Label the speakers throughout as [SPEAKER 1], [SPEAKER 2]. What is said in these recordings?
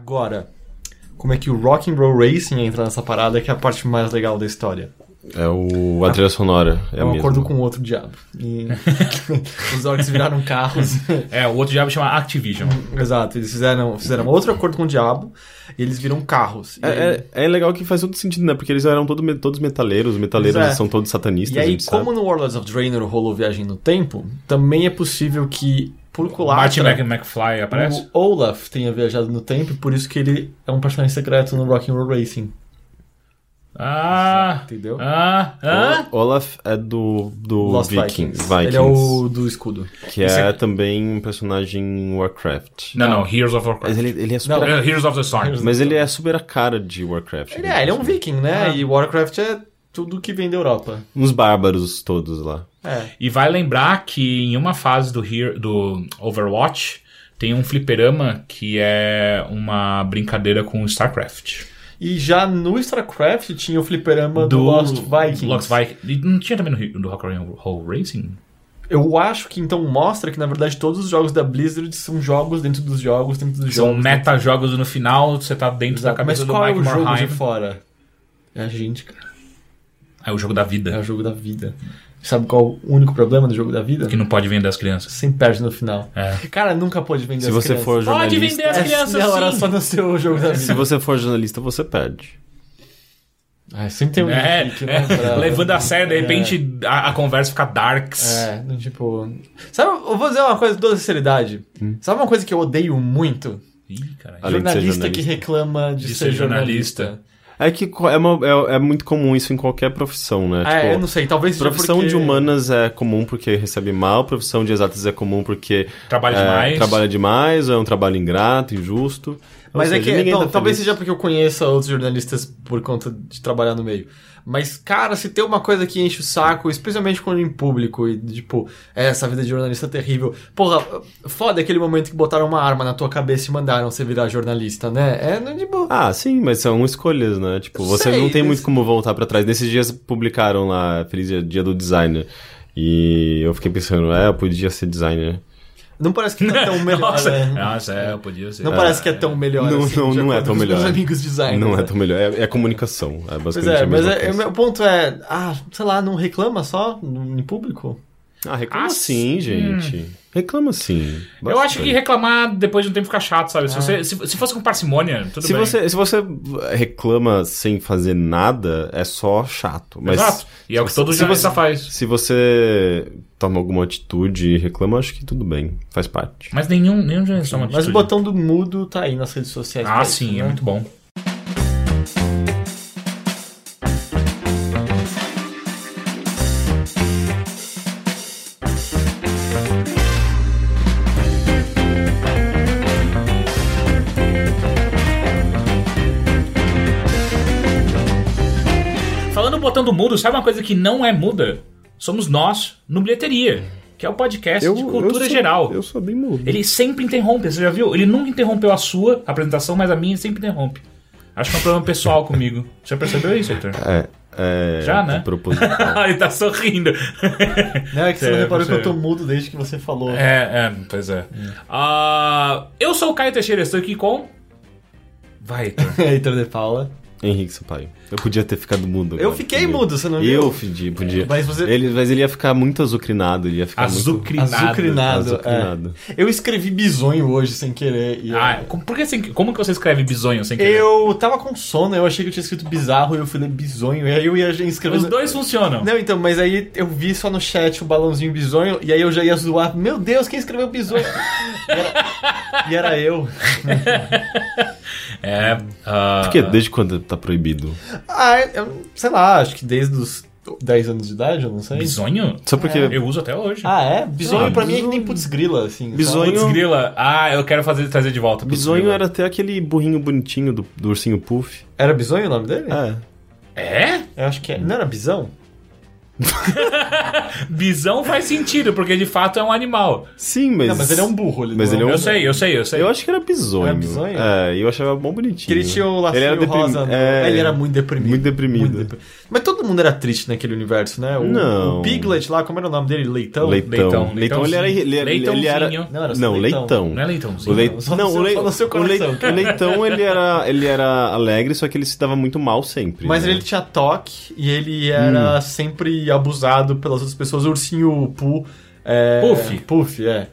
[SPEAKER 1] Agora, como é que o Rock and Roll Racing entra nessa parada que é a parte mais legal da história?
[SPEAKER 2] É o, a trilha sonora. É,
[SPEAKER 1] É
[SPEAKER 2] a
[SPEAKER 1] um
[SPEAKER 2] mesma.
[SPEAKER 1] acordo com outro diabo. E os orcs viraram carros.
[SPEAKER 3] É, o outro diabo chama Activision.
[SPEAKER 1] Um Exato, eles fizeram, fizeram outro acordo com o diabo e eles viram carros. E
[SPEAKER 2] É,
[SPEAKER 1] aí-
[SPEAKER 2] é- é legal que faz todo sentido, né? Porque eles eram todo, me- todos metaleiros, os metaleiros
[SPEAKER 1] Pois é.
[SPEAKER 2] são todos satanistas,
[SPEAKER 1] E
[SPEAKER 2] a
[SPEAKER 1] aí,
[SPEAKER 2] gente sabe.
[SPEAKER 1] como no Warlords of Draenor rolou viagem no tempo, também é possível que, por
[SPEAKER 3] Martin Mc-
[SPEAKER 1] culatra,
[SPEAKER 3] McFly aparece.
[SPEAKER 1] o Olaf tenha viajado no tempo e por isso que ele é um personagem secreto no Rock'n'Roll Racing,
[SPEAKER 3] Ah!
[SPEAKER 1] entendeu?
[SPEAKER 3] Ah! Ah!
[SPEAKER 2] O Olaf é do, do
[SPEAKER 1] Lost
[SPEAKER 2] Vikings,
[SPEAKER 1] Vikings.
[SPEAKER 2] Vikings
[SPEAKER 1] Ele é o do escudo.
[SPEAKER 2] que
[SPEAKER 3] Esse
[SPEAKER 2] é
[SPEAKER 3] é-
[SPEAKER 2] também um personagem em Warcraft.
[SPEAKER 3] Não, não, Heroes of Warcraft.
[SPEAKER 2] Mas ele, ele é super...
[SPEAKER 1] Não.
[SPEAKER 3] É, Heroes of the Storm.
[SPEAKER 2] Mas ele é super a cara de Warcraft.
[SPEAKER 1] Ele é, ele é um viking, né?
[SPEAKER 3] Ah.
[SPEAKER 1] E Warcraft é tudo que vem da Europa.
[SPEAKER 2] Uns bárbaros todos lá.
[SPEAKER 1] É.
[SPEAKER 3] E vai lembrar que em uma fase do, Hero- do Overwatch tem um fliperama que é uma brincadeira com o StarCraft.
[SPEAKER 1] E já no StarCraft tinha o fliperama do, Lost Vikings.
[SPEAKER 3] Lost Vikings. E Não tinha também no, Rio- do Rock and Roll Racing?
[SPEAKER 1] Eu acho que então mostra que, na verdade, todos os jogos da Blizzard são jogos dentro dos jogos, dentro dos
[SPEAKER 3] São
[SPEAKER 1] jogos. né?
[SPEAKER 3] meta-jogos e no final, você tá dentro da
[SPEAKER 1] Mas
[SPEAKER 3] cabeça do
[SPEAKER 1] qual é
[SPEAKER 3] Mike
[SPEAKER 1] o jogo
[SPEAKER 3] Morheim.
[SPEAKER 1] de fora? É a gente, cara.
[SPEAKER 3] É o jogo da
[SPEAKER 1] É
[SPEAKER 3] vida,
[SPEAKER 1] o jogo da vida. Sabe qual é o único problema do jogo da vida?
[SPEAKER 3] que não pode vender as crianças.
[SPEAKER 1] Sempre perde no final.
[SPEAKER 3] É.
[SPEAKER 1] Cara, nunca pôde vender
[SPEAKER 2] Se
[SPEAKER 1] as
[SPEAKER 2] você
[SPEAKER 1] crianças.
[SPEAKER 2] for jornalista...
[SPEAKER 1] É, não, era só no seu jogo da
[SPEAKER 2] Se
[SPEAKER 1] vida.
[SPEAKER 2] você for jornalista, você perde.
[SPEAKER 1] Ah, sempre tem um
[SPEAKER 3] É,
[SPEAKER 1] link,
[SPEAKER 3] é,
[SPEAKER 1] né, pra-
[SPEAKER 3] levando a sério, de
[SPEAKER 1] É.
[SPEAKER 3] repente a, a conversa fica darks.
[SPEAKER 1] É, não, tipo. Sabe, eu vou dizer uma coisa com toda sinceridade.
[SPEAKER 3] Hum.
[SPEAKER 1] Sabe uma coisa que eu odeio muito?
[SPEAKER 3] Ih, caralho.
[SPEAKER 2] Além de ser
[SPEAKER 1] jornalista,
[SPEAKER 2] jornalista.
[SPEAKER 1] que reclama de,
[SPEAKER 3] De
[SPEAKER 1] ser,
[SPEAKER 3] ser
[SPEAKER 1] jornalista.
[SPEAKER 3] jornalista.
[SPEAKER 2] É que co- é, uma- é- é muito comum isso em qualquer profissão, né?
[SPEAKER 1] Ah,
[SPEAKER 2] Tipo,
[SPEAKER 1] é, eu não sei, talvez seja
[SPEAKER 2] Profissão
[SPEAKER 1] porque-
[SPEAKER 2] de humanas é comum porque recebe mal, profissão de exatas é comum porque
[SPEAKER 3] Trabalha
[SPEAKER 2] é,
[SPEAKER 3] demais.
[SPEAKER 2] trabalha demais, ou é um trabalho ingrato, injusto. Ou
[SPEAKER 1] Mas é
[SPEAKER 2] seja,
[SPEAKER 1] que,
[SPEAKER 2] ninguém
[SPEAKER 1] não,
[SPEAKER 2] tá
[SPEAKER 1] talvez
[SPEAKER 2] feliz.
[SPEAKER 1] seja porque eu conheça outros jornalistas por conta de trabalhar no meio. Mas, cara, se tem uma coisa que enche o saco, especialmente quando em público, e tipo, é, essa vida de jornalista é terrível. Porra, foda aquele momento que botaram uma arma na tua cabeça e mandaram você virar jornalista, né? É, não, tipo,
[SPEAKER 2] Ah, sim, mas são escolhas, né? Tipo,
[SPEAKER 1] Eu
[SPEAKER 2] você
[SPEAKER 1] sei,
[SPEAKER 2] não tem
[SPEAKER 1] mas-
[SPEAKER 2] muito como voltar pra trás. Nesses dias publicaram lá, Feliz Dia, Dia do Designer. E eu fiquei pensando, é, eu podia ser designer.
[SPEAKER 1] não parece que tá tão melhor.
[SPEAKER 3] Nossa,
[SPEAKER 1] né?
[SPEAKER 3] nossa, é, eu podia ser.
[SPEAKER 1] Não parece que é tão melhor.
[SPEAKER 2] Não-
[SPEAKER 1] assim,
[SPEAKER 2] não-
[SPEAKER 1] de
[SPEAKER 2] não é
[SPEAKER 1] acordo
[SPEAKER 2] tão
[SPEAKER 1] com os
[SPEAKER 2] melhor.
[SPEAKER 1] Meus amigos designers.
[SPEAKER 2] não é
[SPEAKER 1] né?
[SPEAKER 2] tão melhor, é, é comunicação. É
[SPEAKER 1] Pois
[SPEAKER 2] basicamente
[SPEAKER 1] é,
[SPEAKER 2] a
[SPEAKER 1] mas
[SPEAKER 2] mesma
[SPEAKER 1] é,
[SPEAKER 2] coisa.
[SPEAKER 1] o meu ponto é, ah, sei lá, não reclama só em público?
[SPEAKER 2] Ah, reclama
[SPEAKER 3] Ah,
[SPEAKER 2] sim, gente. Reclama sim.
[SPEAKER 3] Eu acho que
[SPEAKER 2] bastante.
[SPEAKER 3] reclamar depois de um tempo fica chato, sabe?
[SPEAKER 1] Ah.
[SPEAKER 3] Se, você, se, se fosse com parcimônia, tudo
[SPEAKER 2] Se
[SPEAKER 3] bem.
[SPEAKER 2] você, se você reclama sem fazer nada, é só chato. Mas
[SPEAKER 3] Exato. E é o que todo
[SPEAKER 2] se
[SPEAKER 3] jornalista
[SPEAKER 2] você-
[SPEAKER 3] faz.
[SPEAKER 2] se você toma alguma atitude e reclama, acho que tudo bem. Faz parte.
[SPEAKER 3] Mas nenhum, nenhum jornalista toma
[SPEAKER 1] Mas o
[SPEAKER 3] atitude.
[SPEAKER 1] botão do mudo tá aí nas redes sociais. pra
[SPEAKER 3] Ah,
[SPEAKER 1] isso,
[SPEAKER 3] sim, é
[SPEAKER 1] né?
[SPEAKER 3] muito bom. Falando botão do mudo, sabe uma coisa que não é muda? Somos nós no Bilheteria, que é o podcast de cultura
[SPEAKER 2] sou-
[SPEAKER 3] geral.
[SPEAKER 2] Eu sou bem mudo.
[SPEAKER 3] Ele sempre interrompe, você já viu? Ele nunca interrompeu a sua apresentação, mas a minha sempre interrompe. Acho que é um problema pessoal comigo. Você já percebeu isso, Heitor?
[SPEAKER 2] É, é
[SPEAKER 3] Já, né?
[SPEAKER 2] proposital.
[SPEAKER 3] Ele tá sorrindo.
[SPEAKER 1] Não, é que você
[SPEAKER 3] É,
[SPEAKER 1] não reparou
[SPEAKER 3] você-
[SPEAKER 1] que eu tô mudo desde que você falou.
[SPEAKER 3] É, é, pois é. Ah, eu sou o Caio Teixeira, estou aqui com. Vai, Heitor.
[SPEAKER 1] Heitor de Paula.
[SPEAKER 2] Henrique Sampaio. Eu podia ter ficado mudo.
[SPEAKER 1] Eu
[SPEAKER 2] agora,
[SPEAKER 1] fiquei
[SPEAKER 2] podia.
[SPEAKER 1] mudo, você não viu?
[SPEAKER 2] Eu pedi, podia.
[SPEAKER 1] Mas você-
[SPEAKER 2] ele, mas ele ia ficar muito azucrinado. Ele ia ficar
[SPEAKER 3] Azucrinado.
[SPEAKER 1] Azucrinado.
[SPEAKER 2] Azucrinado.
[SPEAKER 1] é. Eu escrevi bisonho hoje sem querer. e-
[SPEAKER 3] Ah, é. como- por que assim, como que você escreve bisonho sem querer?
[SPEAKER 1] Eu tava com sono, eu achei que eu tinha escrito bizarro e eu fui ler bisonho. E aí eu ia escrever.
[SPEAKER 3] Os dois funcionam.
[SPEAKER 1] Não, então, mas aí eu vi só no chat o balãozinho bisonho e aí eu já ia zoar. Meu Deus, quem escreveu bisonho? e, era... e era eu.
[SPEAKER 3] É. ah,
[SPEAKER 2] Por quê? Desde quando tá proibido?
[SPEAKER 1] Ah, eu, sei lá, acho que desde os 10 anos de idade, eu não sei.
[SPEAKER 3] Bisonho?
[SPEAKER 2] Só porque.
[SPEAKER 3] Eu uso até hoje.
[SPEAKER 1] Ah, é? Bisonho
[SPEAKER 2] Ah,
[SPEAKER 1] pra mim é que
[SPEAKER 2] bisonho.
[SPEAKER 1] nem putz grila, assim. sabe?
[SPEAKER 2] Bisonho-
[SPEAKER 3] Putz, grila. Ah, eu quero fazer, trazer de volta. putz,
[SPEAKER 2] Bisonho
[SPEAKER 3] grila.
[SPEAKER 2] era até aquele burrinho bonitinho do, do ursinho Puff.
[SPEAKER 1] Era bisonho o nome dele?
[SPEAKER 2] É.
[SPEAKER 3] É?
[SPEAKER 1] Eu acho que é. Não era bisão?
[SPEAKER 3] Bisão faz sentido, porque de fato é um animal.
[SPEAKER 2] Sim, mas.
[SPEAKER 1] Não, mas ele é um burro. Ele
[SPEAKER 2] Mas
[SPEAKER 1] não
[SPEAKER 2] ele é um-
[SPEAKER 3] Eu sei, eu sei, eu sei.
[SPEAKER 2] Eu acho que era bisonho.
[SPEAKER 1] Era bisonho?
[SPEAKER 2] É, e eu achava bom bonitinho.
[SPEAKER 1] Que ele tinha o lacinho
[SPEAKER 2] Ele era deprimi-
[SPEAKER 1] rosa. no-
[SPEAKER 2] É,
[SPEAKER 1] Ele era muito deprimido.
[SPEAKER 2] muito deprimido.
[SPEAKER 1] depri- Mas todo mundo era triste naquele universo, né? O,
[SPEAKER 2] Não.
[SPEAKER 1] o Piglet lá, como era o nome dele? Leitão?
[SPEAKER 2] Leitão.
[SPEAKER 3] Leitão,
[SPEAKER 2] Leitão, ele era. Ele, era- ele era
[SPEAKER 3] leitãozinho.
[SPEAKER 1] Não, era só
[SPEAKER 2] não,
[SPEAKER 1] leitão.
[SPEAKER 2] leitão.
[SPEAKER 3] Não é
[SPEAKER 2] O
[SPEAKER 3] leitãozinho.
[SPEAKER 2] leit-
[SPEAKER 1] Só no
[SPEAKER 2] Não,
[SPEAKER 1] seu-
[SPEAKER 2] o, lei-
[SPEAKER 1] só no seu
[SPEAKER 2] o lei-
[SPEAKER 1] coração.
[SPEAKER 2] o leitão ele era, ele era alegre, só que ele se dava muito mal sempre.
[SPEAKER 1] Mas
[SPEAKER 2] né?
[SPEAKER 1] ele tinha toque e ele
[SPEAKER 2] Hum.
[SPEAKER 1] era sempre abusado pelas outras pessoas. O ursinho Poo. é,
[SPEAKER 3] Puff.
[SPEAKER 1] Puff, é.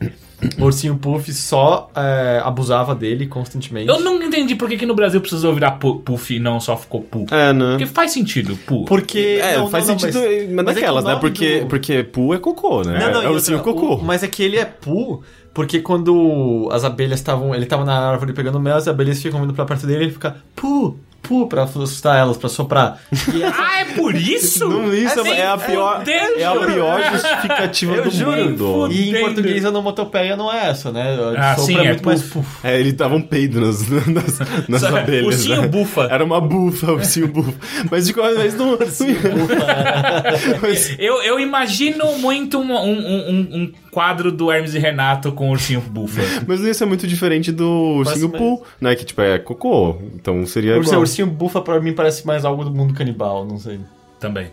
[SPEAKER 1] O ursinho Puff só é, abusava dele constantemente.
[SPEAKER 3] Eu nunca entendi por que, que no Brasil precisou virar pu- puff e não só ficou pu.
[SPEAKER 2] É, né?
[SPEAKER 3] Porque faz sentido, pu.
[SPEAKER 1] Porque.
[SPEAKER 2] É,
[SPEAKER 1] não,
[SPEAKER 2] faz
[SPEAKER 1] não, não,
[SPEAKER 2] sentido,
[SPEAKER 1] mas-
[SPEAKER 2] mas,
[SPEAKER 1] mas é que
[SPEAKER 2] naquela,
[SPEAKER 1] o
[SPEAKER 2] né?
[SPEAKER 1] nome
[SPEAKER 2] Porque,
[SPEAKER 1] do-
[SPEAKER 2] porque pu é cocô,
[SPEAKER 1] Não, não,
[SPEAKER 2] né? é
[SPEAKER 1] e
[SPEAKER 2] o
[SPEAKER 1] outra,
[SPEAKER 2] ursinho cocô.
[SPEAKER 1] o- Mas é que ele é pu, porque quando as abelhas estavam. Ele tava na árvore pegando mel, as abelhas ficam vindo pra perto dele ele fica pu, pu, pra assustar elas, pra soprar. E essa-
[SPEAKER 3] Ah, é por isso?
[SPEAKER 2] Não, isso
[SPEAKER 1] Assim,
[SPEAKER 2] é, a pior,
[SPEAKER 3] Deus,
[SPEAKER 2] é a
[SPEAKER 3] juro.
[SPEAKER 2] pior justificativa
[SPEAKER 1] Eu
[SPEAKER 2] do
[SPEAKER 1] juro.
[SPEAKER 2] mundo.
[SPEAKER 1] e em
[SPEAKER 3] entendo.
[SPEAKER 1] português a onomatopeia não é essa, né?
[SPEAKER 3] Ah,
[SPEAKER 1] Sopra
[SPEAKER 3] sim, é
[SPEAKER 1] muito mais
[SPEAKER 3] puf.
[SPEAKER 1] puf.
[SPEAKER 2] É, ele dava um peido nas, nas, nas
[SPEAKER 3] Sabe,
[SPEAKER 2] abelhas.
[SPEAKER 3] ursinho
[SPEAKER 2] né?
[SPEAKER 3] é bufa.
[SPEAKER 2] Era uma bufa, ursinho bufa. Mas de qualquer vez não. Mas-
[SPEAKER 3] Eu, eu imagino muito um, um- um- um quadro do Hermes e Renato com o ursinho bufa.
[SPEAKER 2] Mas não ia ser muito diferente do ursinho
[SPEAKER 1] mas-
[SPEAKER 2] Poo, né? Que tipo é cocô. Então seria.
[SPEAKER 1] Por ser
[SPEAKER 2] igual.
[SPEAKER 1] ursinho bufa pra mim parece mais algo do mundo canibal, não sei.
[SPEAKER 3] Também.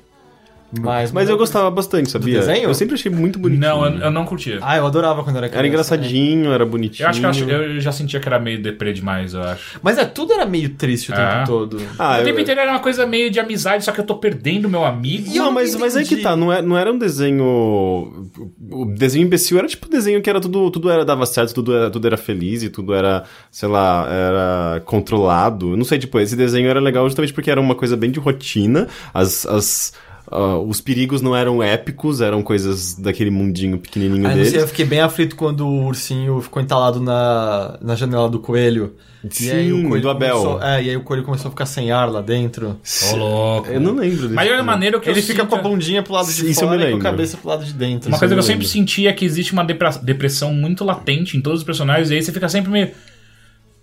[SPEAKER 1] Mas,
[SPEAKER 2] Mas eu gostava bastante, sabia?
[SPEAKER 1] desenho?
[SPEAKER 2] Eu sempre achei muito bonitinho.
[SPEAKER 3] Não, eu, eu não curtia.
[SPEAKER 1] Ah, eu adorava quando era criança.
[SPEAKER 2] Era engraçadinho, era bonitinho.
[SPEAKER 3] Eu acho que eu, acho- eu já sentia que era meio deprê demais, eu acho.
[SPEAKER 1] Mas é, tudo era meio triste o tempo
[SPEAKER 3] Ah.
[SPEAKER 1] todo.
[SPEAKER 2] Ah,
[SPEAKER 3] o tempo
[SPEAKER 2] eu-
[SPEAKER 3] inteiro era uma coisa meio de amizade, só que eu tô perdendo meu amigo.
[SPEAKER 1] E eu
[SPEAKER 2] não,
[SPEAKER 1] não
[SPEAKER 2] mas, mas aí que
[SPEAKER 1] entendi.
[SPEAKER 2] tá, não, é, não era um desenho. O desenho imbecil era tipo um desenho que era tudo, tudo era, dava certo, tudo era, tudo era feliz e tudo era, sei lá, era controlado. Eu Não sei, tipo, esse desenho era legal justamente porque era uma coisa bem de rotina, as. as ah, os perigos não eram épicos, eram coisas daquele mundinho pequenininho
[SPEAKER 1] Aí, não
[SPEAKER 2] deles.
[SPEAKER 1] sei, eu fiquei bem aflito quando o ursinho ficou entalado na, na janela do coelho. e aí o
[SPEAKER 2] Sim,
[SPEAKER 1] coelho
[SPEAKER 2] do Abel.
[SPEAKER 1] Começou, é, e aí o coelho começou a ficar sem ar lá dentro.
[SPEAKER 3] Ô, louco.
[SPEAKER 2] Eu não lembro desse
[SPEAKER 3] é Mas de
[SPEAKER 2] filme.
[SPEAKER 3] maneira é que eu
[SPEAKER 1] Ele fica
[SPEAKER 3] sinto-
[SPEAKER 1] com a bundinha pro lado de
[SPEAKER 2] Isso
[SPEAKER 1] fora
[SPEAKER 2] eu me
[SPEAKER 1] e com
[SPEAKER 2] lembro.
[SPEAKER 1] a cabeça pro lado de dentro.
[SPEAKER 3] Uma
[SPEAKER 1] assim.
[SPEAKER 3] coisa que eu
[SPEAKER 2] eu
[SPEAKER 3] sempre
[SPEAKER 2] lembro.
[SPEAKER 3] senti é que existe uma depra- depressão muito latente em todos os personagens, e aí você fica sempre meio.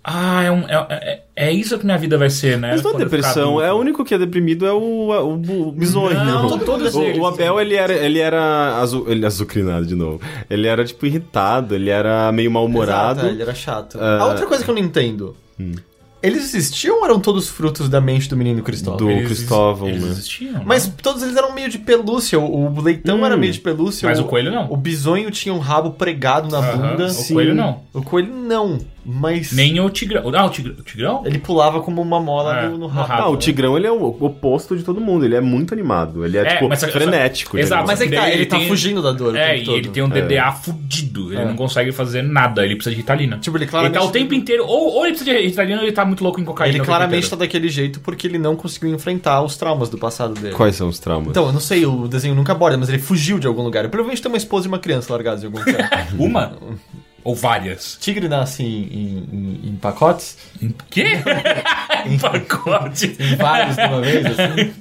[SPEAKER 3] Ah, é, um- é- é- é isso que minha vida vai ser, né?
[SPEAKER 2] Mas não é
[SPEAKER 3] Quando eu ficar
[SPEAKER 2] depressão,
[SPEAKER 3] adulto."
[SPEAKER 2] é o único que é deprimido é o, é o, bu- o bisonho.
[SPEAKER 3] Não,
[SPEAKER 2] O-
[SPEAKER 3] todos eles
[SPEAKER 2] o,
[SPEAKER 1] assim.
[SPEAKER 2] Abel, ele era, ele era azu, ele azucrinado de novo. Ele era, tipo, irritado, ele era meio
[SPEAKER 1] Exato,
[SPEAKER 2] mal-humorado.
[SPEAKER 1] é, ele era chato.
[SPEAKER 2] Ah.
[SPEAKER 1] A outra coisa que eu não entendo.
[SPEAKER 2] Hum.
[SPEAKER 1] Eles existiam ou eram todos frutos da mente do menino Cristóvão?
[SPEAKER 2] Do- o Cristóvão,
[SPEAKER 3] eles
[SPEAKER 2] né?
[SPEAKER 3] existiam, né?
[SPEAKER 1] Mas todos eles eram meio de pelúcia. O o leitão
[SPEAKER 2] Hum.
[SPEAKER 1] era meio de pelúcia.
[SPEAKER 3] Mas o coelho não.
[SPEAKER 1] O bisonho tinha um rabo pregado na
[SPEAKER 3] Aham,
[SPEAKER 1] bunda.
[SPEAKER 3] O coelho não.
[SPEAKER 1] O coelho não, mas
[SPEAKER 3] Nem o tigrão. Ah, o tigr- o tigrão?
[SPEAKER 1] ele pulava como uma mola
[SPEAKER 3] É,
[SPEAKER 1] no, no
[SPEAKER 3] no
[SPEAKER 1] rabo.
[SPEAKER 3] rabo.
[SPEAKER 2] Ah, o Tigrão, ele é o oposto de todo mundo. Ele é muito animado. Ele é,
[SPEAKER 3] É,
[SPEAKER 2] tipo,
[SPEAKER 3] mas só-
[SPEAKER 2] frenético.
[SPEAKER 3] só- Exato,
[SPEAKER 1] Mas
[SPEAKER 2] mas
[SPEAKER 1] é que tá,
[SPEAKER 3] Ele
[SPEAKER 1] ele, tá
[SPEAKER 3] tem-
[SPEAKER 1] fugindo da dor. o
[SPEAKER 3] É,
[SPEAKER 1] tempo
[SPEAKER 3] e
[SPEAKER 1] todo. É.
[SPEAKER 3] ele tem um DDA fudido. Ele não consegue fazer nada. Ele precisa de ritalina.
[SPEAKER 1] Tipo, ele
[SPEAKER 3] ele
[SPEAKER 1] claramente.
[SPEAKER 3] tá o tempo inteiro. Ou, ou ele precisa de ritalina ou ele tá muito louco em cocaína.
[SPEAKER 1] Ele
[SPEAKER 3] o tempo
[SPEAKER 1] claramente tá
[SPEAKER 3] inteiro.
[SPEAKER 1] daquele jeito porque ele não conseguiu enfrentar os traumas do passado dele.
[SPEAKER 2] Quais são os traumas?
[SPEAKER 1] Então, eu não sei, o desenho nunca aborda, mas ele fugiu de algum lugar. Ele Provavelmente tem uma esposa e uma criança largadas em algum lugar.
[SPEAKER 3] Uma? ou várias?
[SPEAKER 1] Tigre nasce em, em- em- em pacotes,
[SPEAKER 3] Em quê? em pacote.
[SPEAKER 1] em vários de uma vez, assim.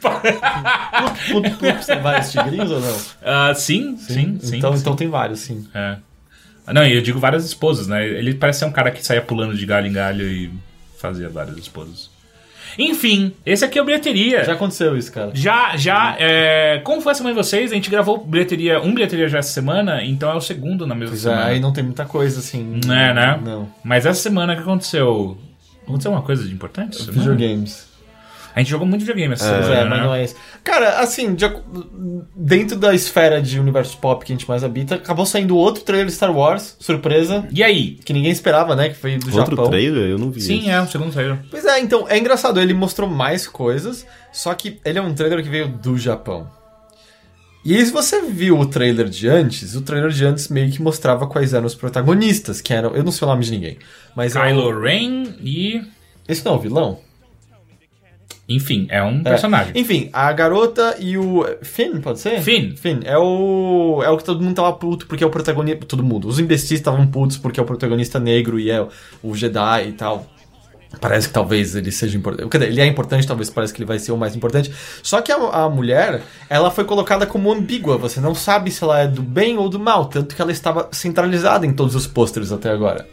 [SPEAKER 1] Plup, plup, plup, são vários tigrinhos ou não?
[SPEAKER 3] Ah, sim, sim, sim.
[SPEAKER 1] então,
[SPEAKER 3] sim.
[SPEAKER 1] então tem vários, sim.
[SPEAKER 3] É. Ah, Não, e eu digo várias esposas, né? Ele parece ser um cara que saía pulando de galho em galho e fazia várias esposas. Enfim, esse aqui é o Bilheteria.
[SPEAKER 1] Já
[SPEAKER 3] Já,
[SPEAKER 1] aconteceu isso, cara.
[SPEAKER 3] já, é, como foi a semana de vocês? A gente gravou bilheteria, um Bilheteria já essa semana, então é o segundo na mesma
[SPEAKER 1] Pois é,
[SPEAKER 3] semana.
[SPEAKER 1] aí não tem muita coisa, assim.
[SPEAKER 3] É, né?
[SPEAKER 1] Não.
[SPEAKER 3] Mas essa semana que aconteceu... Aconteceu uma coisa de importante? essa semana?
[SPEAKER 1] Videogames.
[SPEAKER 3] A gente jogou muito videogame essa
[SPEAKER 1] Pois
[SPEAKER 3] semana,
[SPEAKER 1] é, mas
[SPEAKER 3] né?
[SPEAKER 1] não é isso. Cara, assim, de ac- dentro da esfera de universo pop que a gente mais habita, acabou saindo outro trailer de Star Wars, surpresa,
[SPEAKER 3] E aí?
[SPEAKER 1] que ninguém esperava, né? Que foi do
[SPEAKER 2] Outro
[SPEAKER 1] Japão.
[SPEAKER 2] trailer? Eu não vi.
[SPEAKER 3] Sim,
[SPEAKER 2] isso.
[SPEAKER 3] é, o segundo saiu.
[SPEAKER 1] Pois é, então, é engraçado, ele mostrou mais coisas, só que ele é um trailer que veio do Japão. E aí, se você viu o trailer de antes, o trailer de antes meio que mostrava quais eram os protagonistas, que eram. Eu não sei o nome de ninguém.
[SPEAKER 2] um
[SPEAKER 1] Mas é o-
[SPEAKER 3] Kylo Ren e...
[SPEAKER 1] Esse não é o vilão?
[SPEAKER 3] Enfim, é um personagem.
[SPEAKER 1] Enfim, a garota e o. é, Finn, pode ser?
[SPEAKER 3] Finn.
[SPEAKER 1] Finn, é o. É o que todo mundo tava puto porque é o protagonista. Todo mundo. Os imbecis estavam putos porque é o protagonista negro e é o Jedi e tal. Parece que talvez ele seja importante. Quer dizer, ele é importante, talvez parece que ele vai ser o mais importante. Só que a, a mulher, ela foi colocada como ambígua. Você não sabe se ela é do bem ou do mal. Tanto que ela estava centralizada em todos os pôsteres até agora.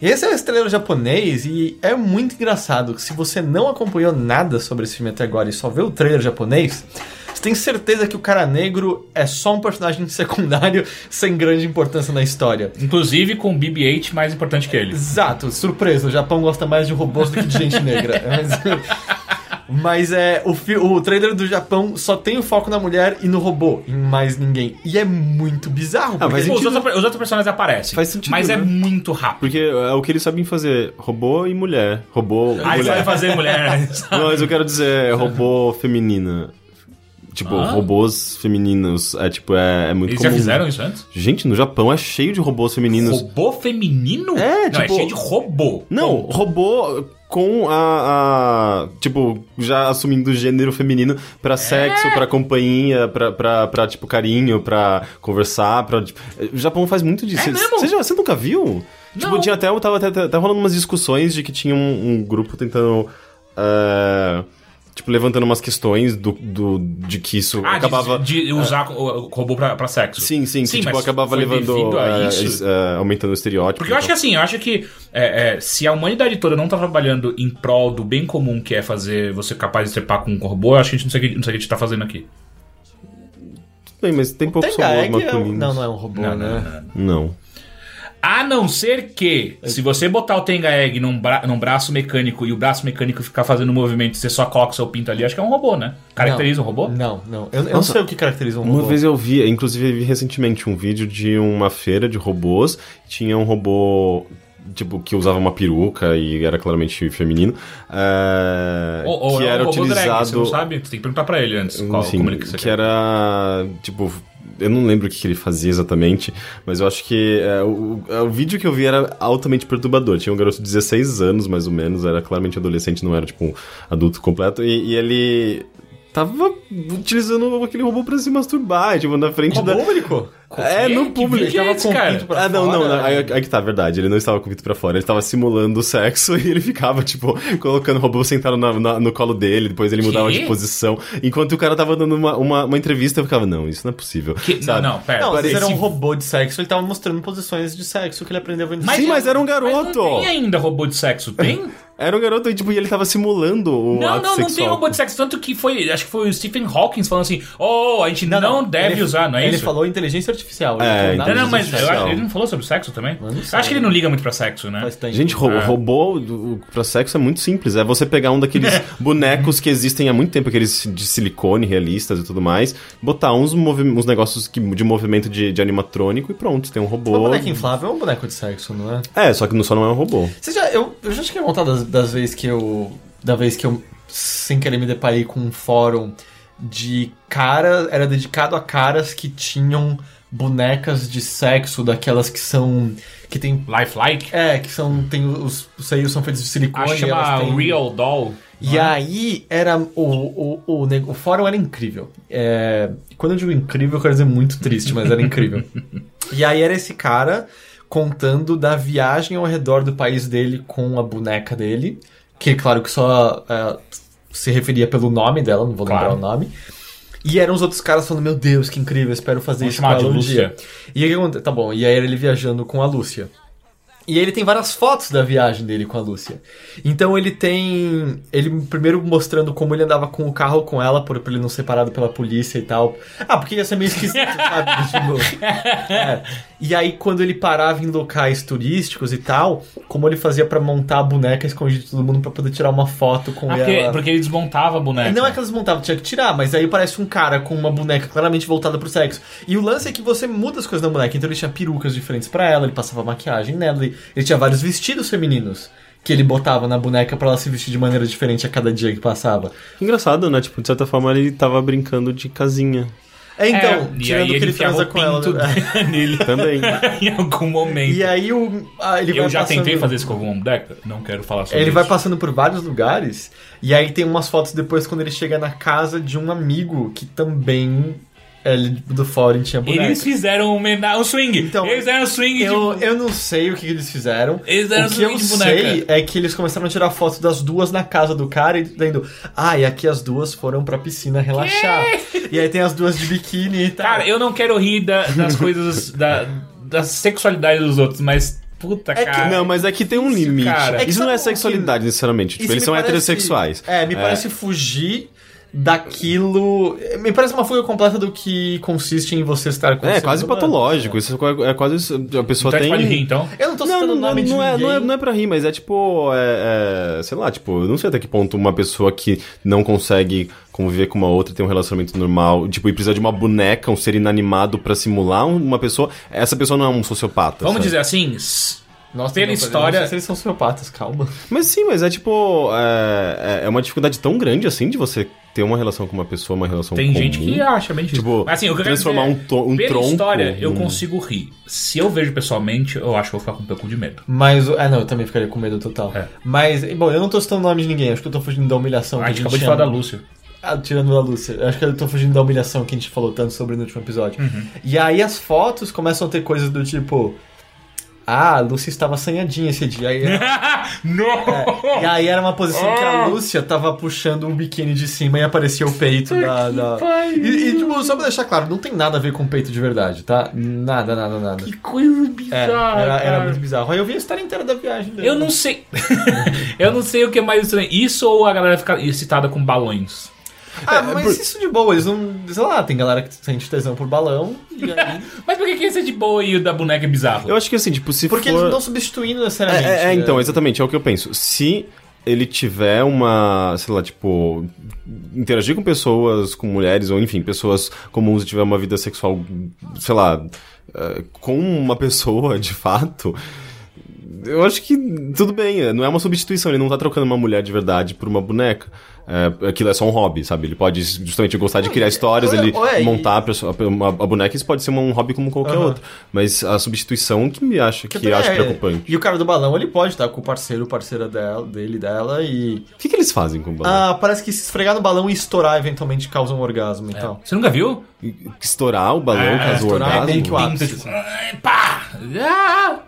[SPEAKER 1] E esse é o estrela japonês e é muito engraçado que se você não acompanhou nada sobre esse filme até agora e só vê o trailer japonês, Você tem certeza que o cara negro é só um personagem secundário sem grande importância na história.
[SPEAKER 3] Inclusive com o BB-8 mais importante que ele.
[SPEAKER 1] Exato, surpresa. O Japão gosta mais de robôs do que de gente negra. Mas, mas é o, fi- o trailer do Japão só tem o foco na mulher e no robô, em mais ninguém. E é muito bizarro.
[SPEAKER 2] Ah, mas
[SPEAKER 1] porque-
[SPEAKER 3] Os
[SPEAKER 2] sentido.
[SPEAKER 3] outros, os outros personagens aparecem.
[SPEAKER 2] Faz sentido,
[SPEAKER 3] mas é
[SPEAKER 2] né?
[SPEAKER 3] muito rápido.
[SPEAKER 2] Porque é o que eles sabem fazer, robô e mulher. Robô,
[SPEAKER 3] Aí você vai
[SPEAKER 2] mulher.
[SPEAKER 3] fazer mulher.
[SPEAKER 2] Não, mas eu quero dizer, é robô feminina. Tipo,
[SPEAKER 3] Ah.
[SPEAKER 2] robôs femininos. É tipo, é, é muito
[SPEAKER 3] Eles
[SPEAKER 2] comum.
[SPEAKER 3] já fizeram isso antes?
[SPEAKER 2] Gente, no Japão é cheio de robôs femininos.
[SPEAKER 3] Robô feminino?
[SPEAKER 2] É,
[SPEAKER 3] Não, é
[SPEAKER 2] tipo-
[SPEAKER 3] cheio de robô.
[SPEAKER 2] Não, robô com a, a- Tipo, já assumindo o gênero feminino pra
[SPEAKER 3] É.
[SPEAKER 2] sexo, pra companhia, pra, pra, pra, tipo, carinho, pra conversar, pra. tipo, o Japão faz muito disso.
[SPEAKER 3] É mesmo?
[SPEAKER 2] Você, já- você nunca viu? Tipo,
[SPEAKER 3] Não.
[SPEAKER 2] tinha até. Tava até, até rolando umas discussões de que tinha um, um grupo tentando. é, tipo, levantando umas questões do, do, de que isso
[SPEAKER 3] Ah, de-
[SPEAKER 2] acabava. É.
[SPEAKER 3] de, usar o o robô pra, pra sexo.
[SPEAKER 2] Sim, sim, que
[SPEAKER 3] Sim,
[SPEAKER 2] tipo,
[SPEAKER 3] mas
[SPEAKER 2] acabava
[SPEAKER 3] foi
[SPEAKER 2] levando.
[SPEAKER 3] devido a
[SPEAKER 2] é,
[SPEAKER 3] isso?
[SPEAKER 2] es- é, aumentando o estereótipo.
[SPEAKER 3] Porque eu acho que assim, eu acho que é, é, se a humanidade toda não tá trabalhando em prol do bem comum que é fazer você capaz de trepar com um robô, eu acho que a gente não sei o que, não sei o que a gente tá fazendo aqui.
[SPEAKER 2] Tudo bem, mas tem poucos
[SPEAKER 1] Tenga
[SPEAKER 2] robôs
[SPEAKER 1] Egg é um...
[SPEAKER 2] masculinos.
[SPEAKER 1] Não, não é um robô,
[SPEAKER 3] Não,
[SPEAKER 1] né?
[SPEAKER 3] não, não, não.
[SPEAKER 2] Não.
[SPEAKER 3] A não ser que, se você botar o Tenga Egg num, bra num braço mecânico e o braço mecânico ficar fazendo um movimento e você só coloca o seu pinto ali, acho que é um robô, né? Caracteriza um robô?
[SPEAKER 1] Não, não. Eu, eu não
[SPEAKER 2] Nossa.
[SPEAKER 1] sei o que caracteriza um
[SPEAKER 2] Uma
[SPEAKER 1] robô.
[SPEAKER 2] vez eu vi, inclusive eu vi recentemente um vídeo de uma feira de robôs, tinha um robô tipo que usava uma peruca e era claramente feminino, é,
[SPEAKER 3] Ou, ou
[SPEAKER 2] que
[SPEAKER 3] é um
[SPEAKER 2] era
[SPEAKER 3] robô drag, você
[SPEAKER 2] utilizado,
[SPEAKER 3] não sabe? Você tem que perguntar pra ele antes qual,
[SPEAKER 2] Sim,
[SPEAKER 3] como ele que você
[SPEAKER 2] que
[SPEAKER 3] quer.
[SPEAKER 2] era tipo eu não lembro o que que ele fazia exatamente, mas eu acho que é, o, o- o vídeo que eu vi era altamente perturbador. Tinha um garoto de 16 anos, mais ou menos, era claramente adolescente, não era tipo um adulto completo, e, e ele tava utilizando aquele robô pra se masturbar, e, tipo, na frente da,
[SPEAKER 1] Robô, Murico?
[SPEAKER 2] é, no público.
[SPEAKER 3] Que é esse,
[SPEAKER 1] com o
[SPEAKER 3] cara?
[SPEAKER 1] pinto pra
[SPEAKER 2] ah, não,
[SPEAKER 1] fora,
[SPEAKER 2] não, não. Aí,
[SPEAKER 1] né?
[SPEAKER 2] aí que tá, verdade. Ele não estava com o pinto pra fora. Ele estava simulando o sexo e ele ficava, tipo, colocando o robô sentado na- na- no colo dele. Depois ele mudava
[SPEAKER 3] Quê?
[SPEAKER 2] de posição. Enquanto o cara tava dando uma, uma, uma entrevista, eu ficava, não, isso não é possível.
[SPEAKER 3] Que- não,
[SPEAKER 2] sabe?
[SPEAKER 3] não, pera.
[SPEAKER 1] Não, se
[SPEAKER 3] esse-
[SPEAKER 1] era um robô de sexo, ele tava mostrando posições de sexo que ele aprendeu vendo
[SPEAKER 2] Sim, mas era um garoto.
[SPEAKER 3] não tem ainda robô de sexo, tem?
[SPEAKER 2] Era um garoto e, tipo, e ele tava simulando o
[SPEAKER 3] não,
[SPEAKER 2] ato
[SPEAKER 3] não, não
[SPEAKER 2] sexual.
[SPEAKER 3] tem robô de sexo. Tanto que foi, acho que foi o Stephen Hawking falando assim: oh, a gente não, deve
[SPEAKER 1] Ele-
[SPEAKER 3] usar, não é
[SPEAKER 1] ele
[SPEAKER 3] isso?
[SPEAKER 1] falou inteligência artificial. ele
[SPEAKER 2] É,
[SPEAKER 1] falou nada
[SPEAKER 3] não, não,
[SPEAKER 1] de
[SPEAKER 3] mas
[SPEAKER 1] sexo.
[SPEAKER 3] eu acho-
[SPEAKER 2] artificial.
[SPEAKER 3] ele não falou sobre sexo também?
[SPEAKER 1] não sei.
[SPEAKER 3] Acho que ele não liga muito pra sexo, né?
[SPEAKER 1] Faz tempo.
[SPEAKER 2] Gente, ro robô do- pra sexo é muito simples. É você pegar um daqueles bonecos que existem há muito tempo, aqueles de silicone realistas e tudo mais, botar uns, movi- uns negócios que- de movimento de, de animatrônico e pronto, tem um
[SPEAKER 1] Um
[SPEAKER 2] robô.
[SPEAKER 1] boneco inflável é um boneco de sexo, não é?
[SPEAKER 2] É, só que não- só não é um robô.
[SPEAKER 1] Você já, eu, eu já cheguei a contar das, das vezes que eu. Da vez que eu, sem querer, me deparei com um fórum de cara. Era dedicado a caras que tinham bonecas de sexo, daquelas que são. que tem.
[SPEAKER 3] Lifelike?
[SPEAKER 1] É, que são. Tem os, os seios são feitos de silicone.
[SPEAKER 3] Acho que
[SPEAKER 1] elas
[SPEAKER 3] chama
[SPEAKER 1] têm-
[SPEAKER 3] Real Doll.
[SPEAKER 1] E aí era. O, o, o, ne- o fórum era incrível. É, quando eu digo incrível, eu quero dizer muito triste, mas era incrível. e aí era esse cara contando da viagem ao redor do país dele com a boneca dele. Que claro que só é, se referia pelo nome dela, não vou
[SPEAKER 3] Claro.
[SPEAKER 1] lembrar o nome. E eram os outros caras falando, meu Deus, que incrível, espero fazer
[SPEAKER 3] Vamos
[SPEAKER 1] isso
[SPEAKER 3] chamar
[SPEAKER 1] com
[SPEAKER 3] de
[SPEAKER 1] ela um
[SPEAKER 3] Lúcia.
[SPEAKER 1] dia. E aí o que aconte- Tá bom, e aí era ele viajando com a Lúcia. E ele tem várias fotos da viagem dele com a Lúcia. Então ele tem. Ele primeiro mostrando como ele andava com o carro com ela, por, por ele não ser parado pela polícia e tal. Ah, porque ia ser meio esquisito, sabe? Tipo, é. E aí, quando ele parava em locais turísticos e tal, como ele fazia pra montar a boneca escondida de todo mundo pra poder tirar uma foto com
[SPEAKER 3] Ah,
[SPEAKER 1] É, ela.
[SPEAKER 3] porque, porque ele desmontava a boneca.
[SPEAKER 1] Não é que elas montavam, tinha que tirar, mas aí parece um cara com uma boneca claramente voltada pro sexo. E o lance é que você muda as coisas na boneca, então ele tinha perucas diferentes pra ela, ele passava maquiagem nela, ele, ele tinha vários vestidos femininos que ele botava na boneca pra ela se vestir de maneira diferente a cada dia que passava.
[SPEAKER 2] Engraçado, né? Tipo, de certa forma ele tava brincando de casinha
[SPEAKER 1] É,
[SPEAKER 3] É,
[SPEAKER 1] então,
[SPEAKER 3] e
[SPEAKER 1] tirando
[SPEAKER 3] aí
[SPEAKER 1] que ele
[SPEAKER 3] enfiava
[SPEAKER 1] transa
[SPEAKER 3] o
[SPEAKER 1] com ela.
[SPEAKER 3] pinto
[SPEAKER 1] né?
[SPEAKER 3] É nele
[SPEAKER 2] também.
[SPEAKER 3] em algum momento.
[SPEAKER 1] E aí o, ah, ele
[SPEAKER 3] eu
[SPEAKER 1] vai
[SPEAKER 3] já
[SPEAKER 1] passando-
[SPEAKER 3] tentei fazer isso com alguma boneca, não quero falar sobre
[SPEAKER 1] Ele
[SPEAKER 3] isso.
[SPEAKER 1] vai passando por vários lugares, e aí tem umas fotos depois quando ele chega na casa de um amigo que também é do fórum tinha boneca.
[SPEAKER 3] Eles fizeram um, mena- um swing.
[SPEAKER 1] Então,
[SPEAKER 3] eles fizeram um swing
[SPEAKER 1] Eu,
[SPEAKER 3] de.
[SPEAKER 1] eu não sei o que eles fizeram.
[SPEAKER 3] Eles deram
[SPEAKER 1] o que eu
[SPEAKER 3] sorvete de boneca.
[SPEAKER 1] sei é que eles começaram a tirar foto das duas na casa do cara e dando. Ah, e aqui as duas foram pra piscina relaxar. E aí tem as duas de biquíni e tal.
[SPEAKER 3] Cara, eu não quero rir da- das coisas. da, da sexualidade dos outros, mas. Puta,
[SPEAKER 1] que-
[SPEAKER 3] cara.
[SPEAKER 2] não, mas é que tem um
[SPEAKER 3] Isso,
[SPEAKER 2] limite.
[SPEAKER 3] cara.
[SPEAKER 1] É que
[SPEAKER 2] isso não
[SPEAKER 1] sabe
[SPEAKER 2] é
[SPEAKER 1] o que-
[SPEAKER 2] sexualidade, necessariamente. Tipo,
[SPEAKER 1] Isso
[SPEAKER 2] eles
[SPEAKER 1] me
[SPEAKER 2] são
[SPEAKER 1] parece-
[SPEAKER 2] heterossexuais.
[SPEAKER 1] É, me parece fugir daquilo. Me parece uma fuga completa do que consiste em você estar com
[SPEAKER 2] É,
[SPEAKER 1] seres
[SPEAKER 2] quase
[SPEAKER 1] humanos.
[SPEAKER 2] patológico. Isso é, é quase. isso. A pessoa
[SPEAKER 3] Então a gente
[SPEAKER 2] tem.
[SPEAKER 3] pode rir, então.
[SPEAKER 1] Eu não tô
[SPEAKER 2] Não,
[SPEAKER 1] citando
[SPEAKER 2] não,
[SPEAKER 1] o
[SPEAKER 2] não,
[SPEAKER 1] nome de
[SPEAKER 2] não é,
[SPEAKER 1] ninguém.
[SPEAKER 2] não, é, não é pra rir, mas é tipo. é- é, sei lá, tipo, eu não sei até que ponto uma pessoa que não consegue conviver com uma outra e tem um relacionamento normal, tipo, e precisa de uma boneca, um ser inanimado pra simular um- uma pessoa. Essa pessoa não é um
[SPEAKER 1] Tá
[SPEAKER 2] sociopata.
[SPEAKER 3] Vamos
[SPEAKER 2] sabe?
[SPEAKER 3] dizer assim. s-
[SPEAKER 1] Nossa,
[SPEAKER 3] Pela
[SPEAKER 1] não,
[SPEAKER 3] história-
[SPEAKER 1] Não sei se eles são sociopatas, calma.
[SPEAKER 2] Mas sim, mas é tipo. É, é- é uma dificuldade tão grande assim de você ter uma relação com uma pessoa, uma relação
[SPEAKER 3] Tem
[SPEAKER 2] comum.
[SPEAKER 3] gente que acha bem difícil.
[SPEAKER 2] Tipo,
[SPEAKER 3] Mas, assim, o que eu quero
[SPEAKER 2] transformar
[SPEAKER 3] dizer
[SPEAKER 2] um to-
[SPEAKER 1] Tipo
[SPEAKER 2] um
[SPEAKER 3] pela
[SPEAKER 2] tronco
[SPEAKER 3] história, eu
[SPEAKER 2] num-
[SPEAKER 3] consigo rir. Se eu vejo pessoalmente, eu acho que eu vou ficar com um pouco de medo.
[SPEAKER 1] Mas. Ah, não, eu também ficaria com medo total.
[SPEAKER 3] É.
[SPEAKER 1] Mas, bom, eu não tô citando o nome de ninguém, acho que eu tô fugindo da humilhação. que
[SPEAKER 3] a gente acabou de
[SPEAKER 1] chama.
[SPEAKER 3] falar da Lúcia.
[SPEAKER 1] Ah, tirando da Lúcia. Eu acho que eu tô fugindo da humilhação que a gente falou tanto sobre no último episódio.
[SPEAKER 3] Uhum.
[SPEAKER 1] E aí as fotos começam a ter coisas do tipo. Ah, a Lúcia estava assanhadinha esse dia. Aí, É,
[SPEAKER 3] não!
[SPEAKER 1] e aí era uma posição que
[SPEAKER 3] Ah.
[SPEAKER 1] a Lúcia tava puxando o biquíni de cima e aparecia o peito é, da. da-
[SPEAKER 3] pariu.
[SPEAKER 1] E, e, tipo, só pra deixar claro, não tem nada a ver com peito de verdade, tá? Nada, nada, nada.
[SPEAKER 3] Que coisa
[SPEAKER 1] É,
[SPEAKER 3] bizarra.
[SPEAKER 1] era, era
[SPEAKER 3] cara.
[SPEAKER 1] muito bizarro. Aí eu vi a história inteira da viagem dele.
[SPEAKER 3] Eu não sei. eu não sei o que é mais estranho. Isso ou a galera ficar excitada com balões?
[SPEAKER 2] É,
[SPEAKER 1] Ah, mas isso de boa, eles não. Sei lá, tem galera que sente tesão por balão. E aí...
[SPEAKER 3] Mas por que que esse é de boa e o da boneca é bizarro?
[SPEAKER 2] Eu acho que assim, tipo, se
[SPEAKER 1] Porque
[SPEAKER 2] for.
[SPEAKER 1] eles não estão substituindo
[SPEAKER 2] É,
[SPEAKER 1] necessariamente.
[SPEAKER 2] é, é,
[SPEAKER 1] né?
[SPEAKER 2] então, exatamente, é o que eu penso. Se ele tiver uma, sei lá, tipo, interagir com pessoas, com mulheres, ou enfim, pessoas comuns e tiver uma vida sexual, sei lá, eh, com uma pessoa de fato. Eu acho que tudo bem, eh, não é uma substituição, ele não tá trocando uma mulher de verdade por uma boneca. É, aquilo é só um hobby, sabe? Ele pode justamente gostar de criar histórias,
[SPEAKER 1] ou é-
[SPEAKER 2] ele
[SPEAKER 1] ou é-
[SPEAKER 2] montar a, pessoa- a- a boneca, isso pode ser um hobby como qualquer
[SPEAKER 1] Aham. é,
[SPEAKER 2] outro. Mas a substituição que me acha que,
[SPEAKER 1] eu
[SPEAKER 2] acho
[SPEAKER 1] também-
[SPEAKER 2] preocupante.
[SPEAKER 1] E o cara do balão, ele pode estar com o parceiro, parceira dela, dele, dela e.
[SPEAKER 2] O que, que eles fazem com o balão?
[SPEAKER 1] Ah, parece que se esfregar no balão e estourar eventualmente causa um orgasmo e tal.
[SPEAKER 3] Você nunca viu?
[SPEAKER 2] Estourar o balão,
[SPEAKER 3] Ah,
[SPEAKER 2] caso o
[SPEAKER 1] estourar é
[SPEAKER 2] orgasmo?
[SPEAKER 1] meio que o ar.
[SPEAKER 3] Pinta, tipo, "Ai, pá! Ah!"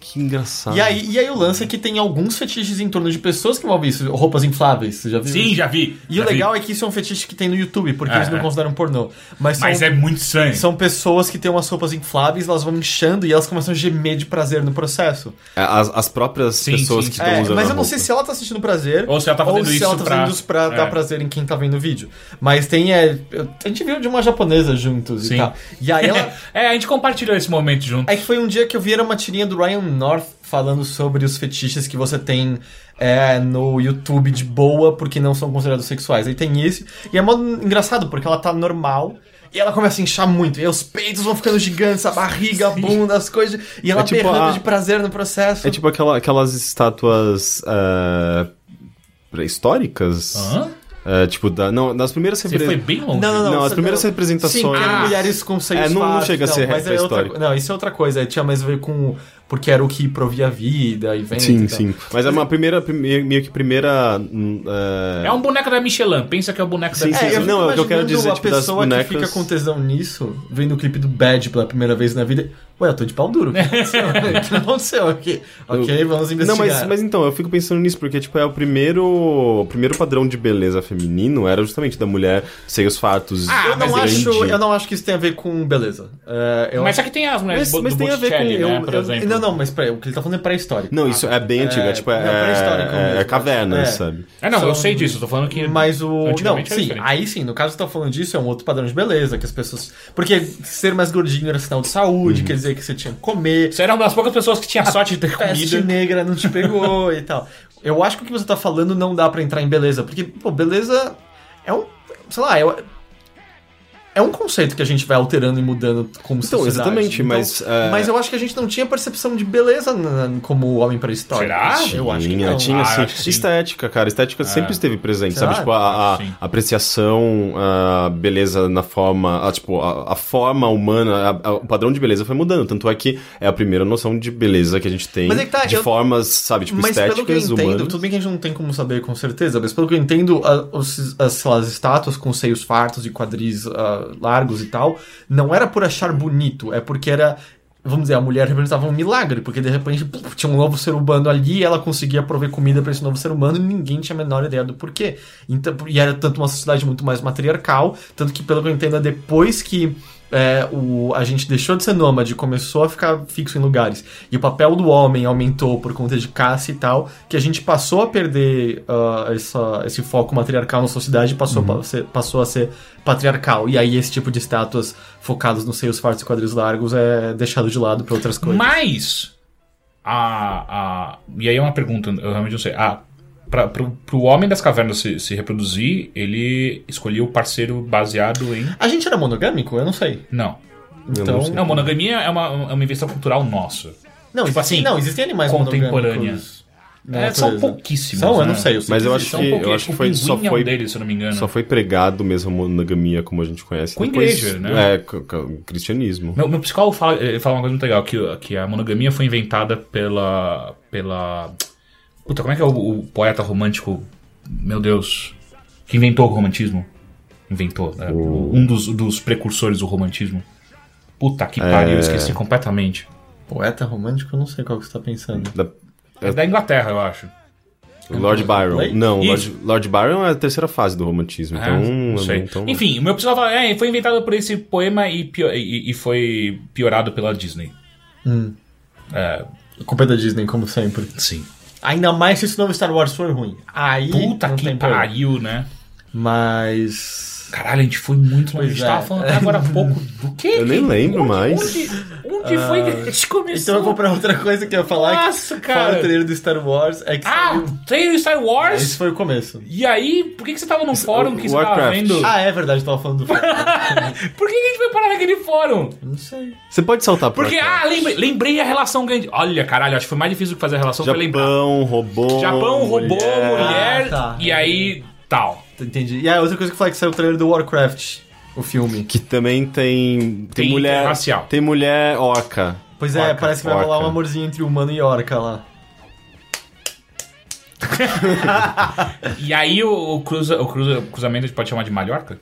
[SPEAKER 2] Que engraçado.
[SPEAKER 1] E aí, e aí o lance é que tem alguns fetiches em torno de pessoas que envolvem isso, roupas infláveis, você já viu?
[SPEAKER 3] Sim,
[SPEAKER 1] isso?
[SPEAKER 3] já vi.
[SPEAKER 1] E
[SPEAKER 3] já
[SPEAKER 1] o
[SPEAKER 3] vi.
[SPEAKER 1] legal é que isso é um fetiche que tem no YouTube, porque
[SPEAKER 3] É,
[SPEAKER 1] eles não
[SPEAKER 3] é.
[SPEAKER 1] consideram pornô. Mas são,
[SPEAKER 3] Mas é muito estranho.
[SPEAKER 1] são pessoas que têm umas roupas infláveis, elas vão inchando e elas começam a gemer de prazer no processo.
[SPEAKER 2] As, as próprias
[SPEAKER 3] Sim,
[SPEAKER 2] pessoas
[SPEAKER 3] sim,
[SPEAKER 2] que
[SPEAKER 3] sim.
[SPEAKER 2] estão
[SPEAKER 1] É,
[SPEAKER 2] usando.
[SPEAKER 1] mas
[SPEAKER 2] a
[SPEAKER 1] eu não sei
[SPEAKER 2] roupa.
[SPEAKER 1] se ela tá sentindo prazer.
[SPEAKER 3] Ou se ela tá fazendo
[SPEAKER 1] se
[SPEAKER 3] isso
[SPEAKER 1] ela tá
[SPEAKER 3] pra-
[SPEAKER 1] fazendo isso pra
[SPEAKER 3] é.
[SPEAKER 1] dar prazer em quem tá vendo o vídeo. Mas tem. É, eu- a gente viu de uma japonesa juntos
[SPEAKER 3] Sim.
[SPEAKER 1] e tal. E aí ela.
[SPEAKER 3] É, a gente compartilhou esse momento junto.
[SPEAKER 1] É que foi um dia que eu vi era uma tirinha do Ryan North falando sobre os fetiches que você tem é, no YouTube de boa porque não são considerados sexuais. Aí tem esse. E é mó engraçado porque ela tá normal. E ela começa a inchar muito, e aí os peitos vão ficando gigantes, a barriga, a bunda, as coisas. E ela
[SPEAKER 2] É tipo
[SPEAKER 1] berrando
[SPEAKER 2] a-
[SPEAKER 1] de prazer no processo.
[SPEAKER 2] É tipo aquela- aquelas estátuas. eh, pré-históricas?
[SPEAKER 3] Hã?
[SPEAKER 2] Eh, tipo, da, não, nas primeiras
[SPEAKER 3] Você foi
[SPEAKER 2] representações.
[SPEAKER 3] bem longe.
[SPEAKER 1] Não, não, não.
[SPEAKER 2] Não, as
[SPEAKER 1] Você-
[SPEAKER 2] primeiras representações-
[SPEAKER 1] Sim, que eram
[SPEAKER 3] Ah.
[SPEAKER 1] mulheres com seios
[SPEAKER 2] É, não- não
[SPEAKER 1] fartos,
[SPEAKER 2] chega a ser
[SPEAKER 1] mas
[SPEAKER 2] reta
[SPEAKER 1] é outra
[SPEAKER 2] histórica.
[SPEAKER 1] co- Não, isso é outra coisa. Tinha mais a ver com... Porque era o que provia a vida, e vento e
[SPEAKER 2] Sim,
[SPEAKER 1] tal.
[SPEAKER 2] sim. Mas é uma primeira. prime- Meio que primeira. hum, eh,
[SPEAKER 3] É um boneco da Michelin. Pensa que é o boneco
[SPEAKER 2] Sim,
[SPEAKER 3] da
[SPEAKER 1] É,
[SPEAKER 2] sim,
[SPEAKER 1] eu
[SPEAKER 3] Michelin.
[SPEAKER 2] sim. Não, é o que eu quero
[SPEAKER 1] imaginando
[SPEAKER 2] dizer,
[SPEAKER 1] a
[SPEAKER 2] tipo, das
[SPEAKER 1] pessoa
[SPEAKER 2] bonecas-
[SPEAKER 1] que fica com tesão nisso, vendo o clipe do Bad pela primeira vez na vida. Ué, eu tô de pau duro. O que aconteceu? O que aconteceu aqui? Ok, vamos investigar.
[SPEAKER 2] Não, mas, mas então, eu fico pensando nisso, porque, tipo, é o primeiro. O primeiro padrão de beleza feminino era justamente da mulher, seios fartos.
[SPEAKER 3] Ah,
[SPEAKER 1] eu, não
[SPEAKER 2] mas
[SPEAKER 1] acho,
[SPEAKER 2] grande.
[SPEAKER 1] eu não acho que isso tem a ver com beleza. É, eu
[SPEAKER 3] Mas só que tem as
[SPEAKER 2] Mas-
[SPEAKER 3] mulheres do
[SPEAKER 2] mas tem a ver com-
[SPEAKER 3] Botticelli, né,
[SPEAKER 1] eu-
[SPEAKER 3] por
[SPEAKER 1] eu-
[SPEAKER 3] exemplo.
[SPEAKER 1] Não, não, mas peraí, o que ele tá falando é pré-histórico.
[SPEAKER 2] Não, isso é bem antigo, é, tipo, é,
[SPEAKER 1] não, pré-histórico
[SPEAKER 2] é-
[SPEAKER 1] mesmo.
[SPEAKER 2] é caverna,
[SPEAKER 1] É.
[SPEAKER 2] sabe?
[SPEAKER 3] É, não, eu
[SPEAKER 1] São-
[SPEAKER 3] sei disso. Eu tô falando que...
[SPEAKER 1] Mas o. Não,
[SPEAKER 3] Antigamente era
[SPEAKER 1] sim,
[SPEAKER 3] diferente.
[SPEAKER 1] aí sim, no caso que você tá falando disso, é um outro padrão de beleza, que as pessoas. Porque ser mais gordinho era sinal de saúde,
[SPEAKER 3] Uhum.
[SPEAKER 1] quer dizer que você tinha que comer,
[SPEAKER 3] Você era uma das poucas pessoas que tinha sorte de ter
[SPEAKER 1] peste
[SPEAKER 3] comida.
[SPEAKER 1] negra não te pegou e tal. Eu acho que o que você tá falando não dá pra entrar em beleza, porque, pô, beleza é um. Sei lá, é, é um conceito que a gente vai alterando e mudando como
[SPEAKER 2] Então,
[SPEAKER 1] sociedade.
[SPEAKER 2] exatamente, mas, é-
[SPEAKER 1] Mas eu acho que a gente não tinha percepção de beleza na- na- como homem pré-histórico.
[SPEAKER 3] Será?
[SPEAKER 1] Eu acho que É.
[SPEAKER 2] Tinha,
[SPEAKER 1] não.
[SPEAKER 2] tinha
[SPEAKER 3] Ah,
[SPEAKER 2] sim.
[SPEAKER 3] acho que sim.
[SPEAKER 2] Estética, cara, estética sempre esteve presente,
[SPEAKER 1] Será?
[SPEAKER 2] sabe? Tipo, a, a-
[SPEAKER 3] Acho que sim.
[SPEAKER 2] apreciação, a beleza na forma, a, tipo, a, a forma humana, a- a- o padrão de beleza foi mudando. Tanto é que é a primeira noção de beleza que a gente tem
[SPEAKER 1] Mas é que tá,
[SPEAKER 2] de
[SPEAKER 1] eu-
[SPEAKER 2] formas, sabe, tipo,
[SPEAKER 1] mas pelo que eu
[SPEAKER 2] estéticas,
[SPEAKER 1] entendo,
[SPEAKER 2] humanas.
[SPEAKER 1] tudo bem que a gente não tem como saber com certeza, mas pelo que eu entendo, a- os- as, sei lá, as estátuas com seios fartos e quadris ah, largos e tal, não era por achar bonito, é porque era. Vamos dizer, a mulher representava um milagre, porque de repente puf, tinha um novo ser humano ali e ela conseguia prover comida pra esse novo ser humano e ninguém tinha a menor ideia do porquê. Então, e era tanto uma sociedade muito mais matriarcal, tanto que, pelo que eu entendo, é depois que é, o, a gente deixou de ser nômade, começou a ficar fixo em lugares, e o papel do homem aumentou por conta de caça e tal, que a gente passou a perder ah, essa- esse foco patriarcal na sociedade e passou, a pa- ser- passou a ser patriarcal. E aí esse tipo de estátuas focadas nos seios fartos e quadris largos é deixado de lado para outras coisas.
[SPEAKER 3] Mas. A, a, e aí é uma pergunta, eu realmente não sei. A, pra, pro, pro homem das cavernas se, se reproduzir, ele escolhia o parceiro baseado em.
[SPEAKER 1] A gente era monogâmico? Eu não sei.
[SPEAKER 3] Não.
[SPEAKER 2] Eu
[SPEAKER 1] Então,
[SPEAKER 2] não sei.
[SPEAKER 3] Não, monogamia é uma, é uma invenção cultural nossa.
[SPEAKER 1] Não,
[SPEAKER 3] Tipo
[SPEAKER 1] existem-
[SPEAKER 3] assim,
[SPEAKER 1] não, existem animais
[SPEAKER 3] contemporâneas.
[SPEAKER 1] monogâmicos. na
[SPEAKER 3] É, são
[SPEAKER 1] natureza.
[SPEAKER 3] pouquíssimos.
[SPEAKER 1] São, eu
[SPEAKER 3] né?
[SPEAKER 1] não sei. Eu sei
[SPEAKER 2] Mas eu
[SPEAKER 1] existe.
[SPEAKER 2] acho
[SPEAKER 3] São
[SPEAKER 2] que- eu
[SPEAKER 3] pouquíssimos.
[SPEAKER 2] acho que
[SPEAKER 3] O
[SPEAKER 2] foi- só
[SPEAKER 3] pinguim é um
[SPEAKER 2] foi-
[SPEAKER 3] deles, se eu não me engano.
[SPEAKER 2] Só foi pregado mesmo a monogamia como a gente conhece.
[SPEAKER 3] Com a
[SPEAKER 2] Depois-
[SPEAKER 3] igreja, né?
[SPEAKER 2] É, com, com o cristianismo.
[SPEAKER 3] Meu, meu psicólogo fala, ele fala uma coisa muito legal, que, que a monogamia foi inventada pela. pela. Puta, como é que é o, o poeta romântico? Meu Deus. Que inventou o romantismo? Inventou, né? Um dos, dos precursores do romantismo. Puta que pariu,
[SPEAKER 2] É.
[SPEAKER 3] eu esqueci completamente.
[SPEAKER 1] Poeta romântico, eu não sei qual que você tá pensando.
[SPEAKER 2] Da-
[SPEAKER 3] É da Inglaterra, eu acho. É
[SPEAKER 2] Lord Byron.
[SPEAKER 1] Blake?
[SPEAKER 2] Não, Lord,
[SPEAKER 3] Isso.
[SPEAKER 2] Lord Byron é a terceira fase do romantismo.
[SPEAKER 3] É,
[SPEAKER 2] então,
[SPEAKER 3] não sei.
[SPEAKER 2] então-
[SPEAKER 3] Enfim, o meu psicólogo fala, é, foi inventado por esse poema e, pio- e- e foi piorado pela Disney.
[SPEAKER 1] Hum.
[SPEAKER 3] É,
[SPEAKER 1] Culpa é da Disney, como sempre.
[SPEAKER 3] Sim.
[SPEAKER 1] Ainda mais se esse novo Star Wars for ruim. Aí.
[SPEAKER 3] Puta
[SPEAKER 1] não
[SPEAKER 3] que
[SPEAKER 1] tem problema.
[SPEAKER 3] pariu, né?
[SPEAKER 1] Mas.
[SPEAKER 3] Caralho, a gente foi muito longe. A gente
[SPEAKER 1] Pois é.
[SPEAKER 3] tava falando até agora há pouco do quê?
[SPEAKER 2] Eu nem lembro
[SPEAKER 3] onde,
[SPEAKER 2] mais.
[SPEAKER 3] Onde, onde foi que a gente começou?
[SPEAKER 1] Então eu vou pra outra coisa que eu ia falar.
[SPEAKER 3] Nossa,
[SPEAKER 1] que
[SPEAKER 3] cara.
[SPEAKER 1] Fora o trailer do Star Wars. É que
[SPEAKER 3] Ah,
[SPEAKER 1] saiu-
[SPEAKER 3] trailer Star Wars?
[SPEAKER 1] Esse foi o começo.
[SPEAKER 3] E aí, por que, que você tava num fórum que você tava
[SPEAKER 2] Warcraft.
[SPEAKER 3] vendo?
[SPEAKER 1] Ah, é verdade, eu tava falando do filme.
[SPEAKER 3] Por que, que a gente foi parar naquele fórum?
[SPEAKER 1] não sei.
[SPEAKER 2] Você pode saltar por
[SPEAKER 3] Porque,
[SPEAKER 2] aqui.
[SPEAKER 3] ah, lembrei, lembrei a relação grande. Olha, caralho, acho que foi mais difícil do que fazer a relação foi lembrar.
[SPEAKER 2] Japão, robô.
[SPEAKER 3] Japão, robô,
[SPEAKER 1] Ah,
[SPEAKER 3] mulher,
[SPEAKER 1] tá.
[SPEAKER 3] e aí tal.
[SPEAKER 1] Entendi. E a outra coisa que eu falei é que saiu o trailer do Warcraft. O filme.
[SPEAKER 2] Que também tem. Tem,
[SPEAKER 3] Tem
[SPEAKER 2] mulher.
[SPEAKER 3] racial.
[SPEAKER 2] Tem mulher orca.
[SPEAKER 1] Pois é,
[SPEAKER 2] Orca,
[SPEAKER 1] parece que vai
[SPEAKER 2] orca.
[SPEAKER 1] rolar um amorzinho entre humano e orca lá.
[SPEAKER 3] E aí o, o cruza- o cruza- o cruzamento a gente pode chamar de Mallorca?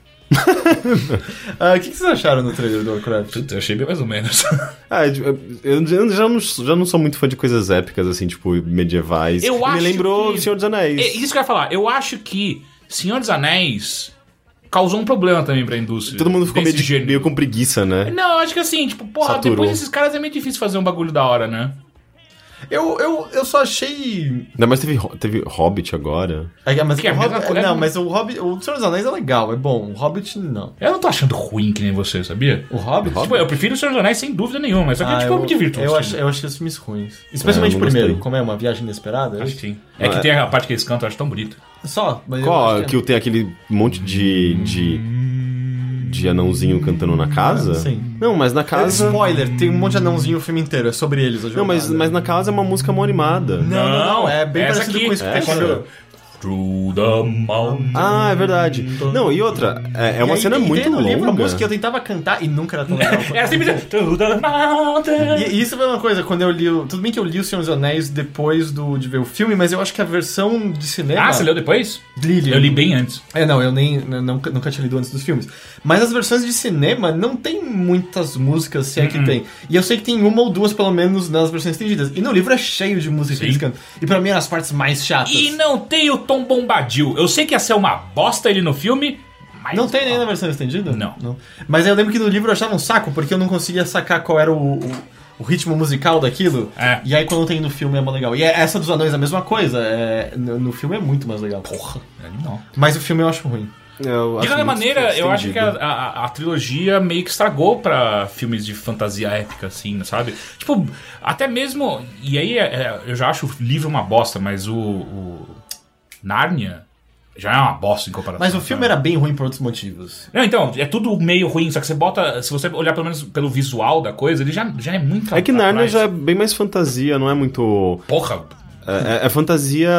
[SPEAKER 1] Ah, o que, que vocês acharam do trailer do Warcraft?
[SPEAKER 3] Puta, eu achei bem mais ou menos.
[SPEAKER 2] Ah, eu, eu- eu já, não, já não sou muito fã de coisas épicas, assim, tipo, medievais.
[SPEAKER 3] Eu
[SPEAKER 2] Me
[SPEAKER 3] acho
[SPEAKER 2] lembrou
[SPEAKER 3] que-
[SPEAKER 2] O Senhor dos Anéis.
[SPEAKER 3] É, isso que eu ia falar. Eu acho que Senhor dos Anéis causou um problema também pra indústria.
[SPEAKER 2] Todo mundo ficou meio,
[SPEAKER 3] desse
[SPEAKER 2] de-
[SPEAKER 3] gênero.
[SPEAKER 2] meio com preguiça, né?
[SPEAKER 3] Não, eu acho que assim, tipo, porra,
[SPEAKER 2] Saturou.
[SPEAKER 3] depois desses caras é meio difícil fazer um bagulho da hora, né?
[SPEAKER 1] Eu, eu, eu só achei
[SPEAKER 2] Ainda mais teve, Ho- teve Hobbit agora.
[SPEAKER 1] É, mas,
[SPEAKER 3] Que é a
[SPEAKER 1] o
[SPEAKER 3] mesma
[SPEAKER 1] Hobbit,
[SPEAKER 3] coisa.
[SPEAKER 1] não, mas o Hobbit, o Senhor dos Anéis é legal, é bom. O Hobbit não.
[SPEAKER 3] Eu não tô achando ruim que nem você, sabia?
[SPEAKER 1] O Hobbit?
[SPEAKER 2] Hobbit?
[SPEAKER 3] Tipo, eu prefiro o Senhor dos Anéis sem dúvida nenhuma, mas só que,
[SPEAKER 1] Ah,
[SPEAKER 3] tipo, eu, me divirto.
[SPEAKER 1] Eu,
[SPEAKER 3] assistindo.
[SPEAKER 1] acho, eu achei os filmes ruins. Especialmente
[SPEAKER 2] É, eu
[SPEAKER 1] o
[SPEAKER 2] não
[SPEAKER 1] primeiro,
[SPEAKER 2] gostei.
[SPEAKER 1] como é uma viagem inesperada.
[SPEAKER 3] Acho que sim. É que tem a parte que eles cantam, eu acho tão bonito.
[SPEAKER 1] Só, mas eu
[SPEAKER 2] Qual?
[SPEAKER 1] acho é.
[SPEAKER 2] Que tem aquele monte de. de. de anãozinho cantando na casa?
[SPEAKER 1] Sim.
[SPEAKER 2] Não, mas na casa.
[SPEAKER 1] é Spoiler, tem um monte de anãozinho o filme inteiro, é sobre eles. A
[SPEAKER 2] Não, mas, mas na casa é uma música mal animada.
[SPEAKER 1] Não, não, não, é bem
[SPEAKER 3] essa
[SPEAKER 1] parecido
[SPEAKER 3] aqui,
[SPEAKER 1] com isso que
[SPEAKER 3] é
[SPEAKER 1] tem
[SPEAKER 3] quando...
[SPEAKER 1] agora.
[SPEAKER 3] Through the mountain.
[SPEAKER 2] Ah, é verdade. Não, e outra, é, é uma cena muito
[SPEAKER 1] no
[SPEAKER 2] longa.
[SPEAKER 1] livro a música que eu tentava cantar e nunca era tão legal.
[SPEAKER 3] Era sempre... É assim Through the mountain. Ah,
[SPEAKER 1] E, é e isso foi uma coisa, quando eu li. o- Tudo bem que eu li O Senhor dos Anéis depois do, de ver o filme, mas eu acho que a versão de cinema.
[SPEAKER 3] Ah, você leu depois?
[SPEAKER 1] Li, li.
[SPEAKER 3] Eu li bem antes.
[SPEAKER 1] É, não, eu nem eu nunca, nunca tinha lido antes dos filmes. Mas as versões de cinema não tem muitas músicas, se é
[SPEAKER 3] Uhum.
[SPEAKER 1] que tem. E eu sei que tem uma ou duas, pelo menos, nas versões estendidas. E no livro é cheio de música que
[SPEAKER 3] Sim.
[SPEAKER 1] eles cantam. E pra mim eram as partes mais chatas.
[SPEAKER 3] E não tem o Tom Bombadil. Eu sei que ia ser uma bosta ele no filme, mas.
[SPEAKER 1] Não tem né? nem na versão estendida?
[SPEAKER 3] Não.
[SPEAKER 1] Mas eu lembro que no livro eu achava um saco, porque eu não conseguia sacar qual era o, o, o ritmo musical daquilo.
[SPEAKER 3] É.
[SPEAKER 1] E aí quando tem no filme é mais legal. E é- essa dos anões é a mesma coisa. é- no, no filme é muito mais legal. Porra.
[SPEAKER 2] É,
[SPEAKER 3] Não.
[SPEAKER 1] Mas o filme eu acho ruim.
[SPEAKER 2] Eu
[SPEAKER 3] De
[SPEAKER 2] acho
[SPEAKER 3] qualquer
[SPEAKER 2] muito
[SPEAKER 3] maneira, eu acho que a,
[SPEAKER 2] estendido.
[SPEAKER 3] a- a trilogia meio que estragou pra filmes de fantasia épica, assim, sabe? Tipo, até mesmo. E aí, é- é, eu já acho o livro uma bosta, mas o. o Nárnia já é uma bosta em comparação.
[SPEAKER 1] Mas o filme
[SPEAKER 3] sabe?
[SPEAKER 1] era bem ruim por outros motivos.
[SPEAKER 3] Não, então, é tudo meio ruim, só que você bota. Se você olhar pelo menos pelo visual da coisa, ele já, já é muito.
[SPEAKER 2] É que
[SPEAKER 3] atrás.
[SPEAKER 2] Narnia já é bem mais fantasia, não é muito.
[SPEAKER 3] Porra!
[SPEAKER 2] É, é- é fantasia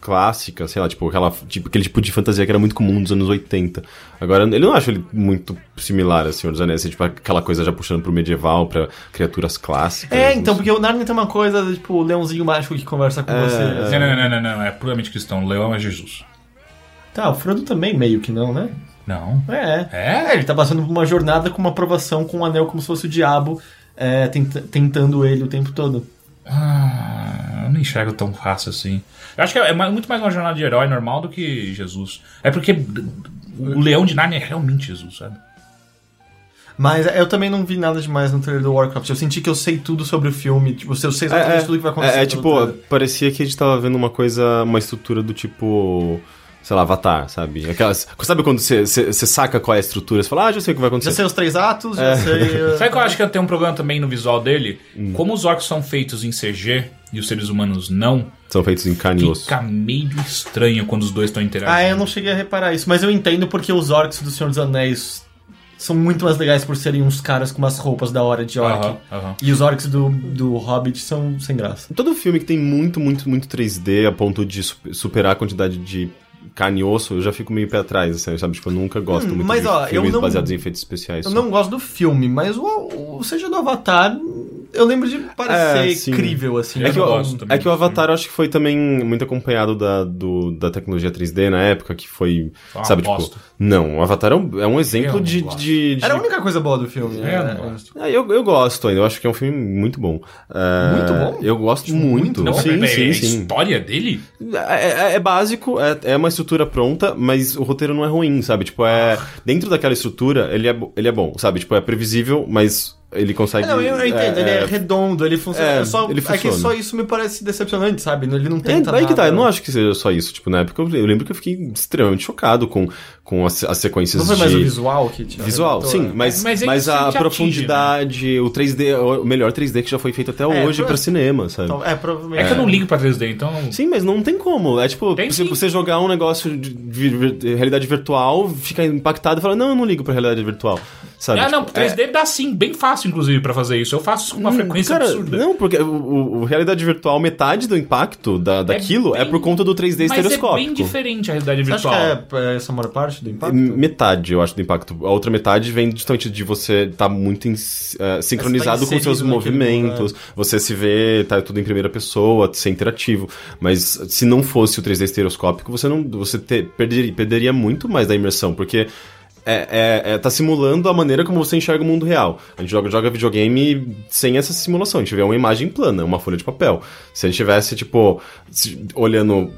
[SPEAKER 2] clássica, sei lá, tipo, aquela, tipo, aquele tipo de fantasia que era muito comum nos anos 80. Agora, ele não acho ele muito similar a Senhor dos Anéis, assim, tipo, aquela coisa já puxando pro medieval, pra criaturas clássicas. assim.
[SPEAKER 1] É, então, porque o Narnia tem uma coisa, tipo, o leãozinho mágico que conversa
[SPEAKER 2] É,
[SPEAKER 1] com você.
[SPEAKER 3] Não, não, não, não, não, não, é puramente cristão. Leão é Jesus.
[SPEAKER 1] Tá, o Frodo também meio que não, né?
[SPEAKER 3] Não.
[SPEAKER 1] É.
[SPEAKER 3] É?
[SPEAKER 1] Ele tá passando por uma jornada com uma provação com um anel como se fosse o diabo é, tenta- tentando ele o tempo todo.
[SPEAKER 3] Ah, eu não enxergo tão fácil assim. Eu acho que é é ma- muito mais uma jornada de herói normal do que Jesus. É porque o leão de Narnia é realmente Jesus, sabe?
[SPEAKER 1] Mas eu também não vi nada demais no trailer do Warcraft. Eu senti que eu sei tudo sobre o filme. Tipo, eu sei exatamente tudo que vai acontecer.
[SPEAKER 2] é, é
[SPEAKER 1] pelo
[SPEAKER 2] tipo,
[SPEAKER 1] trailer.
[SPEAKER 2] parecia que a gente tava vendo uma coisa, uma estrutura do tipo, sei lá, Avatar, sabe? Aquelas, sabe quando você você- você saca qual é a estrutura, você fala, ah, já sei o que vai
[SPEAKER 1] Já
[SPEAKER 2] acontecer.
[SPEAKER 1] sei os três atos,
[SPEAKER 2] É.
[SPEAKER 1] já sei. eh,
[SPEAKER 3] Sabe que eu acho que tem um problema também no visual dele? Como os orcs são feitos em CG e os seres humanos não,
[SPEAKER 2] São feitos em carne e osso.
[SPEAKER 3] fica meio estranho quando os dois estão interagindo.
[SPEAKER 1] Ah, eu não cheguei a reparar isso, mas eu entendo porque os orcs do Senhor dos Anéis são muito mais legais por serem uns caras com umas roupas da
[SPEAKER 2] Ah,
[SPEAKER 1] hora de
[SPEAKER 2] é um
[SPEAKER 1] orc.
[SPEAKER 3] Aham, aham.
[SPEAKER 1] E os orcs do, do Hobbit são sem graça.
[SPEAKER 2] Todo filme que tem muito, muito, muito 3D a ponto de su- superar a quantidade de carne e osso, eu já fico meio pé atrás, assim, sabe? Tipo, eu nunca gosto
[SPEAKER 1] Hum,
[SPEAKER 2] muito
[SPEAKER 1] mas,
[SPEAKER 2] de
[SPEAKER 1] ó, eu
[SPEAKER 2] filmes
[SPEAKER 1] não-
[SPEAKER 2] baseados em efeitos especiais.
[SPEAKER 1] Eu
[SPEAKER 2] só.
[SPEAKER 1] não gosto do filme, mas o, o seja do Avatar, eu lembro de
[SPEAKER 2] É,
[SPEAKER 1] parecer
[SPEAKER 2] sim.
[SPEAKER 1] incrível, assim.
[SPEAKER 3] É
[SPEAKER 2] É que,
[SPEAKER 3] eu
[SPEAKER 2] o-
[SPEAKER 3] gosto também
[SPEAKER 2] é que o
[SPEAKER 3] do filme.
[SPEAKER 2] Avatar eu acho que foi também muito acompanhado da, do- da tecnologia 3D na época, que foi,
[SPEAKER 3] Foi uma
[SPEAKER 2] sabe,
[SPEAKER 3] Ah, um bosta.
[SPEAKER 2] tipo... Não, o Avatar é um, é um exemplo
[SPEAKER 3] não
[SPEAKER 2] de...
[SPEAKER 3] gosto.
[SPEAKER 2] de, de-
[SPEAKER 1] Era um a única coisa boa do
[SPEAKER 2] É,
[SPEAKER 1] filme.
[SPEAKER 3] Eu
[SPEAKER 1] né?
[SPEAKER 3] É, não gosto.
[SPEAKER 2] Ah, eu, eu gosto ainda, eu acho que é um filme muito bom. É,
[SPEAKER 1] Muito bom? Tipo,
[SPEAKER 2] Eu gosto
[SPEAKER 1] Muito
[SPEAKER 2] muito.
[SPEAKER 1] bom?
[SPEAKER 3] Não,
[SPEAKER 2] Sim,
[SPEAKER 3] peraí,
[SPEAKER 2] sim,
[SPEAKER 3] a
[SPEAKER 2] sim.
[SPEAKER 3] história dele?
[SPEAKER 2] É, é- é básico, é, é uma estrutura pronta, mas o roteiro não é ruim, sabe? Tipo, é...
[SPEAKER 1] Ah.
[SPEAKER 2] Dentro daquela estrutura, ele é, bo- ele é bom, sabe? Tipo, é previsível, mas ele consegue...
[SPEAKER 1] É, não, eu, eu entendo, ele é redondo, ele funciona.
[SPEAKER 2] É,
[SPEAKER 1] eu só,
[SPEAKER 2] ele
[SPEAKER 1] É que
[SPEAKER 2] funciona.
[SPEAKER 1] só isso me parece decepcionante, sabe? Ele não
[SPEAKER 2] É,
[SPEAKER 1] tenta
[SPEAKER 2] aí que tá,
[SPEAKER 1] nada.
[SPEAKER 2] eu não acho que seja só isso. Tipo, na época eu, eu lembro que eu fiquei extremamente chocado com, com as, as sequências
[SPEAKER 1] Não foi
[SPEAKER 2] de...
[SPEAKER 1] mais o visual que te
[SPEAKER 2] Visual,
[SPEAKER 1] arrebentou,
[SPEAKER 2] sim,
[SPEAKER 1] né?
[SPEAKER 2] mas,
[SPEAKER 3] Mas
[SPEAKER 2] mas,
[SPEAKER 3] é isso que
[SPEAKER 2] a
[SPEAKER 3] te atinge,
[SPEAKER 2] profundidade, o 3D, o melhor 3D que já foi feito até hoje
[SPEAKER 1] É, pro-
[SPEAKER 2] pra cinema, sabe?
[SPEAKER 1] Então, é,
[SPEAKER 3] É
[SPEAKER 1] provavelmente.
[SPEAKER 3] que eu não ligo pra 3D, então...
[SPEAKER 2] Sim, mas não tem como. É tipo,
[SPEAKER 3] Tem
[SPEAKER 2] se
[SPEAKER 3] sim.
[SPEAKER 2] você jogar um negócio de, vir- vir- realidade virtual, fica impactado e fala, não, eu não ligo pra realidade virtual. Sabe?
[SPEAKER 3] Ah, não,
[SPEAKER 2] Tipo,
[SPEAKER 3] 3D dá sim, bem fácil, inclusive, pra fazer isso. Eu faço isso é com uma
[SPEAKER 2] Hum,
[SPEAKER 3] frequência
[SPEAKER 2] cara,
[SPEAKER 3] absurda.
[SPEAKER 2] Não, porque o, o- o realidade virtual, metade do impacto da, daquilo é
[SPEAKER 3] bem-
[SPEAKER 2] por conta do 3D
[SPEAKER 3] Mas é bem
[SPEAKER 2] estereoscópico.
[SPEAKER 3] diferente a realidade
[SPEAKER 1] Você acha
[SPEAKER 3] virtual.
[SPEAKER 1] que é, é essa maior parte do impacto?
[SPEAKER 2] Metade, eu acho, do impacto. A outra metade vem justamente de você estar muito em- eh, sincronizado com
[SPEAKER 1] tá inserido
[SPEAKER 2] seus
[SPEAKER 1] naquele
[SPEAKER 2] movimentos, você se vê, tá tudo em primeira pessoa, ser interativo. Mas se não fosse o 3D estereoscópico, você não você te- perderia, perderia muito mais da imersão, porque. É, é- é- tá simulando a maneira como você enxerga o mundo real. A gente joga, joga videogame sem essa simulação. A gente vê uma imagem plana, uma folha de papel. Se a gente tivesse, tipo, se- olhando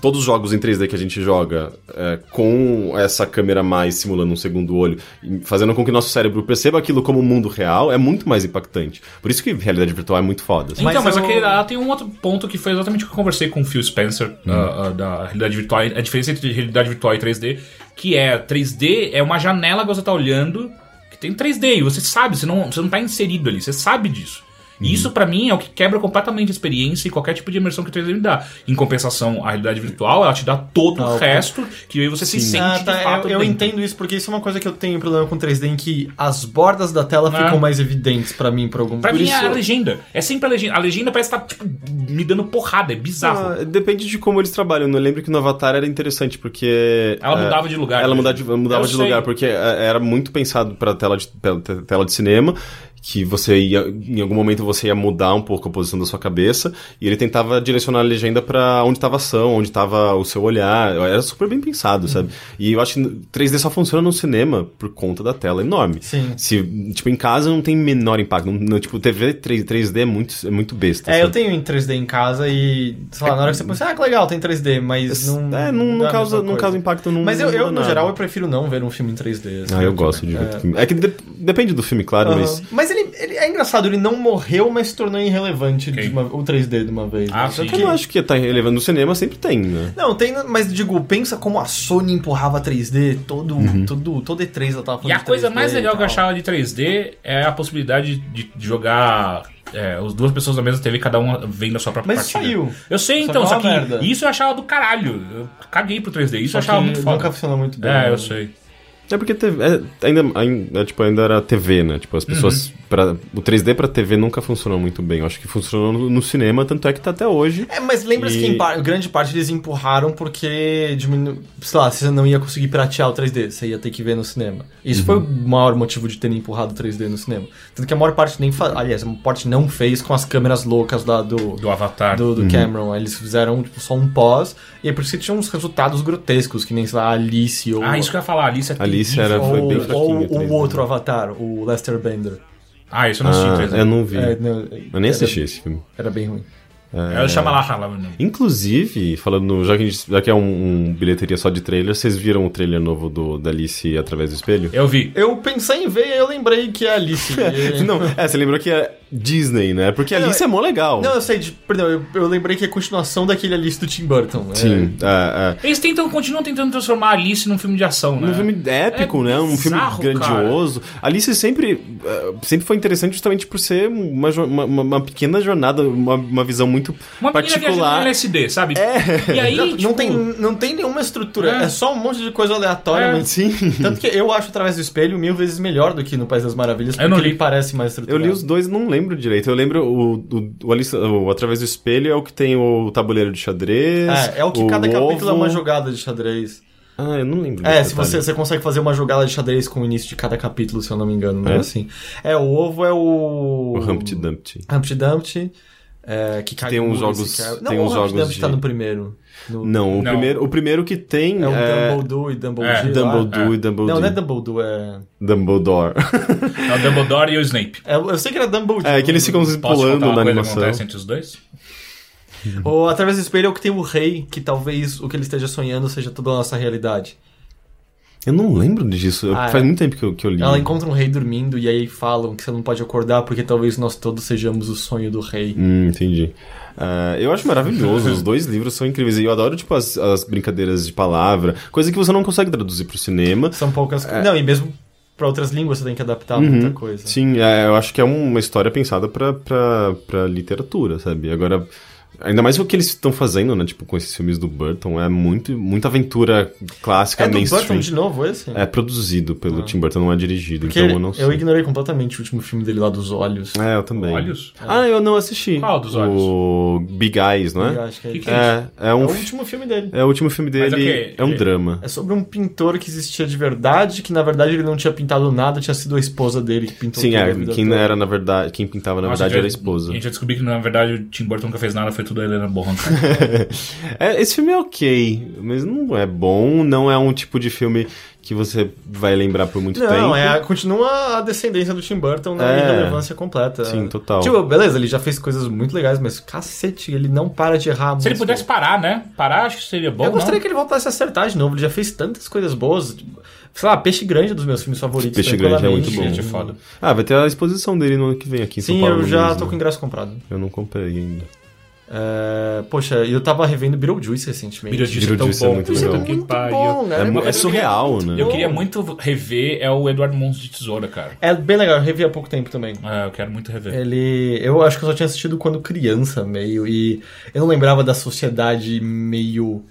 [SPEAKER 2] todos os jogos em 3D que a gente joga é, com essa câmera mais simulando um segundo olho, e fazendo com que nosso cérebro perceba aquilo como o mundo real, é muito mais impactante. Por isso que realidade virtual é muito foda. assim.
[SPEAKER 3] Então,
[SPEAKER 1] Mas
[SPEAKER 3] mas,
[SPEAKER 1] eu-
[SPEAKER 3] aquele lá tem um outro ponto que foi exatamente o que eu conversei com o Phil Spencer ah, ah, da realidade virtual, a diferença entre realidade virtual e 3D, que é 3D é uma janela que você tá olhando que tem 3D e você sabe, você não, você não tá inserido ali, você sabe disso. E isso pra mim é o que quebra completamente a experiência e qualquer tipo de imersão que o 3D me dá. Em compensação, a realidade virtual, ela te dá todo
[SPEAKER 1] Ah,
[SPEAKER 3] o
[SPEAKER 1] ok.
[SPEAKER 3] resto que aí você se sente
[SPEAKER 1] Ah, tá,
[SPEAKER 3] de fato
[SPEAKER 1] eu, eu
[SPEAKER 3] dentro.
[SPEAKER 1] entendo isso porque isso é uma coisa que eu tenho problema com 3D em que as bordas da tela
[SPEAKER 3] Ah.
[SPEAKER 1] ficam mais evidentes pra mim por algum
[SPEAKER 3] Pra
[SPEAKER 1] por
[SPEAKER 3] mim
[SPEAKER 1] isso-
[SPEAKER 3] é a legenda. É sempre a legenda. A legenda parece que tá tipo, me dando porrada, é bizarro.
[SPEAKER 2] Ah, depende de como eles trabalham. né? Eu lembro que no Avatar era interessante, porque.
[SPEAKER 3] Ela
[SPEAKER 2] é,
[SPEAKER 3] mudava de lugar.
[SPEAKER 2] Ela mudava de, mudava
[SPEAKER 3] Eu
[SPEAKER 2] de
[SPEAKER 3] sei.
[SPEAKER 2] lugar, porque é, era muito pensado pra tela de, pela te- tela de cinema, que você ia, em algum momento você ia mudar um pouco a posição da sua cabeça, e ele tentava direcionar a legenda pra onde tava a ação, onde tava o seu olhar, era super bem pensado,
[SPEAKER 1] Uhum.
[SPEAKER 2] sabe? E eu acho que 3D só funciona no cinema por conta da tela enorme.
[SPEAKER 1] Sim.
[SPEAKER 2] Se, tipo, em casa não tem menor impacto, não, não- tipo, TV 3, 3D é muito, é muito besta.
[SPEAKER 1] É, eu
[SPEAKER 2] sabe?
[SPEAKER 1] tenho em 3D em casa e, sei lá, na hora que você pensa, ah, que legal, tem 3D, mas não.
[SPEAKER 2] é, não, não
[SPEAKER 1] é a
[SPEAKER 2] causa,
[SPEAKER 1] mesma
[SPEAKER 2] não
[SPEAKER 1] coisa.
[SPEAKER 2] causa impacto num-
[SPEAKER 1] Mas eu, eu, no
[SPEAKER 2] nada.
[SPEAKER 1] geral, eu prefiro não ver um filme em 3D. assim. É.
[SPEAKER 2] Ah, eu gosto de ver. É, que de- depende do filme, claro,
[SPEAKER 1] Aham.
[SPEAKER 2] mas.
[SPEAKER 1] Mas ele, ele é engraçado, ele não morreu, mas se tornou irrelevante
[SPEAKER 3] Ok.
[SPEAKER 1] de uma- o 3D de uma vez.
[SPEAKER 3] Ah,
[SPEAKER 1] né? Só
[SPEAKER 3] sim.
[SPEAKER 1] que-
[SPEAKER 2] Eu não acho que tá relevando no cinema, sempre tem, né?
[SPEAKER 1] Não, tem, mas digo, pensa como a Sony empurrava 3D, todo,
[SPEAKER 2] Uhum.
[SPEAKER 1] todo, todo E3 ela tava falando
[SPEAKER 3] E a
[SPEAKER 1] de
[SPEAKER 3] coisa
[SPEAKER 1] 3D
[SPEAKER 3] mais
[SPEAKER 1] e
[SPEAKER 3] legal que eu
[SPEAKER 1] tal.
[SPEAKER 3] achava de 3D é a possibilidade de, de jogar é, as duas pessoas na mesma TV, cada uma vendo a sua própria
[SPEAKER 1] Mas isso
[SPEAKER 3] partida.
[SPEAKER 1] saiu.
[SPEAKER 3] Eu sei,
[SPEAKER 1] Só
[SPEAKER 3] então,
[SPEAKER 1] que é
[SPEAKER 3] só
[SPEAKER 1] uma
[SPEAKER 3] que
[SPEAKER 1] merda.
[SPEAKER 3] isso eu achava do caralho. Eu caguei pro 3D, isso
[SPEAKER 1] Só
[SPEAKER 3] eu achava
[SPEAKER 1] que
[SPEAKER 3] muito foda.
[SPEAKER 1] Nunca funcionou muito bem.
[SPEAKER 3] É,
[SPEAKER 1] né?
[SPEAKER 3] eu sei.
[SPEAKER 2] É porque teve- é, ainda, ainda, é, tipo, ainda era TV, né? Tipo, as pessoas.
[SPEAKER 1] Uhum.
[SPEAKER 2] pra- o 3D pra TV nunca funcionou muito bem. Eu acho que funcionou no, no cinema, tanto é que tá até hoje.
[SPEAKER 1] É, mas lembra-se
[SPEAKER 2] E-
[SPEAKER 1] que em par- grande parte eles empurraram porque, diminu... sei lá, você não ia conseguir piratear o 3D, você ia ter que ver no cinema. Isso foi o
[SPEAKER 2] Uhum.
[SPEAKER 1] maior motivo de terem empurrado o 3D no cinema. Tanto que a maior parte nem faz, aliás, a maior parte não fez com as câmeras loucas lá do...
[SPEAKER 3] Do Avatar.
[SPEAKER 1] Do,
[SPEAKER 2] Uhum.
[SPEAKER 1] do Cameron, eles fizeram tipo, só um pós, e é por isso que tinha uns resultados grotescos, que nem, sei lá, Alice ou.
[SPEAKER 3] Ah, isso que eu ia falar, Alice é
[SPEAKER 2] Alice
[SPEAKER 3] terrível.
[SPEAKER 2] era- foi
[SPEAKER 1] ou,
[SPEAKER 2] bem
[SPEAKER 1] ou
[SPEAKER 2] fraquinho,
[SPEAKER 1] o
[SPEAKER 2] 3D.
[SPEAKER 1] outro Avatar, o Lester Bender.
[SPEAKER 3] Ah, isso eu não assisti
[SPEAKER 2] Ah,
[SPEAKER 3] em 3D.
[SPEAKER 2] eu não vi.
[SPEAKER 1] É, não,
[SPEAKER 2] eu nem
[SPEAKER 1] era-
[SPEAKER 2] assisti esse filme.
[SPEAKER 1] Era bem ruim.
[SPEAKER 3] Ela chama lá, lá né?
[SPEAKER 2] Inclusive, falando, já que, a gente- já que é um, um bilheteria só de trailer, vocês viram o trailer novo do, da Alice através do espelho?
[SPEAKER 3] Eu vi.
[SPEAKER 1] Eu pensei em ver e eu lembrei que é a Alice. E-
[SPEAKER 2] Não, é, você lembrou que é Disney, né? Porque
[SPEAKER 1] Não,
[SPEAKER 2] Alice é mó legal.
[SPEAKER 1] Não, eu sei, de, perdão, eu, eu lembrei que é a continuação daquele Alice do Tim Burton. né?
[SPEAKER 2] Sim, é,
[SPEAKER 3] Eles tentam, continuam tentando transformar a Alice num filme de ação,
[SPEAKER 2] é.
[SPEAKER 3] né?
[SPEAKER 2] Um filme épico,
[SPEAKER 3] É
[SPEAKER 2] né? Um filme
[SPEAKER 3] bizarro,
[SPEAKER 2] grandioso. Alice sempre, é, sempre foi interessante justamente por ser uma, jo- uma, uma- uma pequena jornada, uma, uma visão muito
[SPEAKER 3] Uma menina viajando no
[SPEAKER 2] particular.
[SPEAKER 3] LSD, sabe? É. E aí,
[SPEAKER 1] Não,
[SPEAKER 3] tipo,
[SPEAKER 1] não, tem, não tem nenhuma estrutura, é.
[SPEAKER 3] É.
[SPEAKER 1] só um monte de coisa aleatória.
[SPEAKER 3] É.
[SPEAKER 1] mas-
[SPEAKER 2] Sim.
[SPEAKER 1] Tanto que eu acho Através do Espelho mil vezes melhor do que no País das Maravilhas, porque
[SPEAKER 3] Eu não
[SPEAKER 1] ele
[SPEAKER 3] li.
[SPEAKER 1] parece mais
[SPEAKER 2] Eu
[SPEAKER 1] estruturado.
[SPEAKER 2] li os dois e não lembro direito. Eu lembro o, o, o Alice- o Através do Espelho é o que tem o tabuleiro de xadrez.
[SPEAKER 1] É, é o que cada capítulo é
[SPEAKER 2] ovo.
[SPEAKER 1] uma jogada de xadrez.
[SPEAKER 2] Ah, eu não lembro.
[SPEAKER 1] É, se
[SPEAKER 2] desse detalhe.
[SPEAKER 1] você, você consegue fazer uma jogada de xadrez com o início de cada capítulo, se eu não me engano, né?
[SPEAKER 2] É?
[SPEAKER 1] Assim. É, o ovo é o.
[SPEAKER 2] O Humpty Dumpty.
[SPEAKER 1] Humpty Dumpty. é, que cai
[SPEAKER 2] tem
[SPEAKER 1] no
[SPEAKER 2] uns
[SPEAKER 1] muro,
[SPEAKER 2] jogos-
[SPEAKER 1] se cai-
[SPEAKER 2] tem uns
[SPEAKER 1] o
[SPEAKER 2] jogos
[SPEAKER 1] Humpty Dumpty tá
[SPEAKER 2] de-
[SPEAKER 1] no primeiro. No-
[SPEAKER 2] Não, o,
[SPEAKER 3] Não.
[SPEAKER 2] Primeiro, o primeiro que tem
[SPEAKER 1] É o
[SPEAKER 2] é,
[SPEAKER 1] Dumbledore e Dumbledore.
[SPEAKER 3] é,
[SPEAKER 1] lá.
[SPEAKER 2] Dumbledore e Dumbledore.
[SPEAKER 1] Não, não é Dumbledore, é.
[SPEAKER 2] Dumbledore.
[SPEAKER 3] é o Dumbledore e o Snape.
[SPEAKER 1] é, Eu sei que era Dumbledore.
[SPEAKER 2] É, que eles ficam
[SPEAKER 3] Posso contar
[SPEAKER 2] pulando
[SPEAKER 3] uma
[SPEAKER 2] na
[SPEAKER 3] coisa que
[SPEAKER 2] animação.
[SPEAKER 3] acontece entre os dois?
[SPEAKER 1] Ou através do espelho é o que tem o rei, que talvez o que ele esteja sonhando seja toda a nossa realidade.
[SPEAKER 2] Eu não lembro disso. eu-
[SPEAKER 1] Ah, é.
[SPEAKER 2] Faz muito tempo que eu, que eu li.
[SPEAKER 1] Ela encontra um rei dormindo e aí falam que você não pode acordar porque talvez nós todos sejamos o sonho do rei.
[SPEAKER 2] Hum, entendi. Ah, eu acho maravilhoso, os dois livros são incríveis. E eu adoro, tipo, as, as brincadeiras de palavra, coisa que você não consegue traduzir pro cinema.
[SPEAKER 1] São poucas coisas. Não, e mesmo pra outras línguas você tem que adaptar muita coisa.
[SPEAKER 2] É. Uhum. Sim, é, eu acho que é uma história pensada pra, pra, pra literatura, sabe? Agora, ainda mais o que eles estão fazendo, né? Tipo, com esses filmes do Burton, é muito, muita aventura clássica,
[SPEAKER 1] É do
[SPEAKER 2] mainstream.
[SPEAKER 1] Burton de novo esse?
[SPEAKER 2] É produzido pelo Tim Burton, não é dirigido,
[SPEAKER 1] Porque
[SPEAKER 2] então eu não sei.
[SPEAKER 1] eu ignorei completamente o último filme dele lá dos olhos.
[SPEAKER 2] É, eu também.
[SPEAKER 3] Olhos?
[SPEAKER 2] Ah, eu não assisti.
[SPEAKER 3] Qual dos olhos?
[SPEAKER 2] O Big Eyes, não
[SPEAKER 1] Eu
[SPEAKER 2] é?
[SPEAKER 1] acho que é,
[SPEAKER 3] Que
[SPEAKER 1] isso.
[SPEAKER 3] que
[SPEAKER 2] É, é
[SPEAKER 1] É
[SPEAKER 2] um
[SPEAKER 1] o
[SPEAKER 2] fi-
[SPEAKER 1] último filme dele.
[SPEAKER 2] É o último filme
[SPEAKER 3] Mas é
[SPEAKER 2] dele,
[SPEAKER 3] o quê?
[SPEAKER 2] é um
[SPEAKER 3] Ele-
[SPEAKER 2] drama.
[SPEAKER 1] É sobre um pintor que existia de verdade, que na verdade ele não tinha pintado nada, tinha sido a esposa dele que pintou
[SPEAKER 2] Sim,
[SPEAKER 1] toda a
[SPEAKER 2] é,
[SPEAKER 1] vida
[SPEAKER 2] quem
[SPEAKER 1] toda.
[SPEAKER 2] era na verdade, quem pintava na
[SPEAKER 3] Nossa,
[SPEAKER 2] verdade
[SPEAKER 3] já-
[SPEAKER 2] era a esposa.
[SPEAKER 3] A gente já descobriu que, na verdade, o Tim Burton nunca fez nada, foi tudo a Helena Bonham. Carter.
[SPEAKER 2] É, esse filme é ok, mas não é bom, não é um tipo de filme que você vai lembrar por muito tempo.
[SPEAKER 1] Não, é, a- continua a descendência do Tim Burton na
[SPEAKER 2] É.
[SPEAKER 1] irrelevância completa.
[SPEAKER 2] Sim, total.
[SPEAKER 1] Tipo, beleza, ele já fez coisas muito legais, mas cacete, ele não para de errar muito.
[SPEAKER 3] Se ele pudesse parar, né? Parar, acho que seria bom,
[SPEAKER 1] Eu gostaria
[SPEAKER 3] não?
[SPEAKER 1] que ele voltasse a acertar de novo, ele já fez tantas coisas boas. tipo, sei lá, Peixe Grande é dos meus filmes favoritos.
[SPEAKER 2] Peixe Grande é muito
[SPEAKER 1] tranquilamente.
[SPEAKER 2] bom.
[SPEAKER 3] Gente, é foda.
[SPEAKER 2] Ah, vai ter a exposição dele no ano que vem aqui em São
[SPEAKER 1] Sim,
[SPEAKER 2] Paulo.
[SPEAKER 1] eu
[SPEAKER 2] no
[SPEAKER 1] já
[SPEAKER 2] Museu.
[SPEAKER 1] tô com o ingresso comprado.
[SPEAKER 2] Eu não comprei ainda.
[SPEAKER 1] É, poxa, e eu tava revendo Beetlejuice recentemente.
[SPEAKER 3] Beetlejuice é tão
[SPEAKER 2] Beetlejuice é
[SPEAKER 3] bom.
[SPEAKER 2] muito
[SPEAKER 3] Puta
[SPEAKER 2] legal.
[SPEAKER 3] que pariu.
[SPEAKER 1] né?
[SPEAKER 2] É, mu- é surreal, né?
[SPEAKER 3] Eu queria muito rever é o Eduardo Mons de Tesoura, cara.
[SPEAKER 1] É bem legal, eu revi há pouco tempo também.
[SPEAKER 3] É, eu quero muito rever.
[SPEAKER 1] Ele. Eu acho que eu só tinha assistido quando criança, meio. E eu não lembrava da sociedade meio.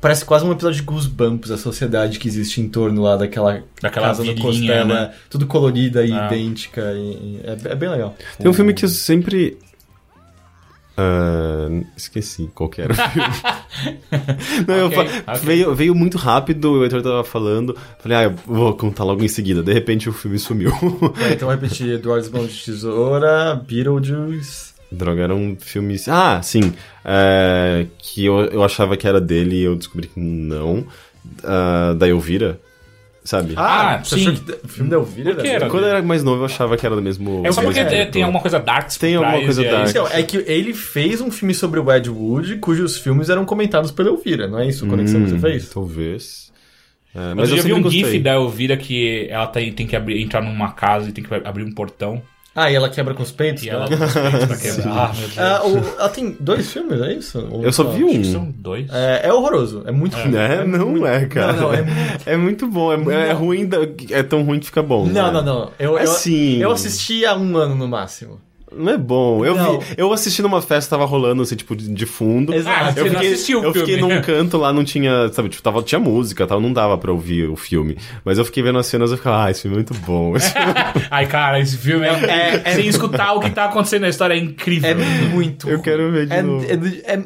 [SPEAKER 1] Parece quase um episódio de Goosebumps, a sociedade que existe em torno lá daquela,
[SPEAKER 3] Daquela
[SPEAKER 1] casa no
[SPEAKER 3] vilinha,
[SPEAKER 1] Costela.
[SPEAKER 3] né?
[SPEAKER 1] Tudo colorida e
[SPEAKER 3] Ah.
[SPEAKER 1] idêntica. e- e é, é bem legal.
[SPEAKER 2] Tem um filme que eu sempre. Ah, esqueci qual que era o filme. Não, eu
[SPEAKER 3] Ok,
[SPEAKER 2] fa-
[SPEAKER 3] ok.
[SPEAKER 2] Veio, veio muito rápido, o Heitor tava falando. Falei, ah, eu vou contar logo em seguida. De repente o filme sumiu.
[SPEAKER 1] É, então eu repeti, Eduardo Mão de Tesoura, Beetlejuice.
[SPEAKER 2] Droga, era um filme. Ah, sim. É, que eu, eu achava que era dele e eu descobri que não. Ah, da Elvira, sabe?
[SPEAKER 3] Ah,
[SPEAKER 1] você
[SPEAKER 3] sim.
[SPEAKER 1] achou que o filme né? da Elvira
[SPEAKER 3] Por que
[SPEAKER 1] era
[SPEAKER 3] era?
[SPEAKER 2] Quando eu era mais novo, eu achava que era do mesmo.
[SPEAKER 3] É só
[SPEAKER 2] do
[SPEAKER 3] porque
[SPEAKER 2] mesmo
[SPEAKER 3] tem-
[SPEAKER 2] diretor.
[SPEAKER 3] tem alguma coisa darks por
[SPEAKER 2] Tem alguma
[SPEAKER 3] trás,
[SPEAKER 2] coisa
[SPEAKER 3] e aí-
[SPEAKER 2] dark.
[SPEAKER 1] Então, é que ele fez um filme sobre o Ed Wood, cujos filmes eram comentados pela Elvira, não é isso a conexão que você
[SPEAKER 2] Hum,
[SPEAKER 1] fez?
[SPEAKER 2] Talvez. É,
[SPEAKER 3] Mas eu já vi
[SPEAKER 2] sempre
[SPEAKER 3] um
[SPEAKER 2] gostei.
[SPEAKER 3] gif da Elvira que ela tem, tem que abrir- entrar numa casa e tem que abrir um portão.
[SPEAKER 1] Ah, e ela quebra com os peitos?
[SPEAKER 3] E
[SPEAKER 1] né?
[SPEAKER 3] ela tem os peitos pra quebrar. Ah, meu Deus.
[SPEAKER 1] Ah, o- ela tem dois filmes, é isso? Ou
[SPEAKER 2] Eu só vi
[SPEAKER 3] Acho que
[SPEAKER 2] um.
[SPEAKER 3] são dois.
[SPEAKER 1] É, é horroroso, é muito ruim.
[SPEAKER 2] É, não
[SPEAKER 1] muito-
[SPEAKER 2] é, cara.
[SPEAKER 1] Não, não, é
[SPEAKER 2] É muito bom. É, é ruim, da- é tão ruim que fica bom.
[SPEAKER 1] Não,
[SPEAKER 2] né?
[SPEAKER 1] não, não. Eu,
[SPEAKER 2] É
[SPEAKER 1] eu,
[SPEAKER 2] sim.
[SPEAKER 1] eu assisti há um ano no máximo.
[SPEAKER 2] Não é bom. Eu,
[SPEAKER 1] Não.
[SPEAKER 2] Vi, eu assisti numa festa, tava rolando assim, tipo, de de fundo.
[SPEAKER 1] Exato.
[SPEAKER 3] Ah,
[SPEAKER 1] Eu
[SPEAKER 3] você não
[SPEAKER 2] Fiquei-
[SPEAKER 3] assistiu o
[SPEAKER 2] eu
[SPEAKER 3] filme.
[SPEAKER 2] fiquei num canto lá, não tinha, sabe, tipo, tava, tinha música, tal, não dava pra ouvir o filme. Mas eu fiquei vendo as cenas e eu ficava, ah, esse filme é muito bom. Esse filme-
[SPEAKER 3] Ai, cara, esse filme é,
[SPEAKER 1] É, é-
[SPEAKER 3] Sem escutar o que tá acontecendo na história é incrível.
[SPEAKER 1] É muito
[SPEAKER 2] eu
[SPEAKER 1] ruim.
[SPEAKER 2] quero ver de
[SPEAKER 1] É,
[SPEAKER 2] novo.
[SPEAKER 1] é, é, é,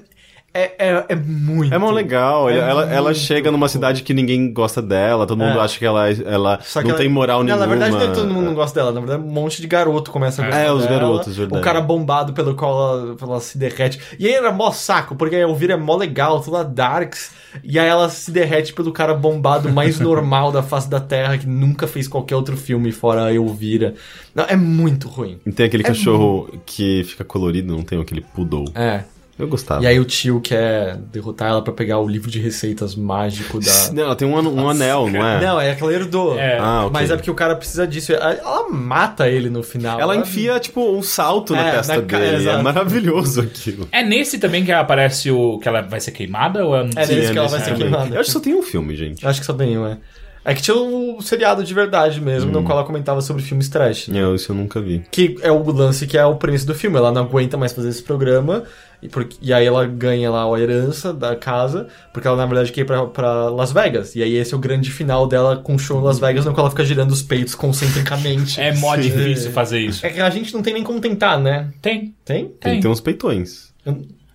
[SPEAKER 1] é, é muito.
[SPEAKER 2] É mó legal,
[SPEAKER 1] É
[SPEAKER 2] ela, ela
[SPEAKER 1] muito
[SPEAKER 2] chega numa cidade que ninguém gosta dela, todo mundo
[SPEAKER 1] É.
[SPEAKER 2] acha que ela, ela
[SPEAKER 1] Só
[SPEAKER 2] não
[SPEAKER 1] que ela-
[SPEAKER 2] tem moral
[SPEAKER 1] Não,
[SPEAKER 2] nenhuma.
[SPEAKER 1] na verdade, nem todo mundo não gosta dela. Na verdade, um monte de garoto começa a
[SPEAKER 3] É,
[SPEAKER 1] gostar
[SPEAKER 2] os
[SPEAKER 1] dela.
[SPEAKER 2] garotos,
[SPEAKER 1] O
[SPEAKER 2] verdade.
[SPEAKER 1] cara bombado pelo qual ela, ela se derrete. E aí era mó saco, porque a Elvira é mó legal, toda darks. E aí ela se derrete pelo cara bombado mais normal da face da Terra, que nunca fez qualquer outro filme fora a Elvira. Não, é muito ruim.
[SPEAKER 2] E Tem aquele
[SPEAKER 1] É
[SPEAKER 2] cachorro que fica colorido, não tem aquele poodle.
[SPEAKER 1] É.
[SPEAKER 2] Eu gostava.
[SPEAKER 1] E aí o tio quer derrotar ela pra pegar o livro de receitas mágico da.
[SPEAKER 2] Não, ela tem um, an- um anel, não é?
[SPEAKER 1] Não, é que ela herdou.
[SPEAKER 3] É.
[SPEAKER 2] Ah, ok.
[SPEAKER 1] Mas é porque o cara precisa disso. Ela- Ela mata ele no final.
[SPEAKER 2] Ela enfia, tipo, um salto na
[SPEAKER 1] É,
[SPEAKER 2] testa
[SPEAKER 1] na ca-
[SPEAKER 2] dele.
[SPEAKER 1] exato.
[SPEAKER 2] É maravilhoso aquilo.
[SPEAKER 3] É nesse também que aparece o. que ela vai ser queimada ou é no-
[SPEAKER 1] É nesse que ela vai
[SPEAKER 2] nesse
[SPEAKER 1] ser
[SPEAKER 2] também.
[SPEAKER 1] queimada.
[SPEAKER 2] Eu acho que só tem um filme, gente.
[SPEAKER 1] Acho que só tem um, é. É que tinha um seriado de verdade mesmo,
[SPEAKER 3] Hum.
[SPEAKER 1] no qual ela comentava sobre filmes trash. né?
[SPEAKER 2] É, isso eu nunca vi.
[SPEAKER 1] Que é o lance que é o preço do filme. Ela não aguenta mais fazer esse programa. E, porque- e aí ela ganha lá a herança da casa, porque ela na verdade quer ir pra, pra Las Vegas. E aí esse é o grande final dela com um show em Las Vegas, no qual ela fica girando os peitos concentricamente.
[SPEAKER 3] É mó difícil
[SPEAKER 1] É.
[SPEAKER 3] fazer isso.
[SPEAKER 1] É que a gente não tem nem como tentar, né?
[SPEAKER 3] Tem.
[SPEAKER 1] Tem?
[SPEAKER 2] Tem
[SPEAKER 3] Tem.
[SPEAKER 2] que ter uns peitões.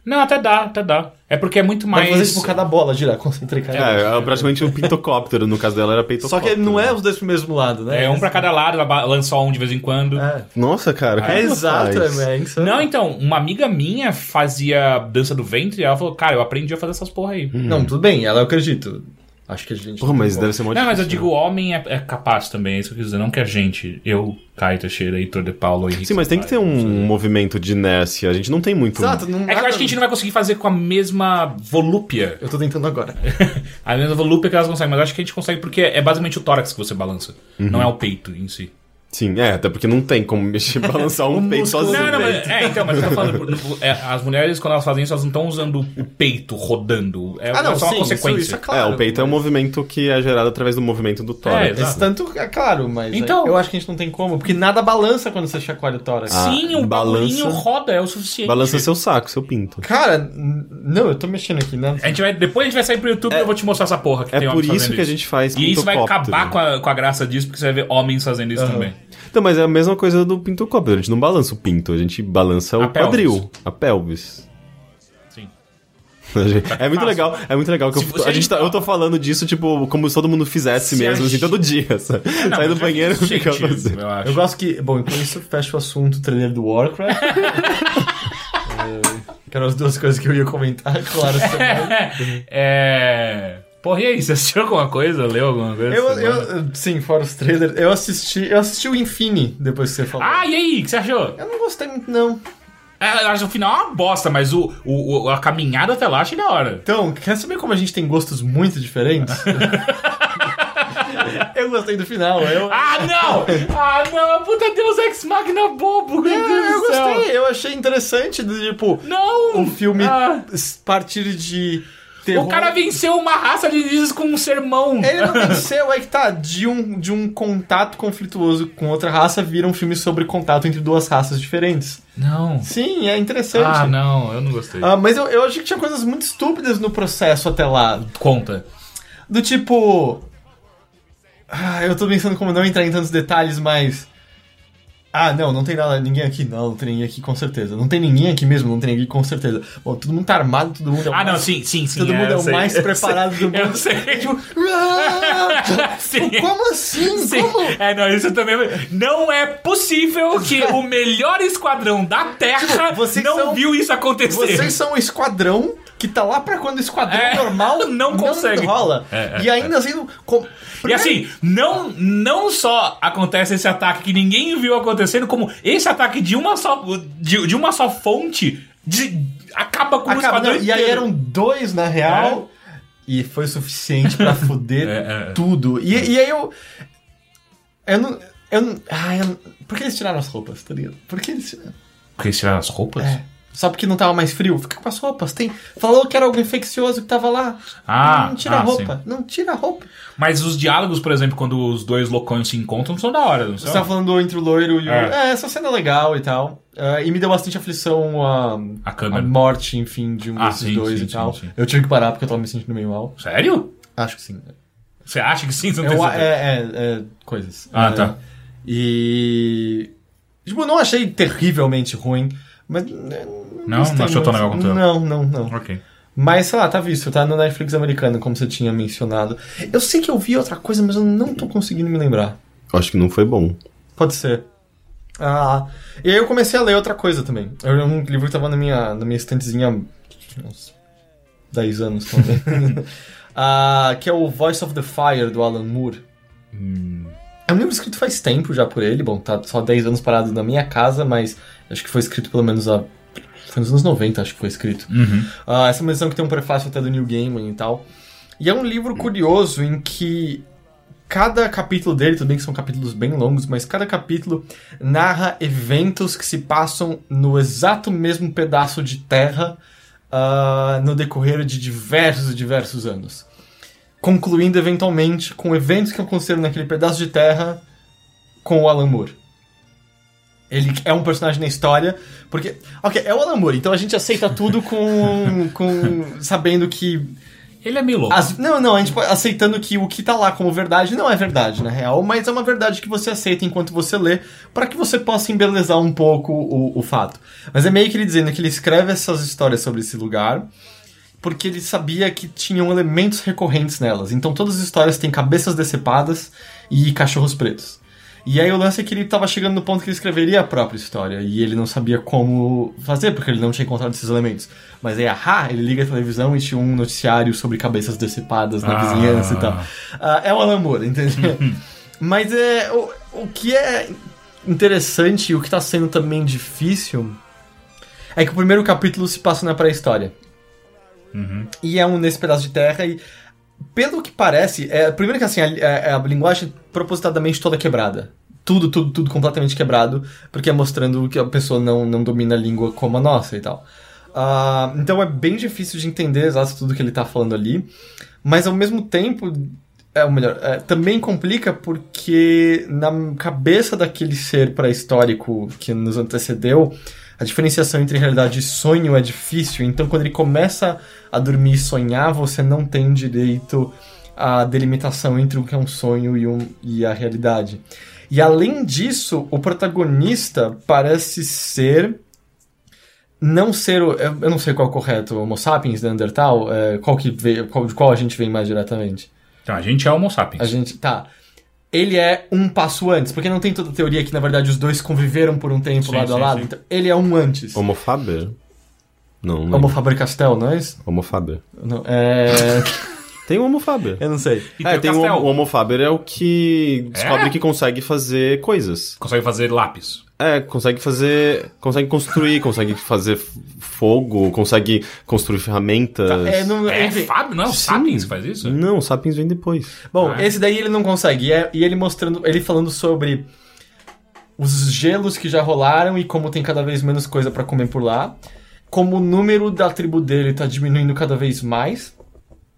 [SPEAKER 3] Não, até dá, até dá. É porque é muito
[SPEAKER 1] Mas...
[SPEAKER 3] mais.
[SPEAKER 1] fazer tipo cada bola girar concentricamente.
[SPEAKER 2] É, é praticamente um pintocóptero. No caso dela, era
[SPEAKER 1] Só
[SPEAKER 2] peitocóptero.
[SPEAKER 1] que não é os dois pro mesmo lado, né?
[SPEAKER 3] É um pra cada lado, ela ba- lança um de vez em quando.
[SPEAKER 1] É,
[SPEAKER 2] Nossa, cara. como
[SPEAKER 1] é exato,
[SPEAKER 2] faz?
[SPEAKER 1] é, é insano.
[SPEAKER 3] Não, então, uma amiga minha fazia dança do ventre e ela falou, cara, eu aprendi a fazer essas porra aí.
[SPEAKER 2] Hum,
[SPEAKER 1] Não, tudo bem, ela eu acredito. Acho que a gente.
[SPEAKER 2] Porra, mas deve ser mó
[SPEAKER 3] Não, mas
[SPEAKER 2] difícil.
[SPEAKER 3] eu
[SPEAKER 2] né?
[SPEAKER 3] digo, o homem é, é capaz também, é isso que eu quis dizer. Não que a gente, eu, Caio Teixeira, Heitor de Paulo e
[SPEAKER 2] Sim, mas tem que um ter um movimento de inércia. A gente não tem muito.
[SPEAKER 1] Exato, não
[SPEAKER 3] É que eu
[SPEAKER 1] nada-
[SPEAKER 3] acho que a gente não vai conseguir fazer com a mesma volúpia.
[SPEAKER 1] Eu tô tentando agora.
[SPEAKER 3] É, A mesma volúpia que elas conseguem, mas eu acho que a gente consegue porque é basicamente o tórax que você balança.
[SPEAKER 2] Uhum.
[SPEAKER 3] Não é o peito em si.
[SPEAKER 2] Sim, é, até porque não tem como mexer, balançar um peito sozinho.
[SPEAKER 3] Não, não,
[SPEAKER 2] né?
[SPEAKER 3] mas, é, então, mas eu tô falando. no- é, as mulheres, quando elas fazem isso, elas não estão usando o peito rodando. É,
[SPEAKER 1] Ah, não,
[SPEAKER 3] é só
[SPEAKER 1] sim,
[SPEAKER 3] uma
[SPEAKER 1] isso-
[SPEAKER 3] consequência.
[SPEAKER 1] Isso, é claro.
[SPEAKER 2] É, o peito é um movimento que é gerado através do movimento do
[SPEAKER 3] É,
[SPEAKER 2] tórax.
[SPEAKER 3] exato.
[SPEAKER 1] Esse tanto, é claro, mas
[SPEAKER 3] Então-
[SPEAKER 1] então, eu acho que a gente não tem como, porque nada balança quando você chacoalha o tórax.
[SPEAKER 3] Sim,
[SPEAKER 2] Ah,
[SPEAKER 3] o balanço
[SPEAKER 2] balança-
[SPEAKER 3] roda, é o suficiente.
[SPEAKER 2] Balança seu saco, seu pinto.
[SPEAKER 1] Cara, n- não, eu tô mexendo aqui, né?
[SPEAKER 3] A gente vai, depois a gente vai sair pro YouTube e eu vou te mostrar essa porra que
[SPEAKER 2] É
[SPEAKER 3] tem
[SPEAKER 2] por
[SPEAKER 3] homens
[SPEAKER 2] isso
[SPEAKER 3] fazendo
[SPEAKER 2] que a gente né? faz
[SPEAKER 3] E isso vai
[SPEAKER 2] pintocóptero.
[SPEAKER 3] acabar com a, com a graça disso, porque você vai ver homens fazendo isso também.
[SPEAKER 2] Então, mas é a mesma coisa do pintocóptero. A gente não balança o pinto, a gente balança
[SPEAKER 3] A
[SPEAKER 2] o
[SPEAKER 3] pelvis.
[SPEAKER 2] quadril, a pelvis.
[SPEAKER 3] Sim.
[SPEAKER 2] É muito legal, é muito legal que eu,
[SPEAKER 3] Se você-
[SPEAKER 2] a gente tá- eu tô falando disso, tipo, como se todo mundo fizesse
[SPEAKER 3] Se
[SPEAKER 2] mesmo,
[SPEAKER 3] a
[SPEAKER 2] assim,
[SPEAKER 3] gente-
[SPEAKER 2] todo dia, sabe? Sai do banheiro e fica fazendo.
[SPEAKER 3] é Eu acho.
[SPEAKER 1] Eu gosto que. Bom, com isso fecha o assunto o trailer do Warcraft. É, que eram as duas coisas que eu ia comentar, claro. essa-
[SPEAKER 3] É. Porra, e aí? Você assistiu alguma coisa? Leu alguma coisa?
[SPEAKER 1] Eu,
[SPEAKER 3] essa semana?
[SPEAKER 1] eu, sim, fora os trailers, eu assisti. Eu assisti o Infini depois que você falou.
[SPEAKER 3] Ah, e aí? O que você achou?
[SPEAKER 1] Eu não gostei muito, não.
[SPEAKER 3] É, Eu acho que o final é uma bosta, mas o, o, o- a caminhada até lá achei da hora.
[SPEAKER 1] Então, quer saber como a gente tem gostos muito diferentes? eu gostei do final. Eu,
[SPEAKER 3] Ah, não! Ah, não! Puta Deus, Ex Machina bobo! Meu
[SPEAKER 1] eu,
[SPEAKER 3] Deus
[SPEAKER 1] eu
[SPEAKER 3] do céu.
[SPEAKER 1] gostei, eu achei interessante, do tipo,
[SPEAKER 3] Não!
[SPEAKER 1] um filme
[SPEAKER 3] Ah,
[SPEAKER 1] partir de terror.
[SPEAKER 3] o cara venceu uma raça de ninjas com um sermão.
[SPEAKER 1] Ele não venceu, é que tá, de um, de um contato conflituoso com outra raça, vira um filme sobre contato entre duas raças diferentes.
[SPEAKER 3] Não.
[SPEAKER 1] Sim, é interessante.
[SPEAKER 3] Ah, não, eu não gostei.
[SPEAKER 1] Ah, mas eu, eu achei que tinha coisas muito estúpidas no processo até lá.
[SPEAKER 3] Conta.
[SPEAKER 1] Do tipo. Ah, eu tô pensando como não entrar em tantos detalhes, mas. Ah, não, não tem nada, ninguém aqui. Não, não tem ninguém aqui com certeza. Não tem ninguém aqui mesmo, não tem ninguém com certeza. Bom, todo mundo tá armado, todo mundo é o
[SPEAKER 3] Ah, não,
[SPEAKER 1] mais-
[SPEAKER 3] sim, sim, sim.
[SPEAKER 1] Todo
[SPEAKER 3] é,
[SPEAKER 1] mundo é
[SPEAKER 3] eu
[SPEAKER 1] o
[SPEAKER 3] sei.
[SPEAKER 1] mais preparado do
[SPEAKER 3] Eu
[SPEAKER 1] mundo.
[SPEAKER 3] sei.
[SPEAKER 1] Tipo, "Ah,
[SPEAKER 3] Sim.
[SPEAKER 1] como assim?
[SPEAKER 3] Sim.
[SPEAKER 1] Como?
[SPEAKER 3] É, não, isso também. Não é possível que o melhor esquadrão da Terra
[SPEAKER 1] Tipo, vocês
[SPEAKER 3] não
[SPEAKER 1] são-
[SPEAKER 3] viu isso acontecer.
[SPEAKER 1] Vocês são um esquadrão que tá lá pra quando o esquadrão
[SPEAKER 3] É,
[SPEAKER 1] normal
[SPEAKER 3] não consegue.
[SPEAKER 1] rola.
[SPEAKER 3] É, é,
[SPEAKER 1] e ainda assim. não- com-
[SPEAKER 3] E assim, não, não só acontece esse ataque que ninguém viu acontecendo, como esse ataque de uma só, de, de uma só fonte de- acaba com o
[SPEAKER 1] Acaba-
[SPEAKER 3] esquadrão
[SPEAKER 1] não, e aí um
[SPEAKER 3] inteiro.
[SPEAKER 1] eram dois na real. E foi o suficiente pra foder
[SPEAKER 3] É, é.
[SPEAKER 1] tudo. E, e aí eu. Eu não. Eu não, ah, eu não- por que eles tiraram as roupas, tá ligado? Por que eles tiraram?
[SPEAKER 3] Porque eles tiraram as roupas?
[SPEAKER 1] É. Só porque não tava mais frio? Fica com as roupas. Tem, falou que era algo infeccioso que tava lá.
[SPEAKER 3] Ah,
[SPEAKER 1] não tira a
[SPEAKER 3] ah,
[SPEAKER 1] roupa. Não tira a roupa.
[SPEAKER 3] Mas os diálogos, por exemplo, quando os dois locões se encontram, são da hora, não
[SPEAKER 1] Você tava
[SPEAKER 3] são?
[SPEAKER 1] falando entre o loiro e o.
[SPEAKER 3] É.
[SPEAKER 1] É, essa cena é legal e tal. É, e me deu bastante aflição a,
[SPEAKER 3] A
[SPEAKER 1] a
[SPEAKER 3] câmera. é
[SPEAKER 1] morte, enfim, de um
[SPEAKER 3] né? Ah,
[SPEAKER 1] desses
[SPEAKER 3] sim,
[SPEAKER 1] dois
[SPEAKER 3] sim,
[SPEAKER 1] e
[SPEAKER 3] sim,
[SPEAKER 1] tal.
[SPEAKER 3] sim.
[SPEAKER 1] Eu tive que parar porque eu tava me sentindo meio mal.
[SPEAKER 3] Sério?
[SPEAKER 1] Acho que sim.
[SPEAKER 3] Você acha que sim? Você não
[SPEAKER 1] É,
[SPEAKER 3] tem
[SPEAKER 1] uma-
[SPEAKER 3] certeza?
[SPEAKER 1] é, é, é, coisas.
[SPEAKER 3] Ah,
[SPEAKER 1] É,
[SPEAKER 3] tá.
[SPEAKER 1] E. Tipo, não achei terrivelmente ruim, mas. né,
[SPEAKER 3] Não?
[SPEAKER 1] gostei
[SPEAKER 3] Não achou
[SPEAKER 1] muito.
[SPEAKER 3] tão legal quanto eu?
[SPEAKER 1] Não, não, não.
[SPEAKER 3] Ok.
[SPEAKER 1] Mas, sei lá, tá visto, tá no Netflix americano, como você tinha mencionado. Eu sei que eu vi outra coisa, mas eu não tô conseguindo me lembrar.
[SPEAKER 2] Acho que não foi bom.
[SPEAKER 1] Pode ser. Ah, e aí eu comecei a ler outra coisa também. Eu li um livro que tava na minha, na minha estantezinha há uns 10 anos, talvez. ah, que é o Voice of the Fire, do Alan Moore. É um livro escrito faz tempo já por ele. Bom, tá só 10 anos parado na minha casa, mas acho que foi escrito pelo menos há Foi nos anos 90, acho que foi escrito. Ah, essa é uma edição que tem um prefácio até do New Gaiman e tal. E é um livro curioso em que cada capítulo dele, tudo bem que são capítulos bem longos, mas cada capítulo narra eventos que se passam no exato mesmo pedaço de terra ah, no decorrer de diversos, diversos anos. Concluindo eventualmente com eventos que aconteceram naquele pedaço de terra com o Alan Moore. Ele é um personagem na história, porque. Ok, é o Alan Moore, então a gente aceita tudo com. com sabendo que
[SPEAKER 3] Ele é meio louco.
[SPEAKER 1] as- não, não, a gente pode- aceitando que o que tá lá como verdade não é verdade, na real, mas é uma verdade que você aceita enquanto você lê, pra que você possa embelezar um pouco o, o fato. Mas é meio que ele dizendo que ele escreve essas histórias sobre esse lugar, porque ele sabia que tinham elementos recorrentes nelas. Então todas as histórias têm cabeças decepadas e cachorros pretos. E aí o lance é que ele tava chegando no ponto que ele escreveria a própria história, e ele não sabia como fazer, porque ele não tinha encontrado esses elementos. Mas aí, ahá, ele liga a televisão e tinha um noticiário sobre cabeças decepadas na
[SPEAKER 3] Ah.
[SPEAKER 1] vizinhança e tal. Ah, é o Alan Moore, entendeu? Mas é, o, o que é interessante e o que tá sendo também difícil é que o primeiro capítulo se passa na pré-história. E é um nesse pedaço de terra e pelo que parece, é, primeiro que assim, a, a- a linguagem propositadamente toda quebrada. Tudo, tudo, tudo completamente quebrado, porque é mostrando que a pessoa não, não domina a língua como a nossa e tal. Ah, então é bem difícil de entender exato tudo que ele tá falando ali, mas ao mesmo tempo, é, ou melhor, é, também complica porque na cabeça daquele ser pré-histórico que nos antecedeu, a diferenciação entre realidade e sonho é difícil, então quando ele começa a dormir e sonhar, você não tem direito à delimitação entre o que é um sonho e, um, e a realidade. E além disso, o protagonista parece ser. Não ser o. Eu eu não sei qual é o correto, Homo sapiens, Neandertal, é, qual que veio, qual, de qual a gente vem mais diretamente.
[SPEAKER 3] Então, a gente é homo sapiens.
[SPEAKER 1] A gente. Tá. Ele é um passo antes, porque não tem toda a teoria que, na verdade, os dois conviveram por um tempo
[SPEAKER 3] Sim,
[SPEAKER 1] lado a
[SPEAKER 3] sim,
[SPEAKER 1] lado.
[SPEAKER 3] sim.
[SPEAKER 1] Então, ele é um antes.
[SPEAKER 2] Homo Faber? Não, não.
[SPEAKER 1] Homo
[SPEAKER 2] Homo,
[SPEAKER 1] Faber Castell, não é isso?
[SPEAKER 2] Homo Faber.
[SPEAKER 1] Não, é.
[SPEAKER 2] Tem o Homo Faber.
[SPEAKER 1] eu não sei.
[SPEAKER 3] E
[SPEAKER 2] É,
[SPEAKER 3] o
[SPEAKER 2] tem o,
[SPEAKER 3] Castel.
[SPEAKER 2] o Homo Faber é o que descobre
[SPEAKER 3] É?
[SPEAKER 2] que consegue fazer coisas.
[SPEAKER 3] Consegue fazer lápis.
[SPEAKER 2] É, consegue fazer. Consegue construir, consegue fazer f- fogo, consegue construir ferramentas.
[SPEAKER 1] É, não,
[SPEAKER 3] É,
[SPEAKER 1] enfim.
[SPEAKER 3] Fábio, não é o
[SPEAKER 2] Sim.
[SPEAKER 3] sapiens que faz isso?
[SPEAKER 2] Não, os sapiens vem depois.
[SPEAKER 1] Bom,
[SPEAKER 3] Ah.
[SPEAKER 1] esse daí ele não consegue. E, é- e ele mostrando, ele falando sobre os gelos que já rolaram e como tem cada vez menos coisa pra comer por lá. Como o número da tribo dele tá diminuindo cada vez mais.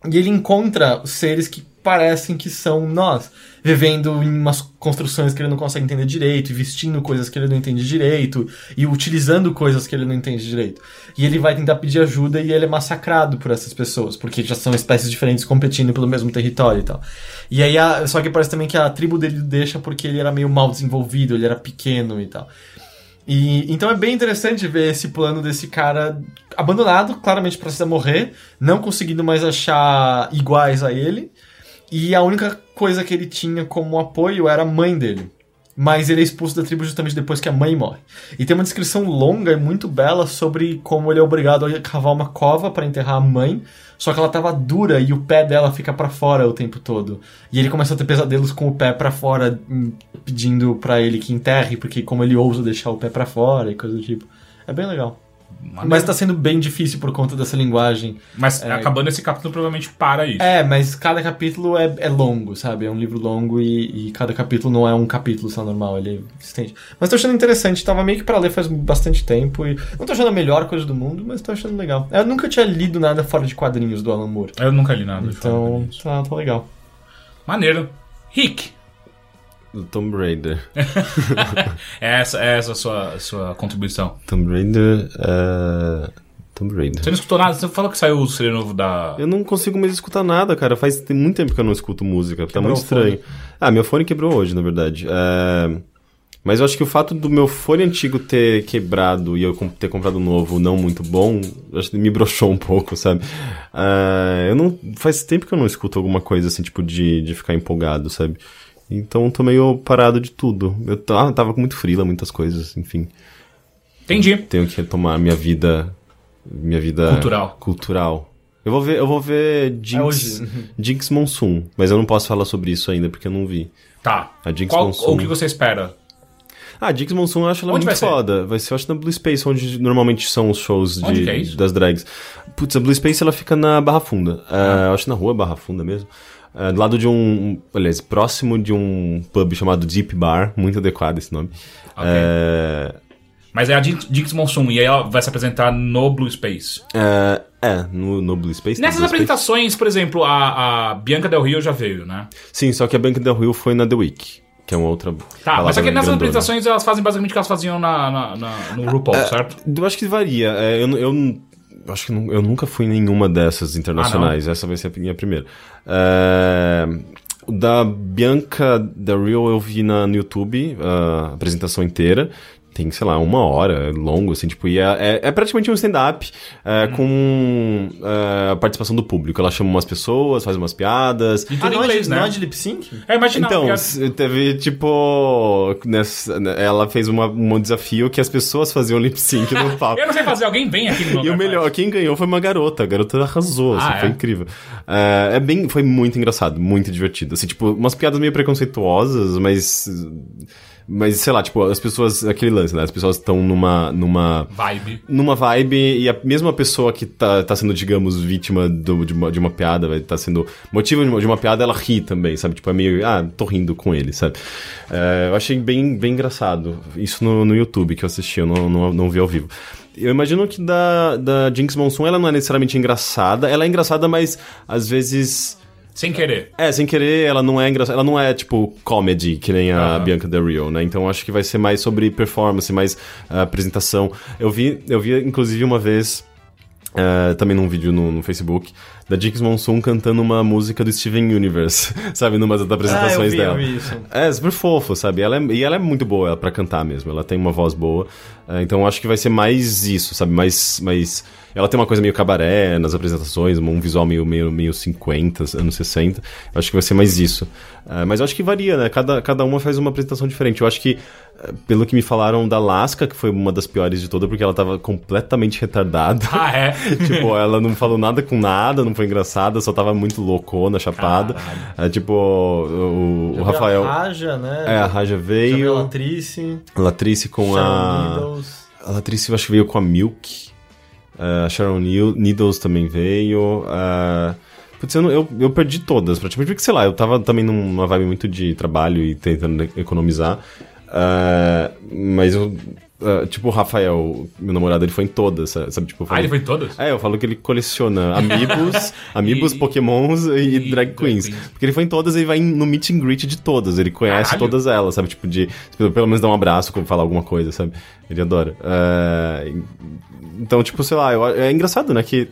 [SPEAKER 1] E ele encontra os seres que parecem que são nós, vivendo em umas construções que ele não consegue entender direito, e vestindo coisas que ele não entende direito, e utilizando coisas que ele não entende direito. E ele vai tentar pedir ajuda e ele é massacrado por essas pessoas, porque já são espécies diferentes competindo pelo mesmo território e tal. E aí, a- só que parece também que a tribo dele deixa porque ele era meio mal desenvolvido, ele era pequeno e tal. E, então é bem interessante ver esse plano desse cara abandonado, claramente precisa morrer, não conseguindo mais achar iguais a ele. E a única coisa que ele tinha como apoio era a mãe dele. Mas ele é expulso da tribo justamente depois que a mãe morre. E tem uma descrição longa e muito bela sobre como ele é obrigado a cavar uma cova para enterrar a mãe, só que ela tava dura e o pé dela fica para fora o tempo todo. E ele começa a ter pesadelos com o pé para fora, hum, pedindo para ele que enterre, porque como ele ousa deixar o pé para fora e coisa do tipo. É bem legal.
[SPEAKER 3] Maneiro.
[SPEAKER 1] Mas é. tá sendo bem difícil por conta dessa linguagem.
[SPEAKER 3] Mas acabando esse capítulo, provavelmente para isso.
[SPEAKER 1] É, mas cada capítulo é, é longo, sabe? É um livro longo e, e cada capítulo não é um capítulo só normal, ele estende. Mas tô achando interessante, tava meio que pra ler faz bastante tempo e não tô achando a melhor coisa do mundo, mas tô achando legal. Eu nunca tinha lido nada fora de quadrinhos do Alan Moore.
[SPEAKER 3] Eu nunca li nada. de
[SPEAKER 1] É. Então,
[SPEAKER 3] falar disso.
[SPEAKER 1] tá, tá legal.
[SPEAKER 3] Maneiro. Rick,
[SPEAKER 2] Do Tomb Raider.
[SPEAKER 3] é essa, é essa a sua, sua contribuição.
[SPEAKER 2] Tomb Raider. é, Tomb Raider.
[SPEAKER 3] Você não escutou nada? Você falou que saiu o CD novo da.
[SPEAKER 2] Eu não consigo mais escutar nada, cara. Faz tem muito tempo que eu não escuto música. tá
[SPEAKER 1] Quebrou
[SPEAKER 2] muito
[SPEAKER 1] o fone.
[SPEAKER 2] estranho. Ah, meu fone quebrou hoje, na verdade. É, Mas eu acho que o fato do meu fone antigo ter quebrado e eu com- ter comprado um novo não muito bom, eu acho que me broxou um pouco, sabe? É, eu não faz tempo que eu não escuto alguma coisa assim, tipo, de, de ficar empolgado, sabe? Então tô meio parado de tudo. Eu ta- tava com muito frila, muitas coisas, enfim.
[SPEAKER 3] Entendi.
[SPEAKER 2] Tenho que retomar minha vida. Minha vida.
[SPEAKER 3] Cultural. É
[SPEAKER 2] Cultural. Eu vou ver, eu vou ver Jinx,
[SPEAKER 1] hoje.
[SPEAKER 2] Jinx Monsoon, mas eu não posso falar sobre isso ainda porque eu não vi.
[SPEAKER 3] Tá.
[SPEAKER 2] A Jinx
[SPEAKER 1] um.
[SPEAKER 3] Qual,
[SPEAKER 2] Monsoon.
[SPEAKER 3] o que você espera?
[SPEAKER 2] Ah, Dix Monsoon eu acho ela
[SPEAKER 3] Onde
[SPEAKER 2] muito
[SPEAKER 3] vai ser?
[SPEAKER 2] foda. Vai ser, eu acho, na Blue Space, onde normalmente são os shows
[SPEAKER 3] Onde
[SPEAKER 2] de-
[SPEAKER 3] que é isso?
[SPEAKER 2] das drags. Putz, a Blue Space ela fica na Barra Funda. É,
[SPEAKER 3] Ah.
[SPEAKER 2] Eu acho na rua Barra Funda mesmo. É, do lado de um. Aliás, próximo de um pub chamado Deep Bar. Muito adequado esse nome.
[SPEAKER 3] Ok.
[SPEAKER 2] É,
[SPEAKER 3] Mas é a Jinx Jinx Monsoon, e aí ela vai se apresentar no Blue Space.
[SPEAKER 2] é, é, no, no Blue Space. na
[SPEAKER 3] Nessas
[SPEAKER 2] Blue Space.
[SPEAKER 3] apresentações, por exemplo, a, a Bianca Del Rio já veio, né?
[SPEAKER 2] Sim, só que a Banca Del Rio foi na The Week. Que é uma outra.
[SPEAKER 3] Tá, mas só que nessas
[SPEAKER 2] grandona. Ah,
[SPEAKER 3] apresentações elas fazem basicamente o que elas faziam na, na- na- no RuPaul,
[SPEAKER 2] é.
[SPEAKER 3] certo?
[SPEAKER 2] Eu acho que varia. É, eu, eu, eu acho que nu- eu nunca fui em nenhuma dessas
[SPEAKER 3] Ah,
[SPEAKER 2] internacionais. Essa vai ser a minha primeira. É, o da Bianca da Real eu vi na, no YouTube a apresentação inteira. Tem, sei lá, uma hora, é longo, assim, tipo, e é, é- é praticamente um stand-up é,
[SPEAKER 3] Hum.
[SPEAKER 2] com é, a participação do público. Ela chama umas pessoas, faz umas piadas.
[SPEAKER 3] E
[SPEAKER 1] Ah,
[SPEAKER 3] tudo em
[SPEAKER 1] não, é
[SPEAKER 3] inglês,
[SPEAKER 1] de,
[SPEAKER 3] né?
[SPEAKER 1] não é de lip sync?
[SPEAKER 3] É, imagina.
[SPEAKER 2] Então,
[SPEAKER 3] porque-
[SPEAKER 2] s- teve tipo. nessa- ela fez uma- um desafio que as pessoas faziam lip sync no palco.
[SPEAKER 3] eu não sei fazer, alguém vem aqui no meu
[SPEAKER 2] E o
[SPEAKER 3] lugar,
[SPEAKER 2] melhor, quem ganhou foi uma garota. A garota arrasou, assim,
[SPEAKER 3] Ah,
[SPEAKER 2] foi
[SPEAKER 3] é?
[SPEAKER 2] incrível. É, é bem, foi muito engraçado, muito divertido. Assim, tipo, umas piadas meio preconceituosas, mas. Mas, sei lá, tipo, as pessoas. Aquele lance, né? As pessoas estão numa. numa
[SPEAKER 3] Vibe.
[SPEAKER 2] numa vibe e a mesma pessoa que tá, tá sendo, digamos, vítima do- de, uma, de uma piada, vai tá sendo motivo de uma, de uma piada, ela ri também, sabe? Tipo, é meio, ah, tô rindo com ele, sabe? É, eu achei bem, bem engraçado. Isso no, no YouTube que eu assisti, eu não, não, não vi ao vivo. Eu imagino que da, da Jinx Monsoon ela não é necessariamente engraçada, ela é engraçada, mas às vezes.
[SPEAKER 3] Sem querer.
[SPEAKER 2] É, sem querer, ela não é engraçada. Ela não é, tipo, comedy, que nem a
[SPEAKER 3] Aham.
[SPEAKER 2] Bianca Del Rio, né? Então acho que vai ser mais sobre performance, mais ah, apresentação. Eu vi, eu vi, inclusive, uma vez. ah, também num vídeo no, no Facebook da Jinx Monsoon cantando uma música do Steven Universe, sabe? Numa das
[SPEAKER 1] Ah, eu
[SPEAKER 2] apresentações
[SPEAKER 1] vi,
[SPEAKER 2] dela.
[SPEAKER 1] eu vi isso.
[SPEAKER 2] É, super fofo, sabe? Ela é- e ela é muito boa ela, pra cantar mesmo. Ela tem uma voz boa. É, então acho que vai ser mais isso, sabe? Mais, mais. Ela tem uma coisa meio cabaré nas apresentações, um visual meio, meio, meio 50, anos 60. Eu acho que vai ser mais isso. É, mas eu acho que varia, né? Cada, cada uma faz uma apresentação diferente. Eu acho que, é, pelo que me falaram da Alaska, que foi uma das piores de toda, porque ela tava completamente retardada.
[SPEAKER 3] Ah, é?
[SPEAKER 2] tipo, ela não falou nada com nada, não foi engraçada, só tava muito loucona, chapada. É, tipo, o, o Rafael.
[SPEAKER 1] A Raja, né?
[SPEAKER 2] É, a Raja
[SPEAKER 1] Gabriela
[SPEAKER 2] veio.
[SPEAKER 1] Latrice,
[SPEAKER 2] Latrice com
[SPEAKER 1] Sharon
[SPEAKER 2] a.
[SPEAKER 1] Needles.
[SPEAKER 2] A Latrice eu acho que veio com a Milk. É, A Sharon Needle- Needles também veio. ah, Putz, eu, não- eu, eu perdi todas, praticamente, porque sei lá, eu tava também numa vibe muito de trabalho e tentando economizar. Ah, mas eu. ah, tipo, o Rafael, meu namorado, ele foi em todas, sabe? Tipo, eu
[SPEAKER 3] Ah,
[SPEAKER 2] falo-
[SPEAKER 3] ele foi em todas?
[SPEAKER 2] é, eu falo que ele coleciona amigos, amigos,
[SPEAKER 3] E-
[SPEAKER 2] pokémons e,
[SPEAKER 3] e
[SPEAKER 2] drag
[SPEAKER 3] drag
[SPEAKER 2] queens.
[SPEAKER 3] queens.
[SPEAKER 2] Porque ele foi em todas e vai em- no meet and greet de todas. Ele conhece
[SPEAKER 3] Caralho.
[SPEAKER 2] todas elas, sabe? Tipo, de pelo pelo menos dar um abraço, como falar alguma coisa, sabe? Ele adora. É, então, tipo, sei lá, eu- é engraçado, né? Que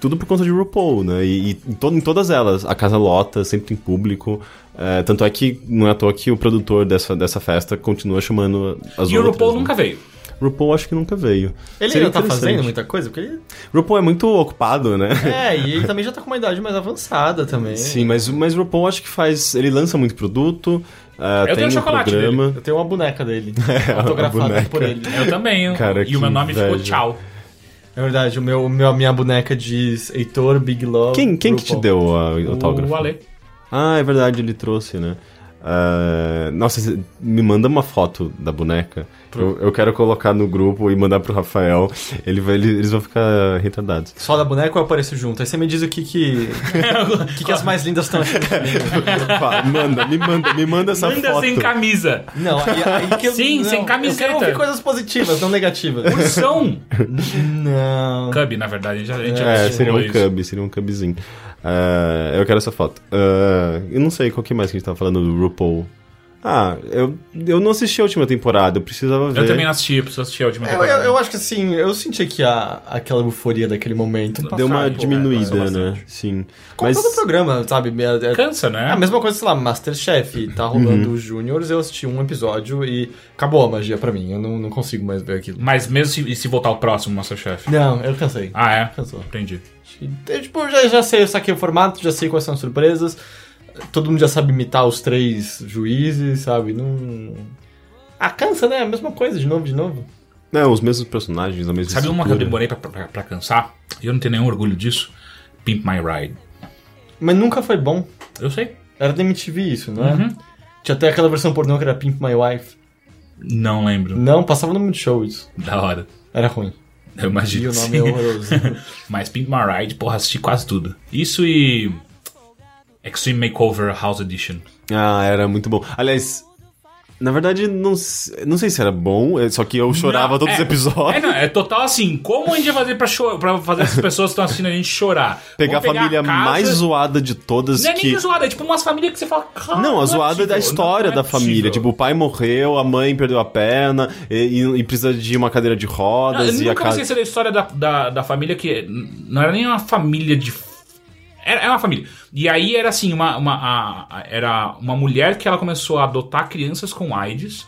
[SPEAKER 2] tudo por conta de RuPaul, né? E, e em, to- em todas elas, a casa lota, sempre tem público. É, tanto é que não é à toa que o produtor dessa, dessa festa continua chamando as outras.
[SPEAKER 3] E o RuPaul
[SPEAKER 2] né?
[SPEAKER 3] nunca veio.
[SPEAKER 2] RuPaul acho que nunca veio.
[SPEAKER 1] Ele
[SPEAKER 2] Seria
[SPEAKER 1] ainda tá
[SPEAKER 2] interessante.
[SPEAKER 1] fazendo muita coisa? Porque ele...
[SPEAKER 2] RuPaul é muito ocupado, né?
[SPEAKER 1] É, e ele também já tá com uma idade mais avançada
[SPEAKER 3] É.
[SPEAKER 1] também.
[SPEAKER 2] Sim, mas, mas o RuPaul acho que faz. Ele lança muito produto. ah,
[SPEAKER 3] Eu
[SPEAKER 2] tem
[SPEAKER 3] tenho
[SPEAKER 2] um
[SPEAKER 3] chocolate
[SPEAKER 2] programa.
[SPEAKER 1] Eu tenho uma boneca dele,
[SPEAKER 2] É, a
[SPEAKER 1] autografada
[SPEAKER 2] boneca. É
[SPEAKER 1] por ele.
[SPEAKER 3] Eu também.
[SPEAKER 2] Cara,
[SPEAKER 3] e o meu
[SPEAKER 2] que
[SPEAKER 3] nome ficou
[SPEAKER 2] inveja.
[SPEAKER 3] Tchau.
[SPEAKER 1] É verdade, o meu, o meu, a minha boneca diz Heitor, Big Love.
[SPEAKER 2] Quem, quem que te
[SPEAKER 1] RuPaul.
[SPEAKER 2] deu a autógrafo?
[SPEAKER 3] O Ale.
[SPEAKER 2] Ah, é verdade, ele trouxe, né? Ah, nossa, cê- me manda uma foto da boneca. Eu, eu quero colocar no grupo e mandar pro Rafael. Ele vai, ele- eles vão ficar retardados.
[SPEAKER 1] Só da boneca ou eu apareço junto? Aí você me diz o que que, o que, que as mais lindas estão achando. de mim.
[SPEAKER 2] Fala, manda, me manda, me manda essa
[SPEAKER 3] Manda
[SPEAKER 2] foto.
[SPEAKER 3] sem camisa.
[SPEAKER 1] Não, aí, aí que eu-
[SPEAKER 3] Sim,
[SPEAKER 1] não,
[SPEAKER 3] sem
[SPEAKER 1] Eu
[SPEAKER 3] camiseta.
[SPEAKER 1] quero ouvir coisas positivas, não negativas.
[SPEAKER 3] Ursão.
[SPEAKER 1] não.
[SPEAKER 3] Cub, na verdade. A gente já, a gente já
[SPEAKER 2] É,
[SPEAKER 3] discutiu
[SPEAKER 2] seria um
[SPEAKER 3] isso.
[SPEAKER 2] cub, seria um cubzinho. Ah, eu quero essa foto. Ah, eu não sei qual que mais que a gente tava falando do RuPaul. Ah, eu, eu não assisti a última temporada, eu precisava ver.
[SPEAKER 3] Eu também não assisti, eu preciso assistir a última
[SPEAKER 1] Eu,
[SPEAKER 3] temporada.
[SPEAKER 1] É, eu- eu acho que assim, eu senti que a, aquela euforia daquele momento passou.
[SPEAKER 2] Deu uma
[SPEAKER 3] Passar, pô,
[SPEAKER 2] diminuída,
[SPEAKER 3] é, passou
[SPEAKER 2] né?
[SPEAKER 3] bastante.
[SPEAKER 2] Sim.
[SPEAKER 1] Como todo programa, sabe? É- é-
[SPEAKER 3] Cansa, né?
[SPEAKER 2] Ah,
[SPEAKER 1] É a mesma coisa, sei lá, Masterchef. Tá
[SPEAKER 2] Uhum.
[SPEAKER 1] rolando os Júniors, eu assisti um episódio e acabou a magia pra mim. Eu não, não consigo mais ver aquilo.
[SPEAKER 3] Mas mesmo se, e se voltar ao próximo Masterchef.
[SPEAKER 1] Não, eu cansei.
[SPEAKER 3] Ah, é?
[SPEAKER 1] Cansou.
[SPEAKER 3] Entendi.
[SPEAKER 1] Eu, tipo, já, já sei, eu saquei o formato, já sei quais são as surpresas. Todo mundo já sabe imitar os três juízes, sabe? Não. Ah, cansa, né? A mesma coisa, de novo, de novo.
[SPEAKER 2] Não, é, os mesmos personagens, a mesma
[SPEAKER 3] Sabe uma que eu
[SPEAKER 2] estrutura.
[SPEAKER 3] demorei pra, pra, pra cansar? E eu não tenho nenhum orgulho disso. Pimp My Ride.
[SPEAKER 1] Mas nunca foi bom.
[SPEAKER 3] Eu sei.
[SPEAKER 1] Era da MTV isso, não é?
[SPEAKER 3] Uhum.
[SPEAKER 1] Tinha até aquela versão pornô que era Pimp My Wife.
[SPEAKER 3] Não lembro.
[SPEAKER 1] Não, passava no Multishow isso.
[SPEAKER 3] Da hora.
[SPEAKER 1] Era ruim.
[SPEAKER 3] Eu imagino.
[SPEAKER 1] E o
[SPEAKER 3] que
[SPEAKER 1] nome
[SPEAKER 3] sim.
[SPEAKER 1] é horroroso.
[SPEAKER 3] Mas Pimp My Ride, porra, assisti quase tudo. Isso e. Extreme Makeover House Edition.
[SPEAKER 2] Ah, era muito bom. Aliás, na verdade, não, s- não sei se era bom, é, só que eu chorava
[SPEAKER 3] Não,
[SPEAKER 2] todos
[SPEAKER 3] é.
[SPEAKER 2] os episódios.
[SPEAKER 3] É, não, é total assim. Como a gente vai fazer pra, cho- pra fazer as pessoas que estão assistindo a gente chorar?
[SPEAKER 2] Pegar a
[SPEAKER 3] Vamos
[SPEAKER 2] família
[SPEAKER 3] casa-
[SPEAKER 2] mais zoada de todas
[SPEAKER 3] Não é
[SPEAKER 2] que.
[SPEAKER 3] nem zoada, é tipo umas famílias que você fala. "Cara,
[SPEAKER 2] Não,
[SPEAKER 3] não
[SPEAKER 2] a
[SPEAKER 3] é
[SPEAKER 2] zoada
[SPEAKER 3] possível,
[SPEAKER 2] da história
[SPEAKER 3] não é
[SPEAKER 2] da família.
[SPEAKER 3] possível."
[SPEAKER 2] Tipo, o pai morreu, a mãe perdeu a perna e, e- e precisa de uma cadeira de
[SPEAKER 3] Não,
[SPEAKER 2] rodas
[SPEAKER 3] eu
[SPEAKER 2] e a
[SPEAKER 3] nunca me
[SPEAKER 2] casa.
[SPEAKER 3] esqueci da história da, da, da família que n- não era nem uma família de. Era, era uma família. E aí era assim, uma, uma, a- a- era uma mulher que ela começou a adotar crianças com AIDS.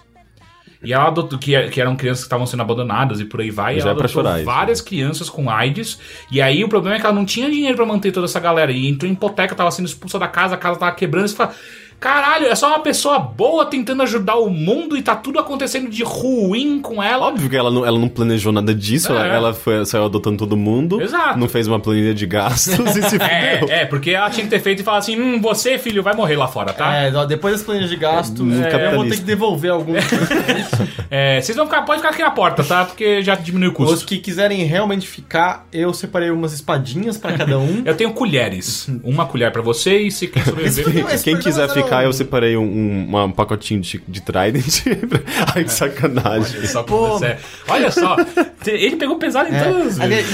[SPEAKER 3] E ela adotou, que, que eram crianças que estavam sendo abandonadas e por aí vai. E
[SPEAKER 2] Já
[SPEAKER 3] ela
[SPEAKER 2] é pra
[SPEAKER 3] adotou
[SPEAKER 2] chorar isso,
[SPEAKER 3] várias crianças com AIDS. E aí o problema é que ela não tinha dinheiro pra manter toda essa galera. E entrou em hipoteca, tava sendo expulsa da casa, a casa tava quebrando. E você fala, caralho, é só uma pessoa boa tentando ajudar o mundo e tá tudo acontecendo de ruim com ela.
[SPEAKER 2] Óbvio que ela não, ela não planejou nada disso,
[SPEAKER 3] É.
[SPEAKER 2] ela, ela foi, saiu adotando todo mundo,
[SPEAKER 3] Exato.
[SPEAKER 2] não fez uma planilha de gastos e se fudeu.
[SPEAKER 3] É, é, porque ela tinha que ter feito e falar assim: hum, você, filho, vai morrer lá fora, tá?
[SPEAKER 1] É, ó, depois das planilhas de gasto,
[SPEAKER 2] Hum,
[SPEAKER 1] é, eu vou ter
[SPEAKER 2] capitalista.
[SPEAKER 1] que devolver alguns.
[SPEAKER 3] É, vocês vão ficar, pode ficar aqui na porta, tá? Porque já diminui o
[SPEAKER 1] Os
[SPEAKER 3] custo.
[SPEAKER 1] que quiserem realmente ficar, eu separei umas espadinhas pra cada um.
[SPEAKER 3] Eu tenho colheres. Uma colher pra você e se quer sobreviver.
[SPEAKER 1] Esse
[SPEAKER 2] Quem
[SPEAKER 1] programa
[SPEAKER 2] quiser
[SPEAKER 1] era
[SPEAKER 2] ficar,
[SPEAKER 1] um-
[SPEAKER 2] eu separei um, um- uma- um pacotinho de, de Trident. Ai, que sacanagem.
[SPEAKER 3] É. Só pra você. Olha só, te- ele pegou pesado em
[SPEAKER 1] É.
[SPEAKER 3] todas.
[SPEAKER 1] Aliás,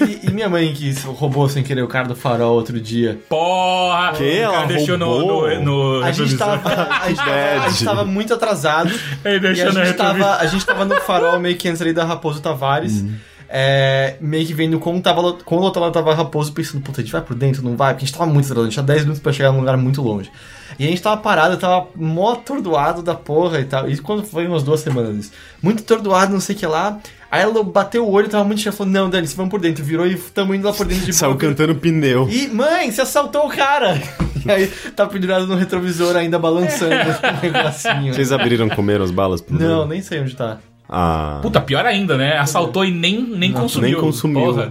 [SPEAKER 1] e, e- e minha mãe que roubou sem querer o cara do farol outro dia.
[SPEAKER 3] Porra!
[SPEAKER 2] Que?
[SPEAKER 3] o cara
[SPEAKER 2] Ela
[SPEAKER 3] deixou no.
[SPEAKER 2] roubou?
[SPEAKER 3] no, no
[SPEAKER 1] A gente,
[SPEAKER 3] retrovisor.
[SPEAKER 1] tava, a, gente, a gente tava muito atrasado.
[SPEAKER 3] Ele
[SPEAKER 1] E a
[SPEAKER 3] deixou no
[SPEAKER 1] gente,
[SPEAKER 3] retrovisor.
[SPEAKER 1] tava, a gente tava no farol meio que antes ali da Raposo Tavares. É, meio que vendo como tava lo- como o outro lado tava Raposo, pensando, puta, a gente vai por dentro, não vai? Porque a gente tava muito atrasado, a gente tinha 10 minutos pra chegar num lugar muito longe. E a gente tava parado, tava mó atordoado da porra e tal. Isso quando foi umas duas semanas isso. Muito atordoado, não sei o que lá. Aí ela bateu o olho, tava muito cheio, falou, não, Dani, vamos por dentro. Virou e tamo indo lá por dentro de
[SPEAKER 2] Tipo, Saiu
[SPEAKER 1] boa.
[SPEAKER 2] cantando pneu.
[SPEAKER 1] E, mãe, você assaltou o cara! E aí, tá pendurado no retrovisor ainda balançando o negocinho.
[SPEAKER 2] Vocês abriram, comeram as balas? pelo
[SPEAKER 1] Não,
[SPEAKER 2] menos?
[SPEAKER 1] nem sei onde tá.
[SPEAKER 2] Ah.
[SPEAKER 3] Puta, pior ainda, né? Assaltou e nem, nem consumiu.
[SPEAKER 2] nem consumiu.
[SPEAKER 3] Porra.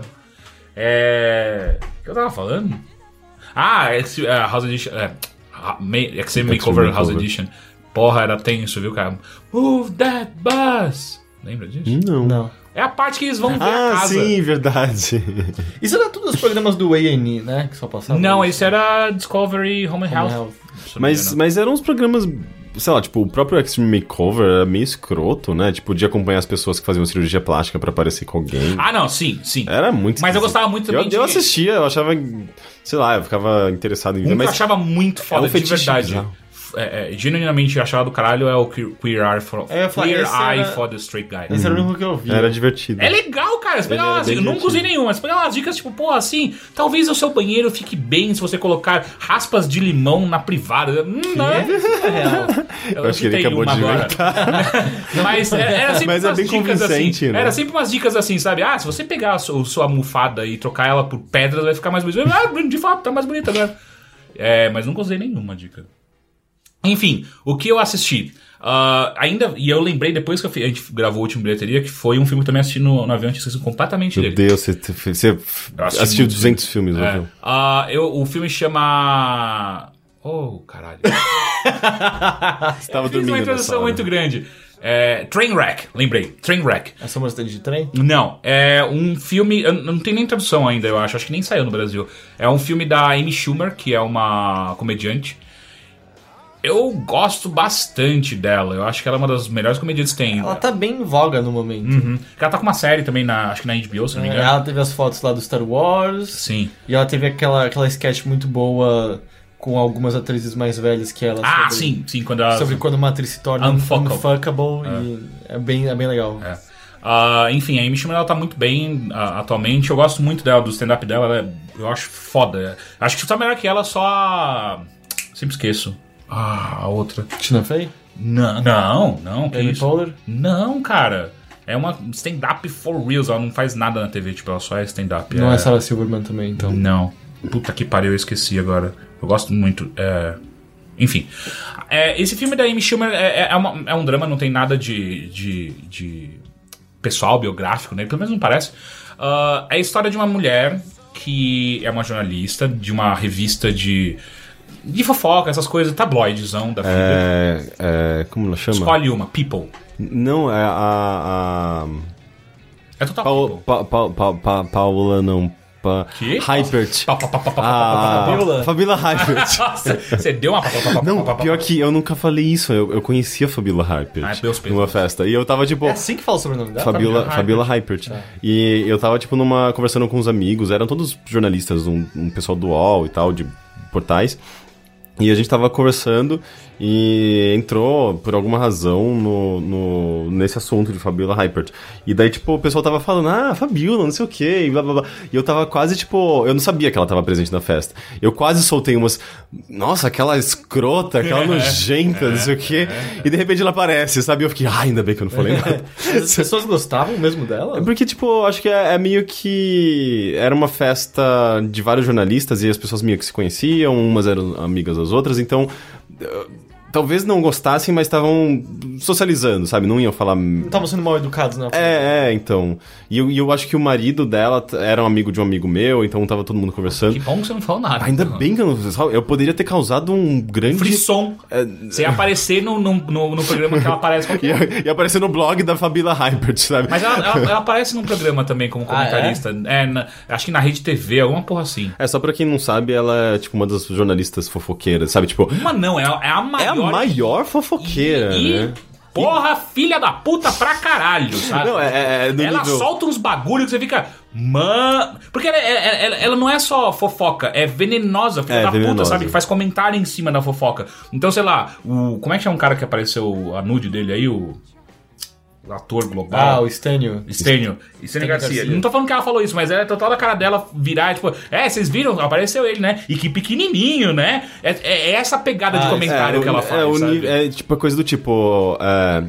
[SPEAKER 3] É. O que eu tava falando? Ah, esse, é, House Edition. É, ha- ma- Extreme Makeover House
[SPEAKER 2] Makeover.
[SPEAKER 3] Edition. Porra, era tenso, viu, cara? Move that bus! Lembra disso?
[SPEAKER 2] Não.
[SPEAKER 1] Não.
[SPEAKER 3] É a parte que eles vão ver a
[SPEAKER 2] Hum? Ah,
[SPEAKER 3] casa.
[SPEAKER 2] sim, verdade.
[SPEAKER 1] Isso era tudo os programas do A&E, né? Que só passavam.
[SPEAKER 3] Não, isso era Discovery Home and
[SPEAKER 1] Home
[SPEAKER 3] Health.
[SPEAKER 1] Health.
[SPEAKER 3] Se não me
[SPEAKER 2] Mas,
[SPEAKER 3] engano.
[SPEAKER 2] mas eram uns programas. Sei lá, tipo, o próprio Extreme Makeover era meio escroto, né? Tipo, de acompanhar as pessoas que faziam cirurgia plástica pra parecer com alguém.
[SPEAKER 3] Ah, não, sim, sim.
[SPEAKER 2] Era muito
[SPEAKER 3] Mas eu
[SPEAKER 2] esquisito.
[SPEAKER 3] gostava muito também
[SPEAKER 2] Eu,
[SPEAKER 3] de-
[SPEAKER 2] eu assistia, eu achava. Sei lá, eu ficava interessado em
[SPEAKER 3] Um
[SPEAKER 2] ver,
[SPEAKER 3] que eu
[SPEAKER 2] mas.
[SPEAKER 3] achava muito foda,
[SPEAKER 2] um
[SPEAKER 3] de
[SPEAKER 2] fetiche
[SPEAKER 3] verdade.
[SPEAKER 2] bizarro.
[SPEAKER 3] É, é, genuinamente eu achava do caralho é o que- Queer Eye for,
[SPEAKER 1] É, eu ia falar,
[SPEAKER 3] queer
[SPEAKER 1] esse
[SPEAKER 3] Eye
[SPEAKER 1] era-
[SPEAKER 3] for the Straight Guy.
[SPEAKER 2] Uhum.
[SPEAKER 1] Esse era o único que eu vi.
[SPEAKER 2] Era divertido.
[SPEAKER 3] É legal, cara. Você
[SPEAKER 2] Ele
[SPEAKER 3] pega
[SPEAKER 2] era
[SPEAKER 3] umas
[SPEAKER 2] bem
[SPEAKER 3] dicas. Eu nunca usei
[SPEAKER 2] divertido.
[SPEAKER 3] nenhuma, mas pega umas dicas, tipo, pô, assim, talvez o seu banheiro fique bem se você colocar raspas de limão na privada. Hum, não.
[SPEAKER 1] É, isso é real.
[SPEAKER 3] Eu,
[SPEAKER 2] acho que ele
[SPEAKER 3] citei
[SPEAKER 2] acabou
[SPEAKER 3] uma
[SPEAKER 2] de
[SPEAKER 3] agora. Mas é- era sempre
[SPEAKER 2] Mas é
[SPEAKER 3] umas
[SPEAKER 2] bem
[SPEAKER 3] dicas assim.
[SPEAKER 2] convincente, né?
[SPEAKER 3] Era sempre umas dicas assim, sabe? Ah, se você pegar a sua, sua almofada e trocar ela por pedras, vai ficar mais bonita. Ah, de fato, tá mais bonita agora. É, mas nunca usei nenhuma dica. Enfim, o que eu assisti? Ah, ainda, e eu lembrei depois que eu fi- a gente gravou o último bilheteria, que foi um filme que eu também assisti no, no avião, a gente esqueceu completamente
[SPEAKER 2] Meu
[SPEAKER 3] dele.
[SPEAKER 2] Deus, você, você
[SPEAKER 3] assisti
[SPEAKER 2] assistiu
[SPEAKER 3] muito
[SPEAKER 2] 200 filmes,
[SPEAKER 3] É.
[SPEAKER 2] ouviu?
[SPEAKER 3] Ah, eu, o filme chama. Oh, caralho.
[SPEAKER 2] Você tava
[SPEAKER 3] Fiz
[SPEAKER 2] dormindo.
[SPEAKER 3] uma
[SPEAKER 2] nessa
[SPEAKER 3] introdução
[SPEAKER 2] hora.
[SPEAKER 3] muito grande. É, Trainwreck, lembrei. Trainwreck.
[SPEAKER 1] É só uma cidade de trem?
[SPEAKER 3] Não, é um filme. eu Não tem nem tradução ainda, eu acho. Acho que nem saiu no Brasil. É um filme da Amy Schumer, que é uma comediante. Eu gosto bastante dela. Eu acho que ela é uma das melhores comediantes que tem.
[SPEAKER 1] Ela tá bem em voga no momento. É,
[SPEAKER 3] Uhum. Ela tá com uma série também, na, acho que na HBO, se não me engano.
[SPEAKER 1] Ela teve as fotos lá do Star Wars.
[SPEAKER 3] Sim.
[SPEAKER 1] E ela teve aquela, aquela sketch muito boa com algumas atrizes mais velhas que ela.
[SPEAKER 3] Ah,
[SPEAKER 1] sobre-
[SPEAKER 3] sim, sim, quando ela.
[SPEAKER 1] Sobre quando uma atriz se torna
[SPEAKER 3] Unfuckable.
[SPEAKER 1] unfuckable. E é bem, é bem legal.
[SPEAKER 3] É. Ah, enfim, a Amy Schumer ela tá muito bem ah, atualmente. Eu gosto muito dela, do stand-up dela. Ela é- eu acho foda. Acho que só melhor que ela, só. a- Sempre esqueço. Ah, a outra.
[SPEAKER 1] Tina Fey?
[SPEAKER 3] Não, não, não. Que
[SPEAKER 1] Amy
[SPEAKER 3] isso?
[SPEAKER 1] Poehler?
[SPEAKER 3] Não, cara. É uma stand-up for reals. Ela não faz nada na TV, tipo, ela só é stand-up.
[SPEAKER 1] Não é Sarah Silverman também, então.
[SPEAKER 3] Não. Puta que pariu, eu esqueci agora. Eu gosto muito. é, Enfim. É, esse filme da Amy Schumer é, é- é uma- é um drama, não tem nada de, de, de pessoal, biográfico, né? Pelo menos não parece. Ah, é a história de uma mulher que é uma jornalista de uma revista de. De fofoca, essas coisas, tabloidezão da vida.
[SPEAKER 2] É, é, como ela chama?
[SPEAKER 3] Escolhe uma, People.
[SPEAKER 2] Não, é a.
[SPEAKER 3] É total.
[SPEAKER 2] a... Paola, pa, pa, pa, pa, Paola não. Pa...
[SPEAKER 3] Que?
[SPEAKER 2] Hypert.
[SPEAKER 3] Pa, pa, pa, pa, pa,
[SPEAKER 2] Ah,
[SPEAKER 1] Fabiola.
[SPEAKER 2] Fabiola Hypert.
[SPEAKER 3] Nossa, você deu uma.
[SPEAKER 2] Ah, Não, pior que eu nunca falei isso. Eu, eu conhecia a Fabiola Hypert
[SPEAKER 3] Ah, meus
[SPEAKER 2] numa
[SPEAKER 3] pesos.
[SPEAKER 2] festa. E eu tava tipo.
[SPEAKER 1] É assim que fala o sobrenome dela?
[SPEAKER 2] Fabiola, Fabiola
[SPEAKER 3] Fabiola
[SPEAKER 2] Hypert. E eu tava, tipo, numa. conversando com uns amigos, eram todos jornalistas, um, um pessoal do UOL e tal, de portais. E a gente tava conversando e entrou, por alguma razão, no, no- nesse assunto de Fabiola Hypert. E daí, tipo, o pessoal tava falando, ah, Fabiola, não sei o quê, e blá blá blá. E eu tava quase, tipo, eu não sabia que ela tava presente na festa. Eu quase soltei umas, nossa, aquela escrota, aquela nojenta, não sei o quê. E de repente ela aparece, sabe? Eu fiquei, ah, ainda bem que eu não falei nada.
[SPEAKER 1] As pessoas gostavam mesmo
[SPEAKER 2] É
[SPEAKER 1] dela?
[SPEAKER 2] Porque, tipo, eu acho que é, é meio que. Era uma festa de vários jornalistas e as pessoas meio que se conheciam, umas eram amigas das outras, então. eh, Talvez não gostassem, mas estavam socializando, sabe? Não iam falar.
[SPEAKER 1] Não estavam sendo mal educados, né?
[SPEAKER 2] É, é, então. E eu, e eu acho que o marido dela t- era um amigo de um amigo meu, então tava todo mundo
[SPEAKER 3] Que
[SPEAKER 2] conversando.
[SPEAKER 3] bom que você não falou nada.
[SPEAKER 2] Ainda bem que eu não. sabe? Eu poderia ter causado um
[SPEAKER 3] tipo
[SPEAKER 2] grande.
[SPEAKER 3] Frisson.
[SPEAKER 2] É,
[SPEAKER 3] Você ia aparecer no, no, no, no programa que ela aparece
[SPEAKER 2] E,
[SPEAKER 3] qualquer.
[SPEAKER 2] e aparecer no blog da Fabila Hypert, sabe?
[SPEAKER 3] Mas ela, ela, ela aparece num programa também como
[SPEAKER 1] Ah, é?
[SPEAKER 3] comentarista. é? na- acho que na rede TV, alguma porra assim.
[SPEAKER 2] É, só pra quem não sabe, ela é, tipo, uma das jornalistas fofoqueiras, sabe? Tipo,
[SPEAKER 3] Uma não, é, a- é
[SPEAKER 2] É
[SPEAKER 3] a
[SPEAKER 2] a
[SPEAKER 3] maior.
[SPEAKER 2] maior fofoqueira,
[SPEAKER 3] e,
[SPEAKER 2] né?
[SPEAKER 3] Porra, filha da puta pra caralho, sabe?
[SPEAKER 2] Não, é, é, é do
[SPEAKER 3] ela
[SPEAKER 2] nível...
[SPEAKER 3] solta uns bagulhos que você fica. Mano. Porque ela, ela- ela- ela não é só fofoca, é venenosa, filha
[SPEAKER 2] É,
[SPEAKER 3] da puta,
[SPEAKER 2] venenosa.
[SPEAKER 3] sabe? Que faz comentário em cima da fofoca. Então, sei lá, o. Como é que é um cara que apareceu a nude dele aí? O. o ator global.
[SPEAKER 1] Ah, o Stênio.
[SPEAKER 3] Estênio. Estênio Garcia.
[SPEAKER 1] Garcia.
[SPEAKER 3] Não tô falando que ela falou isso, mas ela é total da cara dela virar, tipo, é, vocês viram? Apareceu ele, né? E que pequenininho, né? É, é- é essa pegada de
[SPEAKER 1] Ah,
[SPEAKER 3] comentário
[SPEAKER 2] o-
[SPEAKER 3] que ela faz.
[SPEAKER 2] é, o
[SPEAKER 3] sabe?
[SPEAKER 2] ni- é tipo a coisa do tipo... é,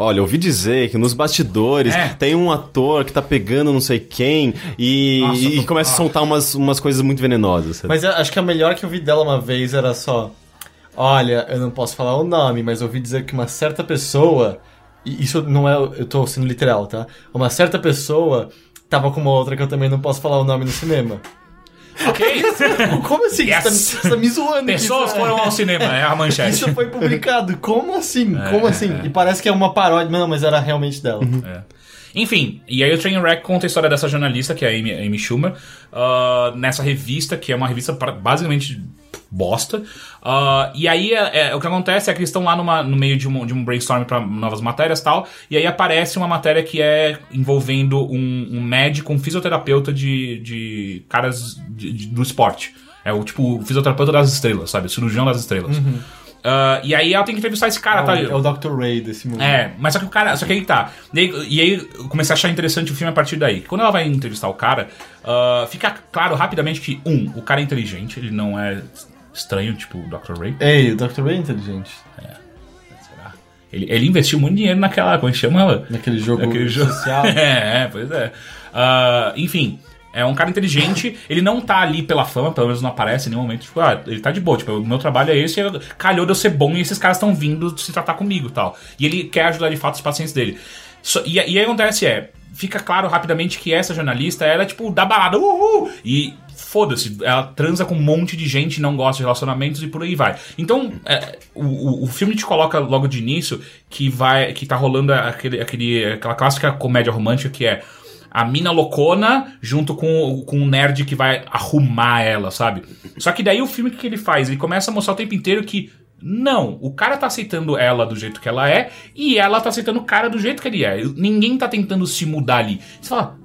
[SPEAKER 2] Olha, eu ouvi dizer que nos bastidores
[SPEAKER 3] É.
[SPEAKER 2] tem um ator que tá pegando não sei quem e,
[SPEAKER 3] Nossa,
[SPEAKER 2] e
[SPEAKER 3] tô-
[SPEAKER 2] começa a
[SPEAKER 3] ah.
[SPEAKER 2] soltar umas, umas coisas muito venenosas. sabe?
[SPEAKER 1] Mas eu acho que a melhor que eu vi dela uma vez era só. Olha, eu não posso falar o nome, mas ouvi dizer que uma certa pessoa. e Isso não é. Eu tô sendo literal, tá? Uma certa pessoa tava com uma outra que eu também não posso falar o nome no cinema.
[SPEAKER 3] Ok?
[SPEAKER 1] Como assim? Você,
[SPEAKER 3] Yes.
[SPEAKER 1] tá, me- você tá me zoando. que
[SPEAKER 3] Pessoas
[SPEAKER 1] isso é-
[SPEAKER 3] foram ao cinema, é a manchete.
[SPEAKER 1] Isso foi publicado. Como assim? Como assim? E parece que é uma paródia. Não, mas era realmente dela.
[SPEAKER 3] É. Enfim, e aí o Trainwreck conta a história dessa jornalista, que é a Amy, Amy Schumer, ah, nessa revista, que é uma revista pra- basicamente bosta. Ah, e aí é- é, o que acontece é que eles estão lá numa- no meio de um, de um brainstorm para novas matérias e tal, e aí aparece uma matéria que é envolvendo um, um médico, um fisioterapeuta de, de caras de- de- do esporte. É o tipo o fisioterapeuta das estrelas, sabe? O cirurgião das estrelas. Ah, e aí ela tem que entrevistar esse cara,
[SPEAKER 1] Uhum. É o-
[SPEAKER 3] tá?
[SPEAKER 1] é o Dr. Ray desse mundo.
[SPEAKER 3] É, mas só que o cara. Só que aí tá. E aí, e aí eu comecei a achar interessante o filme a partir daí. Quando ela vai entrevistar o cara, ah, fica claro rapidamente que, um, o cara é inteligente, ele não é estranho, tipo o Dr. Ray.
[SPEAKER 1] Ei, o Dr. Ray é inteligente.
[SPEAKER 3] Será? Ele, ele investiu muito dinheiro naquela. Como é que chama ela?
[SPEAKER 1] Naquele jogo
[SPEAKER 3] Aquele jogo.
[SPEAKER 1] social.
[SPEAKER 3] é, é, pois é. Ah, enfim, é um cara inteligente, ele não tá ali pela fama, pelo menos não aparece em nenhum momento. Tipo, ah, ele tá de boa, tipo, o meu trabalho é esse, eu- calhou de eu ser bom e esses caras estão vindo se tratar comigo e tal. E ele quer ajudar de fato os pacientes dele. Só- e, e aí acontece é, fica claro rapidamente que essa jornalista, ela é tipo, da balada, uhul! E. Foda-se, ela transa com um monte de gente, não gosta de relacionamentos e por aí vai. Então, é, o, o- o filme te coloca logo de início que vai que tá rolando aquele, aquele, aquela clássica comédia romântica que é a mina loucona junto com, o- com um nerd que vai arrumar ela, sabe? Só que daí o filme o que que ele faz? Ele começa a mostrar o tempo inteiro que não, o cara tá aceitando ela do jeito que ela é e ela tá aceitando o cara do jeito que ele é. Ninguém tá tentando se mudar ali. Você fala,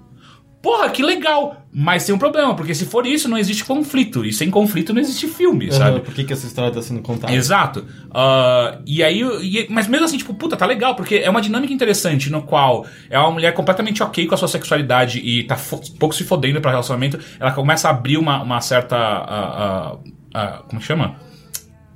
[SPEAKER 3] porra, que legal! Mas tem um problema, porque se for isso, não existe conflito. E sem conflito não existe filme,
[SPEAKER 1] Uhum,
[SPEAKER 3] sabe?
[SPEAKER 1] Por que, que essa história tá sendo contada?
[SPEAKER 3] Exato. Ah, e aí, e- mas mesmo assim, tipo, puta, tá legal, porque é uma dinâmica interessante no qual é uma mulher completamente ok com a sua sexualidade e tá fo- pouco se fodendo pra relacionamento. Ela começa a abrir uma, uma certa. ah, ah, ah, como que chama?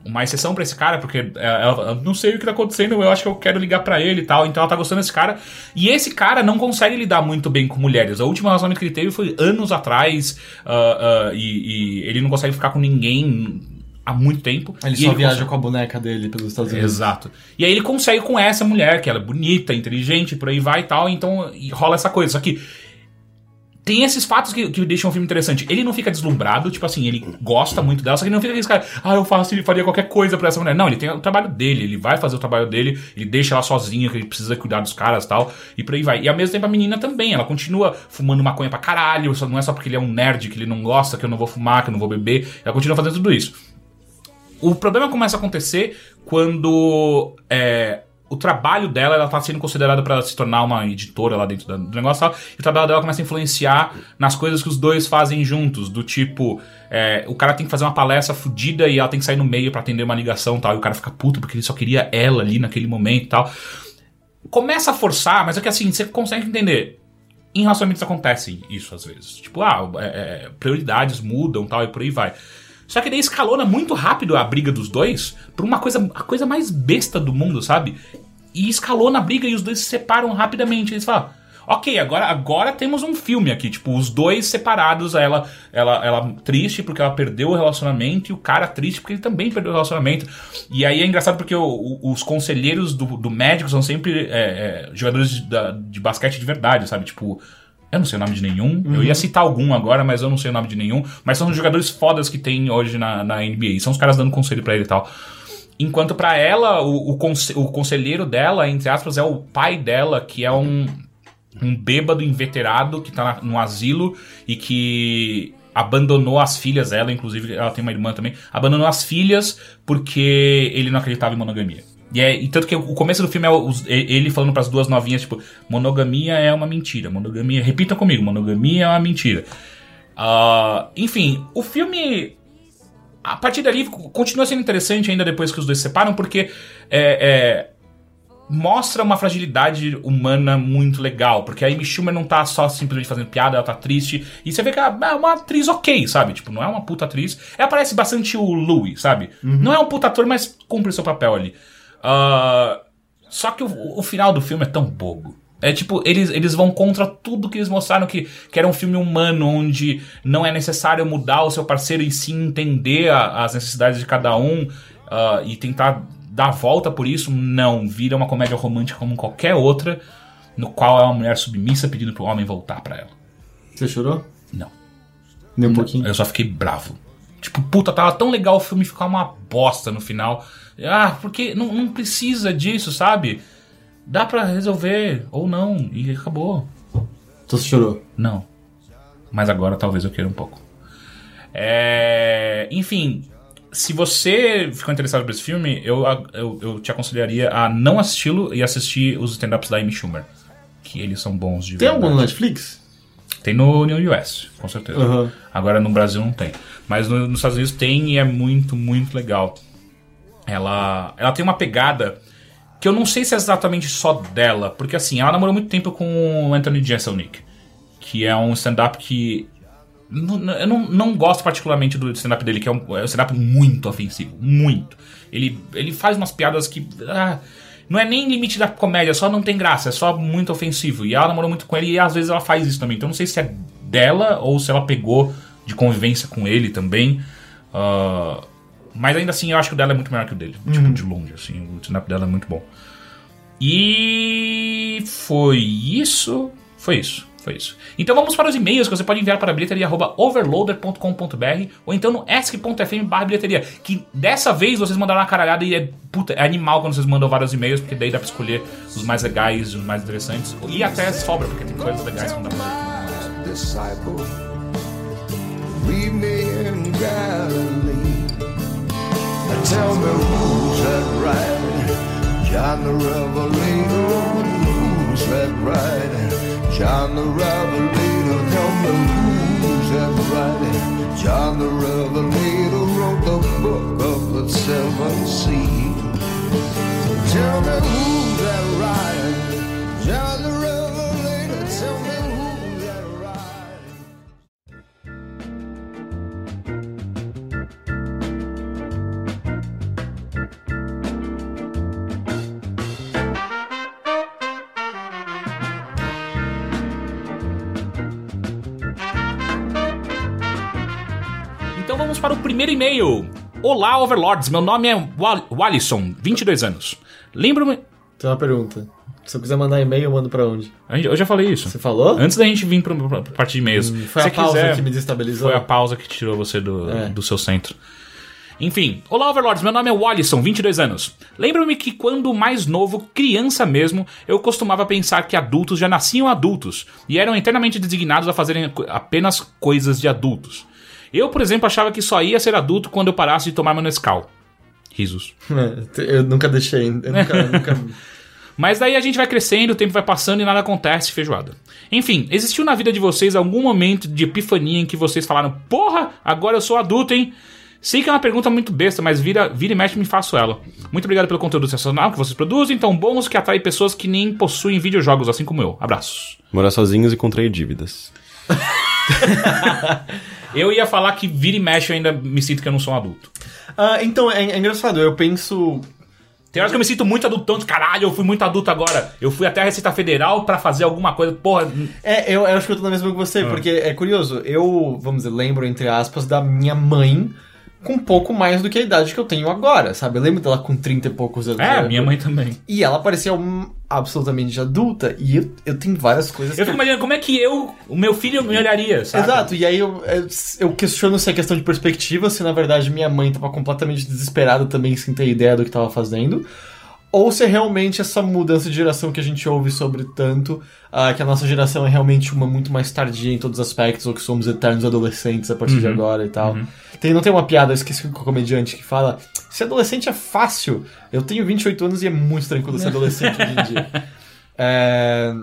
[SPEAKER 3] Uma exceção pra esse cara, porque é, ela, ela fala, não sei o que tá acontecendo, eu acho que eu quero ligar pra ele e tal, então ela tá gostando desse cara. E esse cara não consegue lidar muito bem com mulheres. O último relacionamento que ele teve foi anos atrás, ah, ah, e, e ele não consegue ficar com ninguém há muito tempo.
[SPEAKER 1] Ele
[SPEAKER 3] E
[SPEAKER 1] só viaja
[SPEAKER 3] consegue-
[SPEAKER 1] com a boneca dele pelos Estados Unidos.
[SPEAKER 3] Exato. E aí ele consegue com essa mulher, que ela é bonita, inteligente, por aí vai e tal, então e rola essa coisa. Só que tem esses fatos que, que deixam o filme interessante. Ele não fica deslumbrado, tipo assim, ele gosta muito dela, só que ele não fica esse cara, ah, eu faço, ele faria qualquer coisa pra essa mulher. Não, ele tem o trabalho dele, ele vai fazer o trabalho dele, ele deixa ela sozinha, que ele precisa cuidar dos caras e tal, e por aí vai. E ao mesmo tempo a menina também, ela continua fumando maconha pra caralho, só- não é só porque ele é um nerd que ele não gosta, que eu não vou fumar, que eu não vou beber, ela continua fazendo tudo isso. O problema começa a acontecer quando é, o trabalho dela ela tá sendo considerada para se tornar uma editora lá dentro da- do negócio e tal, e o trabalho dela começa a influenciar nas coisas que os dois fazem juntos, do tipo, é, o cara tem que fazer uma palestra fodida e ela tem que sair no meio para atender uma ligação e tal, e o cara fica puto porque ele só queria ela ali naquele momento e tal. Começa a forçar, mas é que assim, você consegue entender em relacionamentos acontece isso às vezes. Tipo, ah, é, é, prioridades mudam tal e por aí vai. Só que daí escalona muito rápido a briga dos dois por uma coisa, a coisa mais besta do mundo, sabe? E escalona a briga e os dois se separam rapidamente. Eles falam, ok, agora, agora temos um filme aqui. Tipo, os dois separados, ela, ela, ela triste porque ela perdeu o relacionamento e o cara triste porque ele também perdeu o relacionamento. E aí é engraçado porque o- o- os conselheiros do, do médico são sempre é, é, jogadores de, da- de basquete de verdade, sabe? Tipo, eu não sei o nome de nenhum. Eu ia citar algum agora, mas eu não sei o nome de nenhum. Mas são os jogadores fodas que tem hoje na, na NBA. São os caras dando conselho pra ele e tal. Enquanto pra ela, o, o, conse- o conselheiro dela, entre aspas, é o pai dela, que é um, um bêbado inveterado que tá na- no asilo e que abandonou as filhas dela, inclusive ela tem uma irmã também, abandonou as filhas porque ele não acreditava em monogamia. E, é, e tanto que o começo do filme é os- e- ele falando pras duas novinhas, tipo, monogamia é uma mentira, monogamia, repita comigo, monogamia é uma mentira. Ah, enfim, o filme a partir dali continua sendo interessante ainda depois que os dois se separam, porque é, é, mostra uma fragilidade humana muito legal. Porque a Amy Schumer não tá só simplesmente fazendo piada, ela tá triste. E você vê que ela é uma atriz ok, sabe? Tipo, não é uma puta atriz. Ela parece bastante o Louis, sabe? Não é um puta ator, mas cumpre o seu papel ali. Ah, só que o, o final do filme é tão bobo. É tipo, eles, eles vão contra tudo que eles mostraram que, que era um filme humano, onde não é necessário mudar o seu parceiro e sim entender a- as necessidades de cada um ah, e tentar dar a volta por isso. Não, vira uma comédia romântica como qualquer outra, no qual é uma mulher submissa pedindo pro homem voltar pra ela.
[SPEAKER 1] Você chorou?
[SPEAKER 3] Não.
[SPEAKER 1] Nem um pouquinho.
[SPEAKER 3] Eu só fiquei bravo. Tipo, puta, tava tão legal o filme ficar uma bosta no final. Ah, porque não, não precisa disso, sabe? Dá pra resolver ou não, e acabou.
[SPEAKER 1] Então você chorou.
[SPEAKER 3] Não. Mas agora talvez eu queira um pouco. É, Enfim, se você ficou interessado por esse filme, eu, eu, eu te aconselharia a não assisti-lo e assistir os stand-ups da Amy Schumer. Que eles são bons de
[SPEAKER 1] Tem
[SPEAKER 3] É verdade.
[SPEAKER 1] algum no Netflix?
[SPEAKER 3] Tem no New US, com certeza.
[SPEAKER 1] Aham.
[SPEAKER 3] Agora no Brasil não tem. Mas no- nos Estados Unidos tem e é muito, muito legal. Ela, ela tem uma pegada que eu não sei se é exatamente só dela, porque assim, ela namorou muito tempo com o Anthony Jeselnik, que é um stand-up que. n- n- Eu não, não gosto particularmente do stand-up dele, que é um, é um stand-up muito ofensivo. Muito. Ele, ele faz umas piadas que. ah, não é nem limite da comédia, só não tem graça, é só muito ofensivo. E ela namorou muito com ele e às vezes ela faz isso também. Então eu não sei se é dela ou se ela pegou de convivência com ele também. Ah, mas ainda assim eu acho que o dela é muito melhor que o dele. Tipo, de longe, assim. O stand-up dela é muito bom. E foi isso. Foi isso. Foi isso. Então vamos para os e-mails que você pode enviar para bilheteria.overloader.com.br ou então no ask.fm barra bilheteria. Que dessa vez vocês mandaram uma caralhada e é, puta, é animal quando vocês mandam vários e-mails, porque daí dá pra escolher os mais legais, os mais interessantes. E até sobra, porque tem coisas legais que não dá pra fazer.
[SPEAKER 4] disciple. Leave me in Galilee. And tell me who's that right? John the Revelator. Who's that right? John the Revelator. Tell me who's that right? John the Revelator wrote the book of the seven seals. Tell me who's that right? John the Revelator. Tell me who's that right?
[SPEAKER 3] Então vamos para o primeiro e-mail. Olá, Overlords. Meu nome é Wal- Wallison, 22 anos. Lembro-me.
[SPEAKER 1] Tem uma pergunta. Se eu quiser mandar e-mail, eu mando pra onde?
[SPEAKER 3] A gente- Eu já falei isso.
[SPEAKER 1] Você falou? Hum,
[SPEAKER 3] Antes da gente vir pra, pra, pra parte de e-mails.
[SPEAKER 1] Foi
[SPEAKER 3] Se
[SPEAKER 1] a pausa
[SPEAKER 3] quiser-
[SPEAKER 1] que me destabilizou.
[SPEAKER 3] Foi a pausa que tirou você do,
[SPEAKER 1] É.
[SPEAKER 3] do seu centro. Enfim, olá Overlords, meu nome é Wallison, 22 anos. Lembro-me que quando mais novo, criança mesmo, eu costumava pensar que adultos já nasciam adultos e eram eternamente designados a fazerem co- apenas coisas de adultos. Eu, por exemplo, achava que só ia ser adulto quando eu parasse de tomar meu Nescau. Risos.
[SPEAKER 1] É, Eu nunca deixei. Eu nunca, nunca...
[SPEAKER 3] Mas daí a gente vai crescendo, o tempo vai passando e nada acontece, feijoada. Enfim, existiu na vida de vocês algum momento de epifania em que vocês falaram: Porra, agora eu sou adulto, hein? Sei que é uma pergunta muito besta, mas vira, vira e mexe me faço ela. Muito obrigado pelo conteúdo sensacional que vocês produzem, tão bons que atrai pessoas que nem possuem videojogos, assim como eu. Abraços.
[SPEAKER 2] Morar sozinhos e contrair dívidas.
[SPEAKER 3] Eu ia falar que vira e mexe eu ainda me sinto que eu não sou um adulto.
[SPEAKER 1] Ah, então, é, é engraçado. Eu penso...
[SPEAKER 3] Tem horas que eu me sinto muito adultão, de caralho, eu fui muito adulto agora. Eu fui até a Receita Federal pra fazer alguma coisa. Porra,
[SPEAKER 1] É, eu, eu acho que eu tô na mesma que você,
[SPEAKER 3] Ah.
[SPEAKER 1] porque é curioso. Eu, vamos dizer, lembro, entre aspas, da minha mãe com um pouco mais do que a idade que eu tenho agora, sabe? Eu lembro dela com 30 e poucos anos.
[SPEAKER 3] é,
[SPEAKER 1] Eu-
[SPEAKER 3] minha mãe também.
[SPEAKER 1] E ela parecia um- absolutamente adulta, e eu, eu tenho várias coisas
[SPEAKER 3] Eu fico imaginando como é que eu, o meu filho me olharia, sabe?
[SPEAKER 1] Exato, e aí eu, eu- eu questiono se é questão de perspectiva, se na verdade minha mãe tava completamente desesperada também, sem ter ideia do que tava fazendo, ou se é realmente essa mudança de geração que a gente ouve sobre tanto, ah, que a nossa geração é realmente uma muito mais tardia em todos os aspectos, ou que somos eternos adolescentes a partir de agora e tal. Tem, não tem uma piada, eu esqueci o comediante que fala, ser adolescente é fácil, eu tenho 28 anos e é muito tranquilo ser adolescente hoje em dia. É...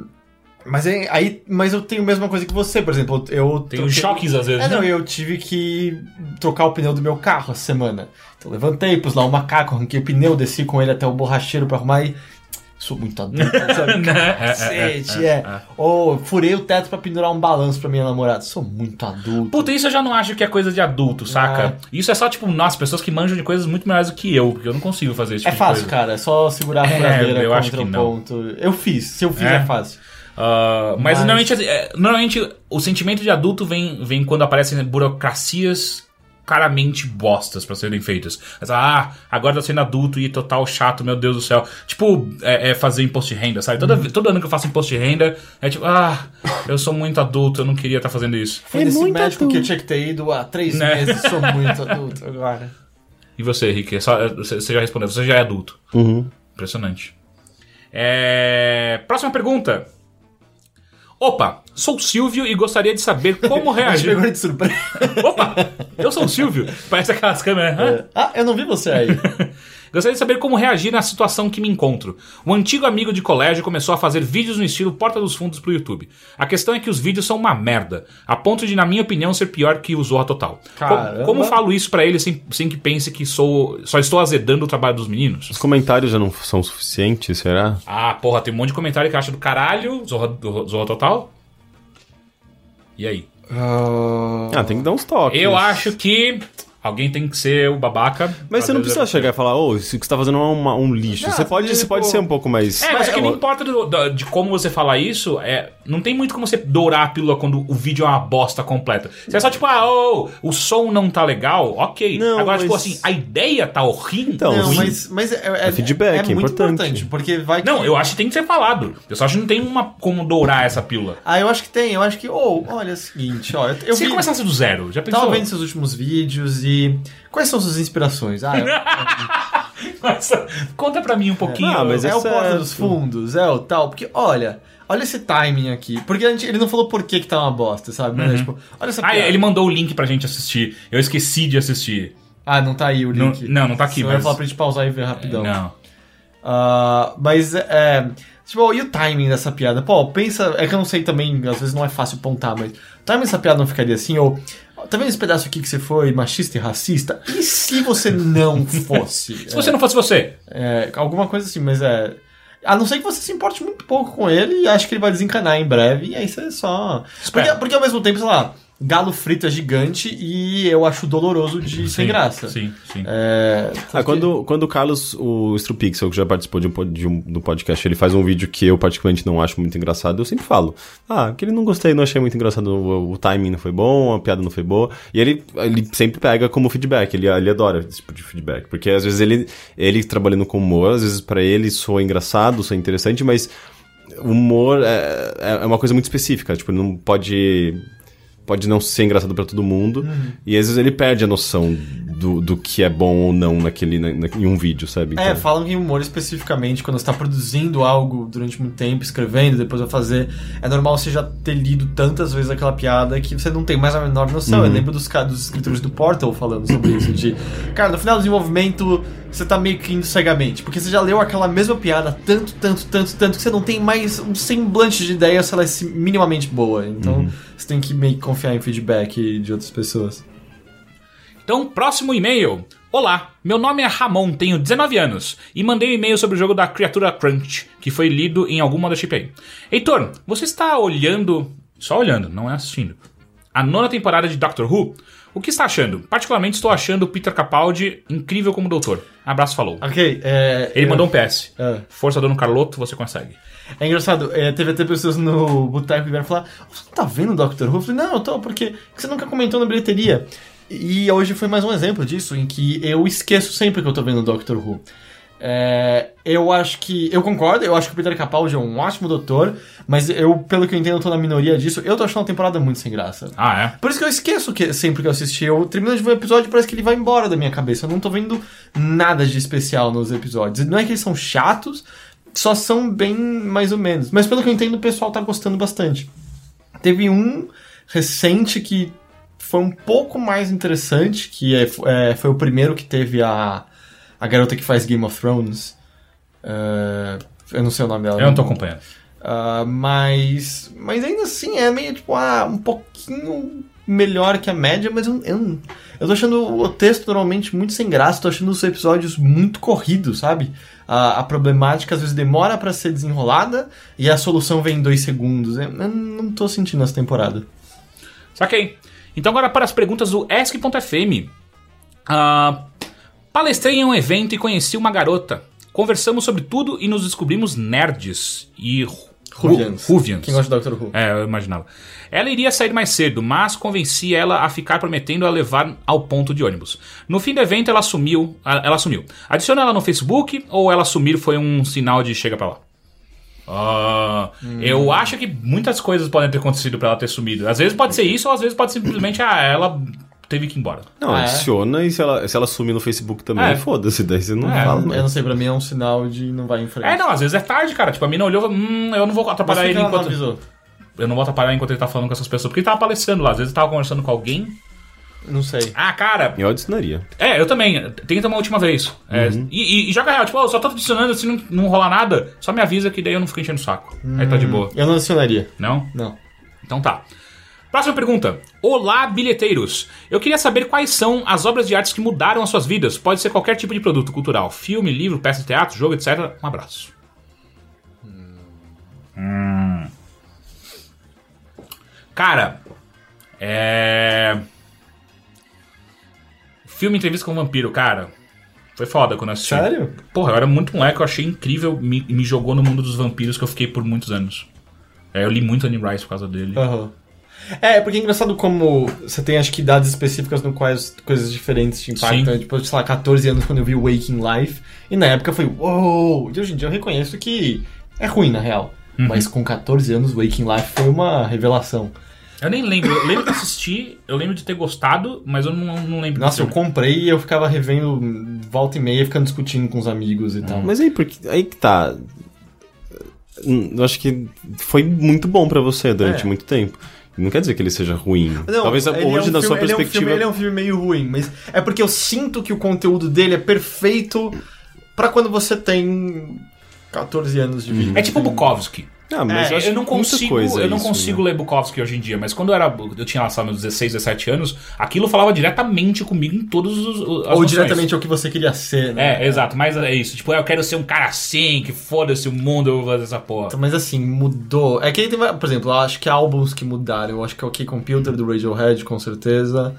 [SPEAKER 1] Mas aí- aí, mas eu tenho a mesma coisa que você, por exemplo, eu
[SPEAKER 3] Tem
[SPEAKER 1] troquei-
[SPEAKER 3] uns choques às vezes.
[SPEAKER 1] é, não,
[SPEAKER 3] né?
[SPEAKER 1] eu tive que trocar o pneu do meu carro essa semana. Então levantei, pus lá o macaco, arranquei o pneu, desci com ele até o borracheiro pra arrumar e. Sou muito adulto, sabe?
[SPEAKER 3] Né?
[SPEAKER 1] Cacete, é. Ou furei o teto pra pendurar um balanço pra minha namorada. Sou muito adulto.
[SPEAKER 3] Puta, isso eu já não acho que é coisa de adulto, saca?
[SPEAKER 1] Ah.
[SPEAKER 3] Isso é só, tipo, nossa, pessoas que manjam de coisas muito melhores do que eu, porque eu não consigo fazer esse
[SPEAKER 1] é
[SPEAKER 3] tipo
[SPEAKER 1] fácil,
[SPEAKER 3] de coisa.
[SPEAKER 1] cara. É só segurar a furadeira
[SPEAKER 3] eu
[SPEAKER 1] contra
[SPEAKER 3] acho que
[SPEAKER 1] o
[SPEAKER 3] não.
[SPEAKER 1] ponto. Eu fiz. Se eu fiz,
[SPEAKER 3] É?
[SPEAKER 1] é, fácil.
[SPEAKER 3] Ah,
[SPEAKER 1] Mas-
[SPEAKER 3] mas Normalmente, é, normalmente o sentimento de adulto vem, vem quando aparecem né, burocracias claramente bostas pra serem feitas. Mas, ah, agora tá sendo adulto e total chato, meu Deus do céu. Tipo, é, é fazer imposto de renda, sabe? Toda, Todo ano que eu faço imposto de renda, é tipo, ah, eu sou muito adulto, eu não queria estar fazendo isso.
[SPEAKER 1] Foi nesse médico que eu tinha que ter ido há três
[SPEAKER 3] Né?
[SPEAKER 1] meses. Sou muito adulto agora.
[SPEAKER 3] E você, Rick? É Só- Você você já respondeu, você já é adulto.
[SPEAKER 2] Uhum.
[SPEAKER 3] Impressionante. É, Próxima pergunta. Opa, sou o Silvio e gostaria de saber como
[SPEAKER 1] É, A gente
[SPEAKER 3] reagir.
[SPEAKER 1] pegou ele de surpresa.
[SPEAKER 3] Opa, eu sou o Silvio. Parece aquelas câmeras.
[SPEAKER 2] É.
[SPEAKER 3] né?
[SPEAKER 1] Ah, eu não vi você aí.
[SPEAKER 3] Gostaria de saber como reagir na situação que me encontro. Um antigo amigo de colégio começou a fazer vídeos no estilo Porta dos Fundos pro YouTube. A questão é que os vídeos são uma merda, a ponto de, na minha opinião, ser pior que o Zorra Total. Co-
[SPEAKER 1] Caramba.
[SPEAKER 3] Como falo isso pra ele sem, sem que pense que sou só estou azedando o trabalho dos meninos?
[SPEAKER 2] Os comentários já não são suficientes, será?
[SPEAKER 3] Ah, porra, tem um monte de comentário que acha do caralho, Zorra, do- Zorra Total. E aí?
[SPEAKER 1] Ah.
[SPEAKER 2] Ah, tem que dar uns toques.
[SPEAKER 3] Eu acho que alguém tem que ser o babaca.
[SPEAKER 2] Mas você não precisa chegar e falar, ô, isso que você tá fazendo é uma- um lixo.
[SPEAKER 1] Não,
[SPEAKER 2] você pode,
[SPEAKER 1] tipo-
[SPEAKER 2] você pode ser um pouco mais.
[SPEAKER 3] É, mas o que não
[SPEAKER 2] Ó,
[SPEAKER 3] importa do- da- de como você falar isso, é, não tem muito como você dourar a pílula quando o vídeo é uma bosta completa. Você é só tipo, ah, ô, o som não tá legal, ok.
[SPEAKER 2] Não,
[SPEAKER 3] Agora, tipo
[SPEAKER 2] mas-
[SPEAKER 3] assim, a ideia tá horrível.
[SPEAKER 2] Então,
[SPEAKER 1] Não,
[SPEAKER 2] ruim.
[SPEAKER 1] mas, mas é, é-
[SPEAKER 2] É feedback, é
[SPEAKER 1] muito
[SPEAKER 2] importante.
[SPEAKER 1] porque vai que...
[SPEAKER 3] Não, eu acho que tem que ser falado. Eu só acho que não tem uma, como dourar essa pílula.
[SPEAKER 1] Ah, eu acho que tem, eu acho que... Ou, olha, é o seguinte, ó, eu, eu
[SPEAKER 3] Se
[SPEAKER 1] vi...
[SPEAKER 3] começasse do zero, já pensou?
[SPEAKER 1] Tava vendo seus últimos vídeos e... Quais são suas inspirações? Ah, é,
[SPEAKER 3] Nossa, conta pra mim um pouquinho.
[SPEAKER 2] Ah, mas
[SPEAKER 1] é,
[SPEAKER 2] é
[SPEAKER 1] o Porta
[SPEAKER 2] certo.
[SPEAKER 1] dos Fundos, é o tal, porque, olha... Olha esse timing aqui. Porque a gente- ele não falou por que que tá uma bosta, sabe? Mas, é tipo, olha essa
[SPEAKER 3] Ah,
[SPEAKER 1] piada.
[SPEAKER 3] ele mandou o link pra gente assistir. Eu esqueci de assistir.
[SPEAKER 1] Ah, não tá aí o
[SPEAKER 3] Não,
[SPEAKER 1] link.
[SPEAKER 3] não, não tá aqui,
[SPEAKER 1] Senão Eu ia
[SPEAKER 3] mas.
[SPEAKER 1] falar pra gente pausar e ver rapidão.
[SPEAKER 3] Não.
[SPEAKER 1] Ah, mas é. Tipo, e o timing dessa piada? Pô, pensa. É que eu não sei também, às vezes não é fácil apontar, mas. O timing dessa piada não ficaria assim? Ou. Tá vendo esse pedaço aqui que você foi machista e racista? E se você não fosse?
[SPEAKER 3] Se você não fosse você.
[SPEAKER 1] É, alguma coisa assim, mas é. A não ser que você se importe muito pouco com ele e ache que ele vai desencanar em breve, e aí você só. Porque,
[SPEAKER 3] Espera.
[SPEAKER 1] porque ao mesmo tempo, sei lá, galo frito é gigante e eu acho doloroso de sem
[SPEAKER 3] Sim,
[SPEAKER 1] graça.
[SPEAKER 3] Sim, sim.
[SPEAKER 1] É,
[SPEAKER 2] Ah, quando, quando o Carlos, o Strupixel, que já participou de um, pod- de um- do podcast, ele faz um vídeo que eu particularmente não acho muito engraçado, eu sempre falo. Ah, que ele não gostei, não achei muito engraçado, o, o timing não foi bom, a piada não foi boa. E ele, ele sempre pega como feedback, ele, ele adora esse tipo de feedback. Porque às vezes ele, ele trabalhando com humor, às vezes pra ele soa engraçado, soa interessante, mas humor é, é- é uma coisa muito específica. Tipo, ele não pode. Pode não ser engraçado pra todo mundo.
[SPEAKER 1] Uhum.
[SPEAKER 2] E às vezes ele perde a noção do, do que é bom ou não naquele, na- na- em um vídeo, sabe?
[SPEAKER 1] É,
[SPEAKER 2] Então-
[SPEAKER 1] falam que humor especificamente, quando você tá produzindo algo durante muito tempo, escrevendo, depois vai fazer, é normal você já ter lido tantas vezes aquela piada que você não tem mais a menor noção.
[SPEAKER 3] Uhum.
[SPEAKER 1] Eu lembro dos, ca- dos escritores do Portal falando sobre isso, de, cara, no final do desenvolvimento você tá meio que indo cegamente, porque você já leu aquela mesma piada tanto, tanto, tanto, tanto, que você não tem mais um semblante de ideia se ela é si- minimamente boa. Então
[SPEAKER 3] Uhum.
[SPEAKER 1] você tem que meio que confiar em feedback de outras pessoas.
[SPEAKER 3] Então, próximo e-mail. Olá, meu nome é Ramon, tenho 19 anos e mandei um e-mail sobre o jogo da Criatura Crunch, que foi lido em algum Mothership aí. Heitor, você está olhando, só olhando, não é assistindo, a nona temporada de Doctor Who? O que está achando? Particularmente estou achando o Peter Capaldi incrível como doutor. Abraço, falou.
[SPEAKER 1] Ok, é.
[SPEAKER 3] Ele
[SPEAKER 1] eu-
[SPEAKER 3] mandou um PS.
[SPEAKER 1] É.
[SPEAKER 3] Força dono Carloto, você consegue.
[SPEAKER 1] É engraçado, é, teve até pessoas no boteco que vieram falar: Você não tá vendo o Doctor Who? Eu falei: Não, eu tô, porque você nunca comentou na bilheteria. E hoje foi mais um exemplo disso, em que eu esqueço sempre que eu tô vendo o Doctor Who. É, eu acho que. Eu concordo, eu acho que o Peter Capaldi é um ótimo doutor, mas eu, pelo que eu entendo, eu tô na minoria disso. Eu tô achando a temporada muito sem graça.
[SPEAKER 3] Ah, é?
[SPEAKER 1] Por isso que eu esqueço que sempre que eu assisti. Eu termino de ver um episódio e parece que ele vai embora da minha cabeça. Eu não tô vendo nada de especial nos episódios. E Não é que eles são chatos, só são bem mais ou menos. Mas pelo que eu entendo, o pessoal tá gostando bastante. Teve um recente que foi um pouco mais interessante, que é- é, foi o primeiro que teve a, a garota que faz Game of Thrones. É, eu não sei o nome dela.
[SPEAKER 3] Eu não tô acompanhando.
[SPEAKER 1] Ah, mas, mas ainda assim é meio tipo, ah, um pouquinho melhor que a média, mas eu, eu, não- eu tô achando o texto normalmente muito sem graça, tô achando os episódios muito corridos, sabe? A, a problemática às vezes demora pra ser desenrolada e a solução vem em dois segundos. Eu, eu não tô sentindo essa temporada.
[SPEAKER 3] Saquei. Então agora para as perguntas do ESC.fm. Ah, palestrei em um evento e conheci uma garota. Conversamos sobre tudo e nos descobrimos nerds e ru-
[SPEAKER 1] Ruvians.
[SPEAKER 3] ruvians.
[SPEAKER 1] Quem gosta de Doctor Who?
[SPEAKER 3] É, eu imaginava. Ela iria sair mais cedo, mas convenci ela a ficar prometendo a levar ao ponto de ônibus. No fim do evento, ela sumiu. a- Ela sumiu. Adiciona ela no Facebook ou ela sumir foi um sinal de chega pra lá? Ah,
[SPEAKER 1] Hum.
[SPEAKER 3] Eu acho que muitas coisas podem ter acontecido pra ela ter sumido. Às vezes pode ser isso, ou às vezes pode simplesmente, ah, ela teve que ir embora.
[SPEAKER 2] Não,
[SPEAKER 1] Ah, é?
[SPEAKER 2] adiciona e se ela, se ela sumir no Facebook também,
[SPEAKER 3] É.
[SPEAKER 2] foda-se, daí você não
[SPEAKER 3] É,
[SPEAKER 2] fala
[SPEAKER 1] Eu não
[SPEAKER 2] mais.
[SPEAKER 1] sei, pra mim é um sinal de não vai em frente.
[SPEAKER 3] É, não, às vezes é tarde, cara. Tipo, a mina olhou e falou, hum, eu não
[SPEAKER 1] Mas
[SPEAKER 3] vou
[SPEAKER 1] por
[SPEAKER 3] atrapalhar
[SPEAKER 1] que
[SPEAKER 3] ele
[SPEAKER 1] ela não
[SPEAKER 3] enquanto.
[SPEAKER 1] avisou?
[SPEAKER 3] Eu não vou atrapalhar enquanto ele tá falando com essas pessoas. Porque ele tava palestrando lá, às vezes ele tava conversando com alguém.
[SPEAKER 1] Não sei.
[SPEAKER 3] Ah, cara,
[SPEAKER 2] Eu adicionaria.
[SPEAKER 3] É, eu também. Tenta uma última vez. É, e, e, e joga real, tipo, ó, eu só tô adicionando, se não, não rolar nada, só me avisa que daí eu não fico enchendo o saco. Aí tá de boa.
[SPEAKER 1] Eu não adicionaria.
[SPEAKER 3] Não?
[SPEAKER 1] Não.
[SPEAKER 3] Então tá. Próxima pergunta. Olá, bilheteiros. Eu queria saber quais são as obras de artes que mudaram as suas vidas. Pode ser qualquer tipo de produto cultural. Filme, livro, peça de teatro, jogo, etc. Um abraço. Hum. Cara, é... Filme Entrevista com o Vampiro, cara. Foi foda quando eu assisti.
[SPEAKER 1] Sério?
[SPEAKER 3] Porra, eu era muito moleque, eu achei incrível. Me, me jogou no mundo dos vampiros que eu fiquei por muitos anos. É, eu li muito Annie Rice por causa dele.
[SPEAKER 1] Aham. É, porque é engraçado como você tem, acho que, idades específicas no quais coisas diferentes te impactam.
[SPEAKER 3] Sim.
[SPEAKER 1] Tipo, sei lá, 14 anos quando eu vi Waking Life. E na época foi, uou! E hoje em dia eu reconheço que é ruim, na real. Mas com 14 anos, Waking Life foi uma revelação.
[SPEAKER 3] Eu nem lembro. Eu lembro de assistir, eu lembro de ter gostado, mas eu não, não lembro. do
[SPEAKER 1] Nossa, eu
[SPEAKER 3] filme.
[SPEAKER 1] comprei e eu ficava revendo volta e meia, ficando discutindo com os amigos e tal.
[SPEAKER 2] Mas aí, porque, aí que tá. Hum, Eu acho que foi muito bom pra você durante
[SPEAKER 1] É.
[SPEAKER 2] muito tempo. Não quer dizer que ele seja ruim.
[SPEAKER 1] Não,
[SPEAKER 2] Talvez
[SPEAKER 1] ele é
[SPEAKER 2] hoje,
[SPEAKER 1] um
[SPEAKER 2] na
[SPEAKER 1] filme-
[SPEAKER 2] sua
[SPEAKER 1] ele é um filme-
[SPEAKER 2] perspectiva.
[SPEAKER 1] ele é um filme meio ruim, mas é porque eu sinto que o conteúdo dele é perfeito pra quando você tem 14 anos de vida.
[SPEAKER 3] É tipo Bukowski.
[SPEAKER 2] Ah, mas
[SPEAKER 1] É,
[SPEAKER 2] eu, acho
[SPEAKER 3] eu não
[SPEAKER 2] que muita
[SPEAKER 3] consigo,
[SPEAKER 2] coisa
[SPEAKER 3] eu não
[SPEAKER 2] isso, né?
[SPEAKER 3] consigo ler Bukowski hoje em dia, mas quando eu era, eu tinha lá, sabe, meus 16, 17 anos, aquilo falava diretamente comigo em todos os as
[SPEAKER 1] Ou
[SPEAKER 3] noções.
[SPEAKER 1] diretamente ao que você queria ser, né?
[SPEAKER 3] É, exato, mas é isso. Tipo, eu quero ser um cara assim, que foda-se o mundo, eu vou fazer essa porra.
[SPEAKER 1] Mas assim, mudou. É que aí tem, va- por exemplo, eu acho que há álbuns que mudaram. Eu acho que é o OK Computer do Radiohead, com certeza.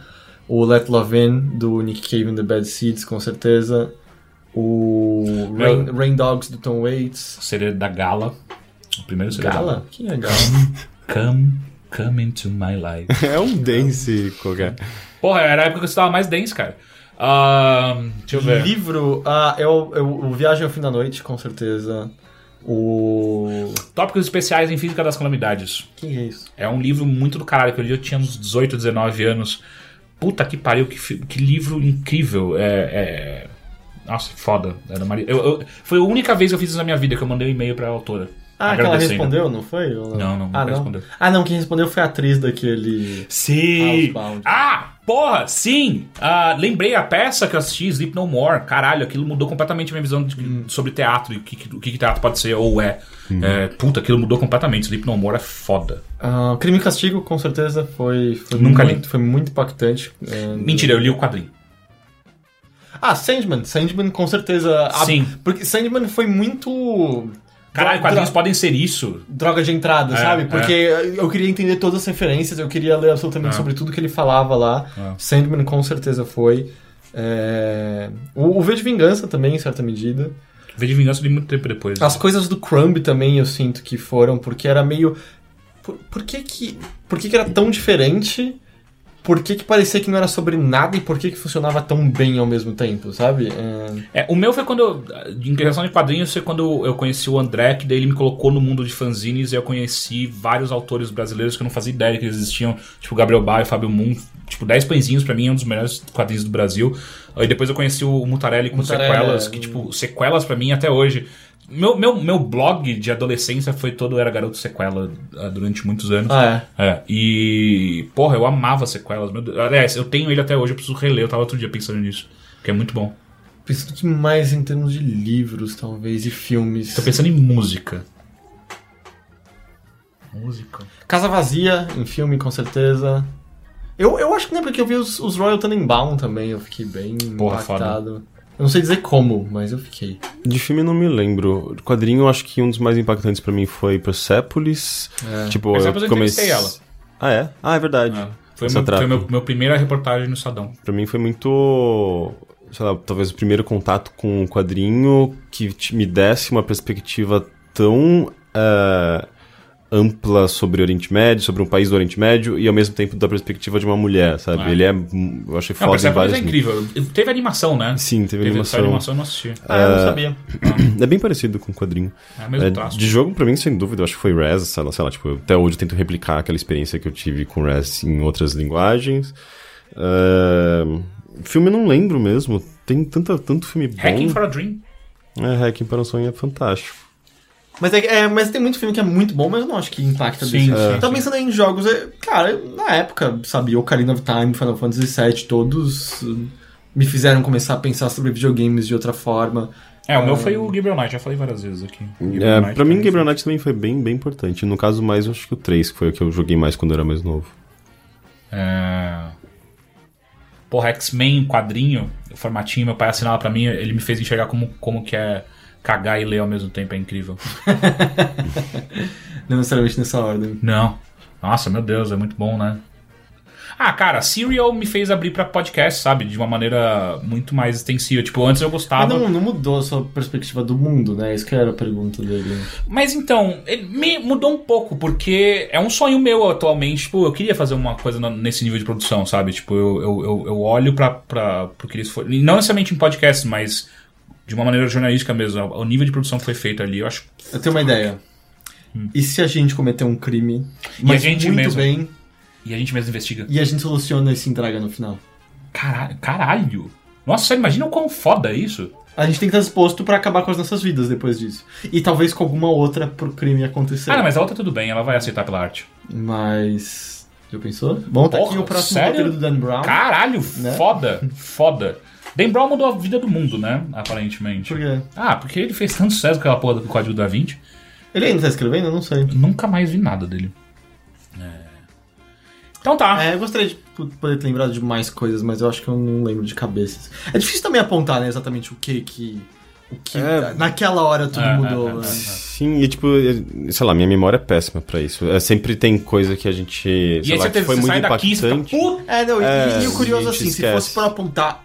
[SPEAKER 1] O Let Love In do Nick Cave and the Bad Seeds, com certeza. O Rain,
[SPEAKER 3] Meu-
[SPEAKER 1] Rain Dogs do Tom Waits.
[SPEAKER 3] Seria da Gala. O primeiro seria da
[SPEAKER 1] Gala? Quem é Gala?
[SPEAKER 3] Come, come into my life.
[SPEAKER 2] né? É um dance qualquer.
[SPEAKER 3] Porra, era a época que eu estava mais dense, cara. Ahn, deixa eu ver.
[SPEAKER 1] é Livro, ah, eu, eu, o Viagem ao Fim da Noite, com certeza.
[SPEAKER 3] O Tópicos Especiais em Física das Calamidades.
[SPEAKER 1] Que é isso?
[SPEAKER 3] É um livro muito do caralho que eu li, eu tinha uns 18, 19 anos. Puta que pariu, que, fi- que livro incrível. É, é- Nossa, que foda. Era Maria... eu, eu- Foi a única vez que eu fiz isso na minha vida que eu mandei um e-mail pra autora.
[SPEAKER 1] Ah, que ela
[SPEAKER 3] agradecendo.
[SPEAKER 1] respondeu, não foi? Ou
[SPEAKER 3] Não, não,
[SPEAKER 1] ah,
[SPEAKER 3] nunca respondeu.
[SPEAKER 1] Ah, não, quem respondeu foi a atriz daquele.
[SPEAKER 3] Sim!
[SPEAKER 1] Housebound.
[SPEAKER 3] Ah, porra, sim! Ah, lembrei a peça que eu assisti, Sleep No More. Caralho, aquilo mudou completamente a minha visão de-
[SPEAKER 1] Hum.
[SPEAKER 3] sobre teatro e o que, que- o que que teatro pode ser ou é. É, Puta, aquilo mudou completamente. Sleep No More é foda.
[SPEAKER 1] Ah, Crime e Castigo, com certeza, foi. foi
[SPEAKER 3] Nunca li.
[SPEAKER 1] muito, Foi muito impactante. É,
[SPEAKER 3] Mentira, eu li o quadrinho.
[SPEAKER 1] Ah, Sandman. Sandman, com certeza. a-
[SPEAKER 3] Sim.
[SPEAKER 1] Porque Sandman foi muito.
[SPEAKER 3] Caralho,
[SPEAKER 1] dro-
[SPEAKER 3] quadrinhos podem ser isso.
[SPEAKER 1] droga de entrada,
[SPEAKER 3] É,
[SPEAKER 1] sabe? Porque eu queria entender todas as referências, eu queria ler absolutamente sobre tudo que ele falava lá. Sandman com certeza foi. É, O, o V de Vingança também, em certa medida.
[SPEAKER 3] V de Vingança eu li muito tempo depois.
[SPEAKER 1] As coisas do Crumb também eu sinto que foram, porque era meio. Por, por que que. Por que que era tão diferente? Por que que parecia que não era sobre nada e por que que funcionava tão bem ao mesmo tempo, sabe? É,
[SPEAKER 3] É, o meu foi quando eu. Em questão de quadrinhos, foi quando eu conheci o André, que daí ele me colocou no mundo de fanzines e eu conheci vários autores brasileiros que eu não fazia ideia que eles existiam, tipo Gabriel Baio, Fábio Moon. Tipo, 10 pãezinhos pra mim é um dos melhores quadrinhos do Brasil. Aí depois eu conheci o Mutarelli com
[SPEAKER 1] Mutarelli,
[SPEAKER 3] sequelas,
[SPEAKER 1] é.
[SPEAKER 3] que, tipo, sequelas pra mim até hoje. Meu, meu, meu blog de adolescência foi todo Era Garoto Sequela ah, durante muitos anos.
[SPEAKER 1] ah, é.
[SPEAKER 3] É, e. Porra, eu amava sequelas. Meu Deus. Aliás, eu tenho ele até hoje, eu preciso reler. Eu tava outro dia pensando nisso. Que é muito bom.
[SPEAKER 1] Pensando que mais em termos de livros, talvez, e filmes.
[SPEAKER 3] Tô pensando em música. Música?
[SPEAKER 1] Casa Vazia, em filme, com certeza. Eu, eu acho que lembro que eu vi os, os Royal Tenenbaum também, eu fiquei bem
[SPEAKER 3] Porra,
[SPEAKER 1] impactado. Eu não sei dizer como, mas eu fiquei.
[SPEAKER 2] De filme eu não me lembro. De quadrinho eu acho que um dos mais impactantes pra mim foi Persepolis.
[SPEAKER 3] É.
[SPEAKER 2] Tipo,
[SPEAKER 3] Persepolis eu
[SPEAKER 2] eu comecei
[SPEAKER 3] entrevistei
[SPEAKER 2] Ah, é? Ah, é verdade.
[SPEAKER 3] Foi,
[SPEAKER 2] Essa
[SPEAKER 3] meu,
[SPEAKER 2] trapa.
[SPEAKER 3] foi meu, meu primeira reportagem no Sadão.
[SPEAKER 2] Pra mim foi muito. Sei lá, talvez o primeiro contato com um quadrinho que te- me desse uma perspectiva tão eh, ampla sobre o Oriente Médio, sobre um país do Oriente Médio, e ao mesmo tempo da perspectiva de uma mulher, sabe?
[SPEAKER 3] É.
[SPEAKER 2] Ele é. hum, Eu achei
[SPEAKER 3] Não,
[SPEAKER 2] foda em
[SPEAKER 3] Persepolis
[SPEAKER 2] vários.
[SPEAKER 3] é incrível. Teve animação, né?
[SPEAKER 2] Sim, teve, animação.
[SPEAKER 3] só animação eu não assisti.
[SPEAKER 1] Ah, eu não sabia.
[SPEAKER 2] É bem parecido com o quadrinho.
[SPEAKER 3] É o mesmo
[SPEAKER 2] É,
[SPEAKER 3] traço.
[SPEAKER 2] de jogo, pra mim, sem dúvida, eu acho que foi Res, sei lá, sei lá, tipo, eu- até hoje eu tento replicar aquela experiência que eu tive com Res em outras linguagens. Ahn, filme eu não lembro mesmo, tem tanta, tanto filme bom.
[SPEAKER 3] Hacking for a Dream.
[SPEAKER 2] É, Hacking para um Sonho é fantástico.
[SPEAKER 1] Mas, é, que- é, mas tem muito filme que é muito bom, mas eu não acho que impacta
[SPEAKER 3] Sim,
[SPEAKER 1] desse.
[SPEAKER 3] sim,
[SPEAKER 1] Tá
[SPEAKER 3] sim.
[SPEAKER 1] pensando em jogos, é, cara, eu, na época, sabe, Ocarina of Time, Final Fantasy VII, todos uh, me fizeram começar a pensar sobre videogames de outra forma.
[SPEAKER 3] É, o meu foi o Gabriel Knight, já falei várias vezes aqui.
[SPEAKER 2] É, pra mim,
[SPEAKER 3] também foi-
[SPEAKER 2] Gabriel Knight também foi bem, bem importante. No caso, mais eu acho que o 3, que foi o que eu joguei mais quando eu era mais novo.
[SPEAKER 3] É... Porra, X-Men, quadrinho, o formatinho, meu pai assinava pra mim, ele me fez enxergar como, como que é cagar e ler ao mesmo tempo, é incrível.
[SPEAKER 1] Não necessariamente nessa ordem.
[SPEAKER 3] Não. Nossa, meu Deus, é muito bom, né? Ah, cara, Serial me fez abrir pra podcast, sabe? De uma maneira muito mais extensiva. Tipo, antes eu
[SPEAKER 1] Mas
[SPEAKER 3] gostava.
[SPEAKER 1] Ah, não, não mudou a sua perspectiva do mundo, né? Isso que era a pergunta dele.
[SPEAKER 3] Mas então, ele me mudou um pouco, porque é um sonho meu atualmente. Tipo, eu queria fazer uma coisa na- nesse nível de produção, sabe? Tipo, eu, eu, eu, eu olho pra, pra, pro que eles foram. e Não necessariamente em podcast, mas de uma maneira jornalística mesmo. O nível de produção que foi feito ali, eu acho.
[SPEAKER 1] Eu tenho uma ideia. E se a gente cometer um crime, mas
[SPEAKER 3] Hum. a gente
[SPEAKER 1] muito
[SPEAKER 3] mesmo.
[SPEAKER 1] bem,
[SPEAKER 3] E a gente mesmo investiga.
[SPEAKER 1] e a gente soluciona e se entrega no final?
[SPEAKER 3] Caralho. caralho. Nossa, sério, imagina o quão foda é isso.
[SPEAKER 1] A gente tem que estar disposto pra acabar com as nossas vidas depois disso. E talvez com alguma outra pro crime acontecer.
[SPEAKER 3] Ah, não, mas a outra tudo bem, ela vai aceitar pela arte.
[SPEAKER 1] Mas. Já pensou? Bom, tá
[SPEAKER 3] Porra,
[SPEAKER 1] aqui o próximo
[SPEAKER 3] sério?
[SPEAKER 1] roteiro do Dan Brown.
[SPEAKER 3] Caralho,
[SPEAKER 1] Né?
[SPEAKER 3] foda, foda. Dan Brown mudou a vida do mundo, né? Aparentemente.
[SPEAKER 1] Por quê?
[SPEAKER 3] Ah, porque ele fez tanto sucesso com aquela porra do Código da Vinci.
[SPEAKER 1] Ele ainda tá escrevendo? Eu não sei.
[SPEAKER 3] Nunca mais vi nada dele. É. Então tá.
[SPEAKER 1] É, eu gostaria de p- poder ter lembrado de mais coisas, mas eu acho que eu não lembro de cabeças. É difícil também apontar, né, exatamente o que que. O que.
[SPEAKER 2] É.
[SPEAKER 1] Naquela hora tudo
[SPEAKER 3] É,
[SPEAKER 1] mudou.
[SPEAKER 3] é, é,
[SPEAKER 1] né?
[SPEAKER 3] é.
[SPEAKER 2] Sim, e tipo, eu- sei lá, minha memória é péssima pra isso. É, sempre tem coisa que a gente.
[SPEAKER 3] E
[SPEAKER 2] Sei lá,
[SPEAKER 3] aí você
[SPEAKER 2] que
[SPEAKER 3] teve
[SPEAKER 2] foi
[SPEAKER 3] que
[SPEAKER 2] muito
[SPEAKER 3] sair daqui e fica,
[SPEAKER 2] impactante.
[SPEAKER 3] puta.
[SPEAKER 1] É, não, e-
[SPEAKER 2] É,
[SPEAKER 1] e, e o curioso
[SPEAKER 2] gente,
[SPEAKER 1] assim, se
[SPEAKER 2] esquece.
[SPEAKER 1] fosse pra apontar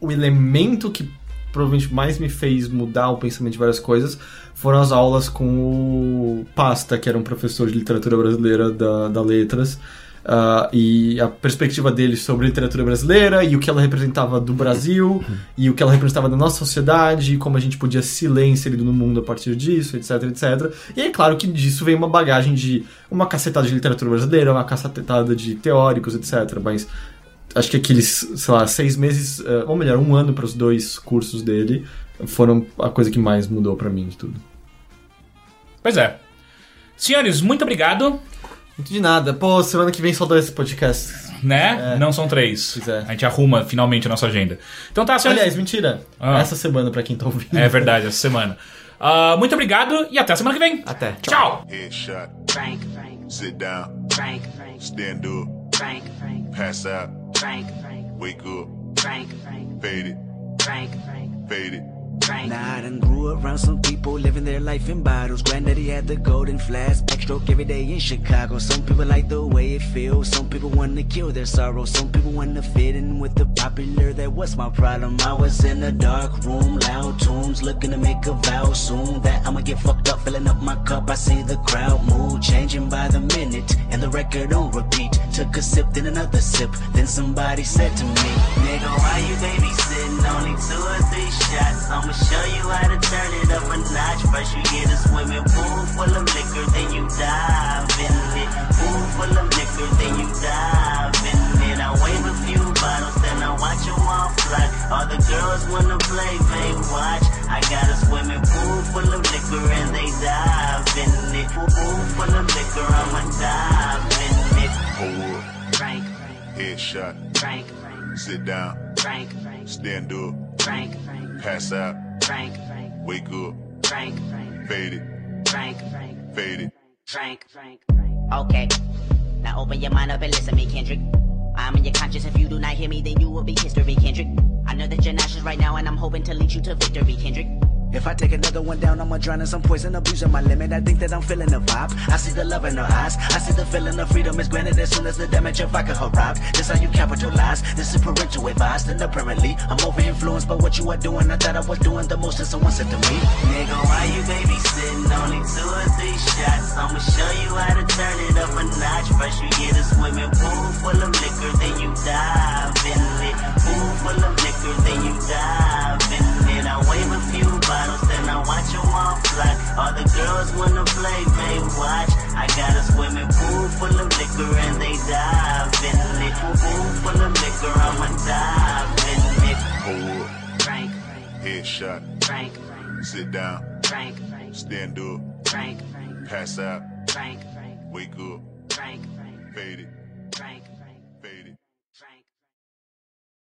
[SPEAKER 1] o elemento que provavelmente mais me fez mudar o pensamento de várias coisas, foram as aulas com o Pasta, que era um professor de literatura brasileira da, da Letras. ah, e a perspectiva dele sobre literatura brasileira e o que ela representava do
[SPEAKER 2] Uhum.
[SPEAKER 1] Brasil e o que ela representava da nossa sociedade e como a gente podia se ler inserido no mundo a partir disso, etc, etc. E é claro que disso vem uma bagagem de uma cacetada de literatura brasileira, uma cacetada de teóricos, etc. Mas acho que aqueles, sei lá, seis meses, eh, ou melhor, um ano para os dois cursos dele foram a coisa que mais mudou pra mim de tudo.
[SPEAKER 3] Pois é. Senhores, muito obrigado.
[SPEAKER 1] De nada. Pô, semana que vem só dois podcasts.
[SPEAKER 3] Né? Não são três.
[SPEAKER 1] Pois é.
[SPEAKER 3] A gente arruma finalmente a nossa agenda. Então tá, senhores.
[SPEAKER 1] Aliás, mentira.
[SPEAKER 3] Ah.
[SPEAKER 1] Essa semana pra quem tá ouvindo.
[SPEAKER 3] É verdade, essa semana. Ah, muito obrigado e até a semana que vem.
[SPEAKER 1] Até.
[SPEAKER 3] Tchau.
[SPEAKER 4] Headshot,
[SPEAKER 5] Frank, Frank,
[SPEAKER 4] sit down,
[SPEAKER 5] Frank, Frank,
[SPEAKER 4] stand up,
[SPEAKER 5] Frank, Frank,
[SPEAKER 4] pass out,
[SPEAKER 5] Frank, Frank,
[SPEAKER 4] wake up,
[SPEAKER 5] Frank, Frank,
[SPEAKER 4] faded,
[SPEAKER 5] Frank, Frank,
[SPEAKER 4] faded.
[SPEAKER 5] Frank.
[SPEAKER 6] Nah, I done grew around some people living their life in bottles. Granddaddy had the golden flask, backstroke every day in Chicago. Some people like the way it feels. Some people want to kill their sorrow. Some people want to fit in with the popular. That was my problem. I was in a dark room, loud tunes, looking to make a vow soon that I'ma get fucked up, filling up my cup. I see the crowd mood changing by the minute, and the record on repeat. Took a sip, then another sip. Then somebody said to me, Nigga, why you babysitting? Only two or three shots. I'ma show you how to turn it up a notch. First you get a swimming pool full of liquor, then you dive in it. Pool full of liquor, then you dive in it. I wave a few bottles, then I watch 'em all fly. All the girls wanna play, they watch. I got a swimming pool full of liquor and they dive in it. Pool, pool full of liquor, I'ma dive in it.
[SPEAKER 4] Hold up,
[SPEAKER 6] Frank,
[SPEAKER 4] headshot,
[SPEAKER 6] Frank, Frank,
[SPEAKER 4] sit down,
[SPEAKER 6] Frank, Frank,
[SPEAKER 4] stand up,
[SPEAKER 6] Frank, Frank,
[SPEAKER 4] pass out,
[SPEAKER 6] Frank, Frank,
[SPEAKER 4] wake up,
[SPEAKER 6] Frank, Frank.
[SPEAKER 4] faded,
[SPEAKER 6] Frank, Frank,
[SPEAKER 4] faded.
[SPEAKER 6] Frank, Frank, Frank.
[SPEAKER 5] Okay, now open your mind up and listen to me, Kendrick. I'm in your conscience. If you do not hear me, then you will be history, Kendrick. I know that you're nauseous right now, and I'm hoping to lead you to victory, Kendrick.
[SPEAKER 6] If I take another one down, I'ma drown in some poison, abusing my limit. I think that I'm feeling the vibe. I see the love in her eyes. I see the feeling of freedom is granted as soon as the damage of vodka arrived. This how you capitalize. This is parental advice. Then apparently, I'm over influenced by what you are doing. I thought I was doing the most, and someone said to me, Nigga, why you babysitting? Only two or three shots. I'ma show you how to turn it up a notch. First you get a swimming pool full of liquor, then you dive in it. Pool full of liquor, then you dive in it. I wave a few bottles, then I watch 'em all fly. All the girls wanna play, they watch. I got a swimming pool full of liquor and they dive in it. Pool, pool full of liquor, I'ma dive in it.
[SPEAKER 4] Hold up,
[SPEAKER 6] Frank,
[SPEAKER 4] headshot,
[SPEAKER 6] Frank,
[SPEAKER 4] sit down,
[SPEAKER 6] Frank, Frank,
[SPEAKER 4] stand up,
[SPEAKER 6] Frank, Frank,
[SPEAKER 4] pass out,
[SPEAKER 6] Frank, Frank,
[SPEAKER 4] wake up,
[SPEAKER 6] Frank, Frank.
[SPEAKER 4] faded.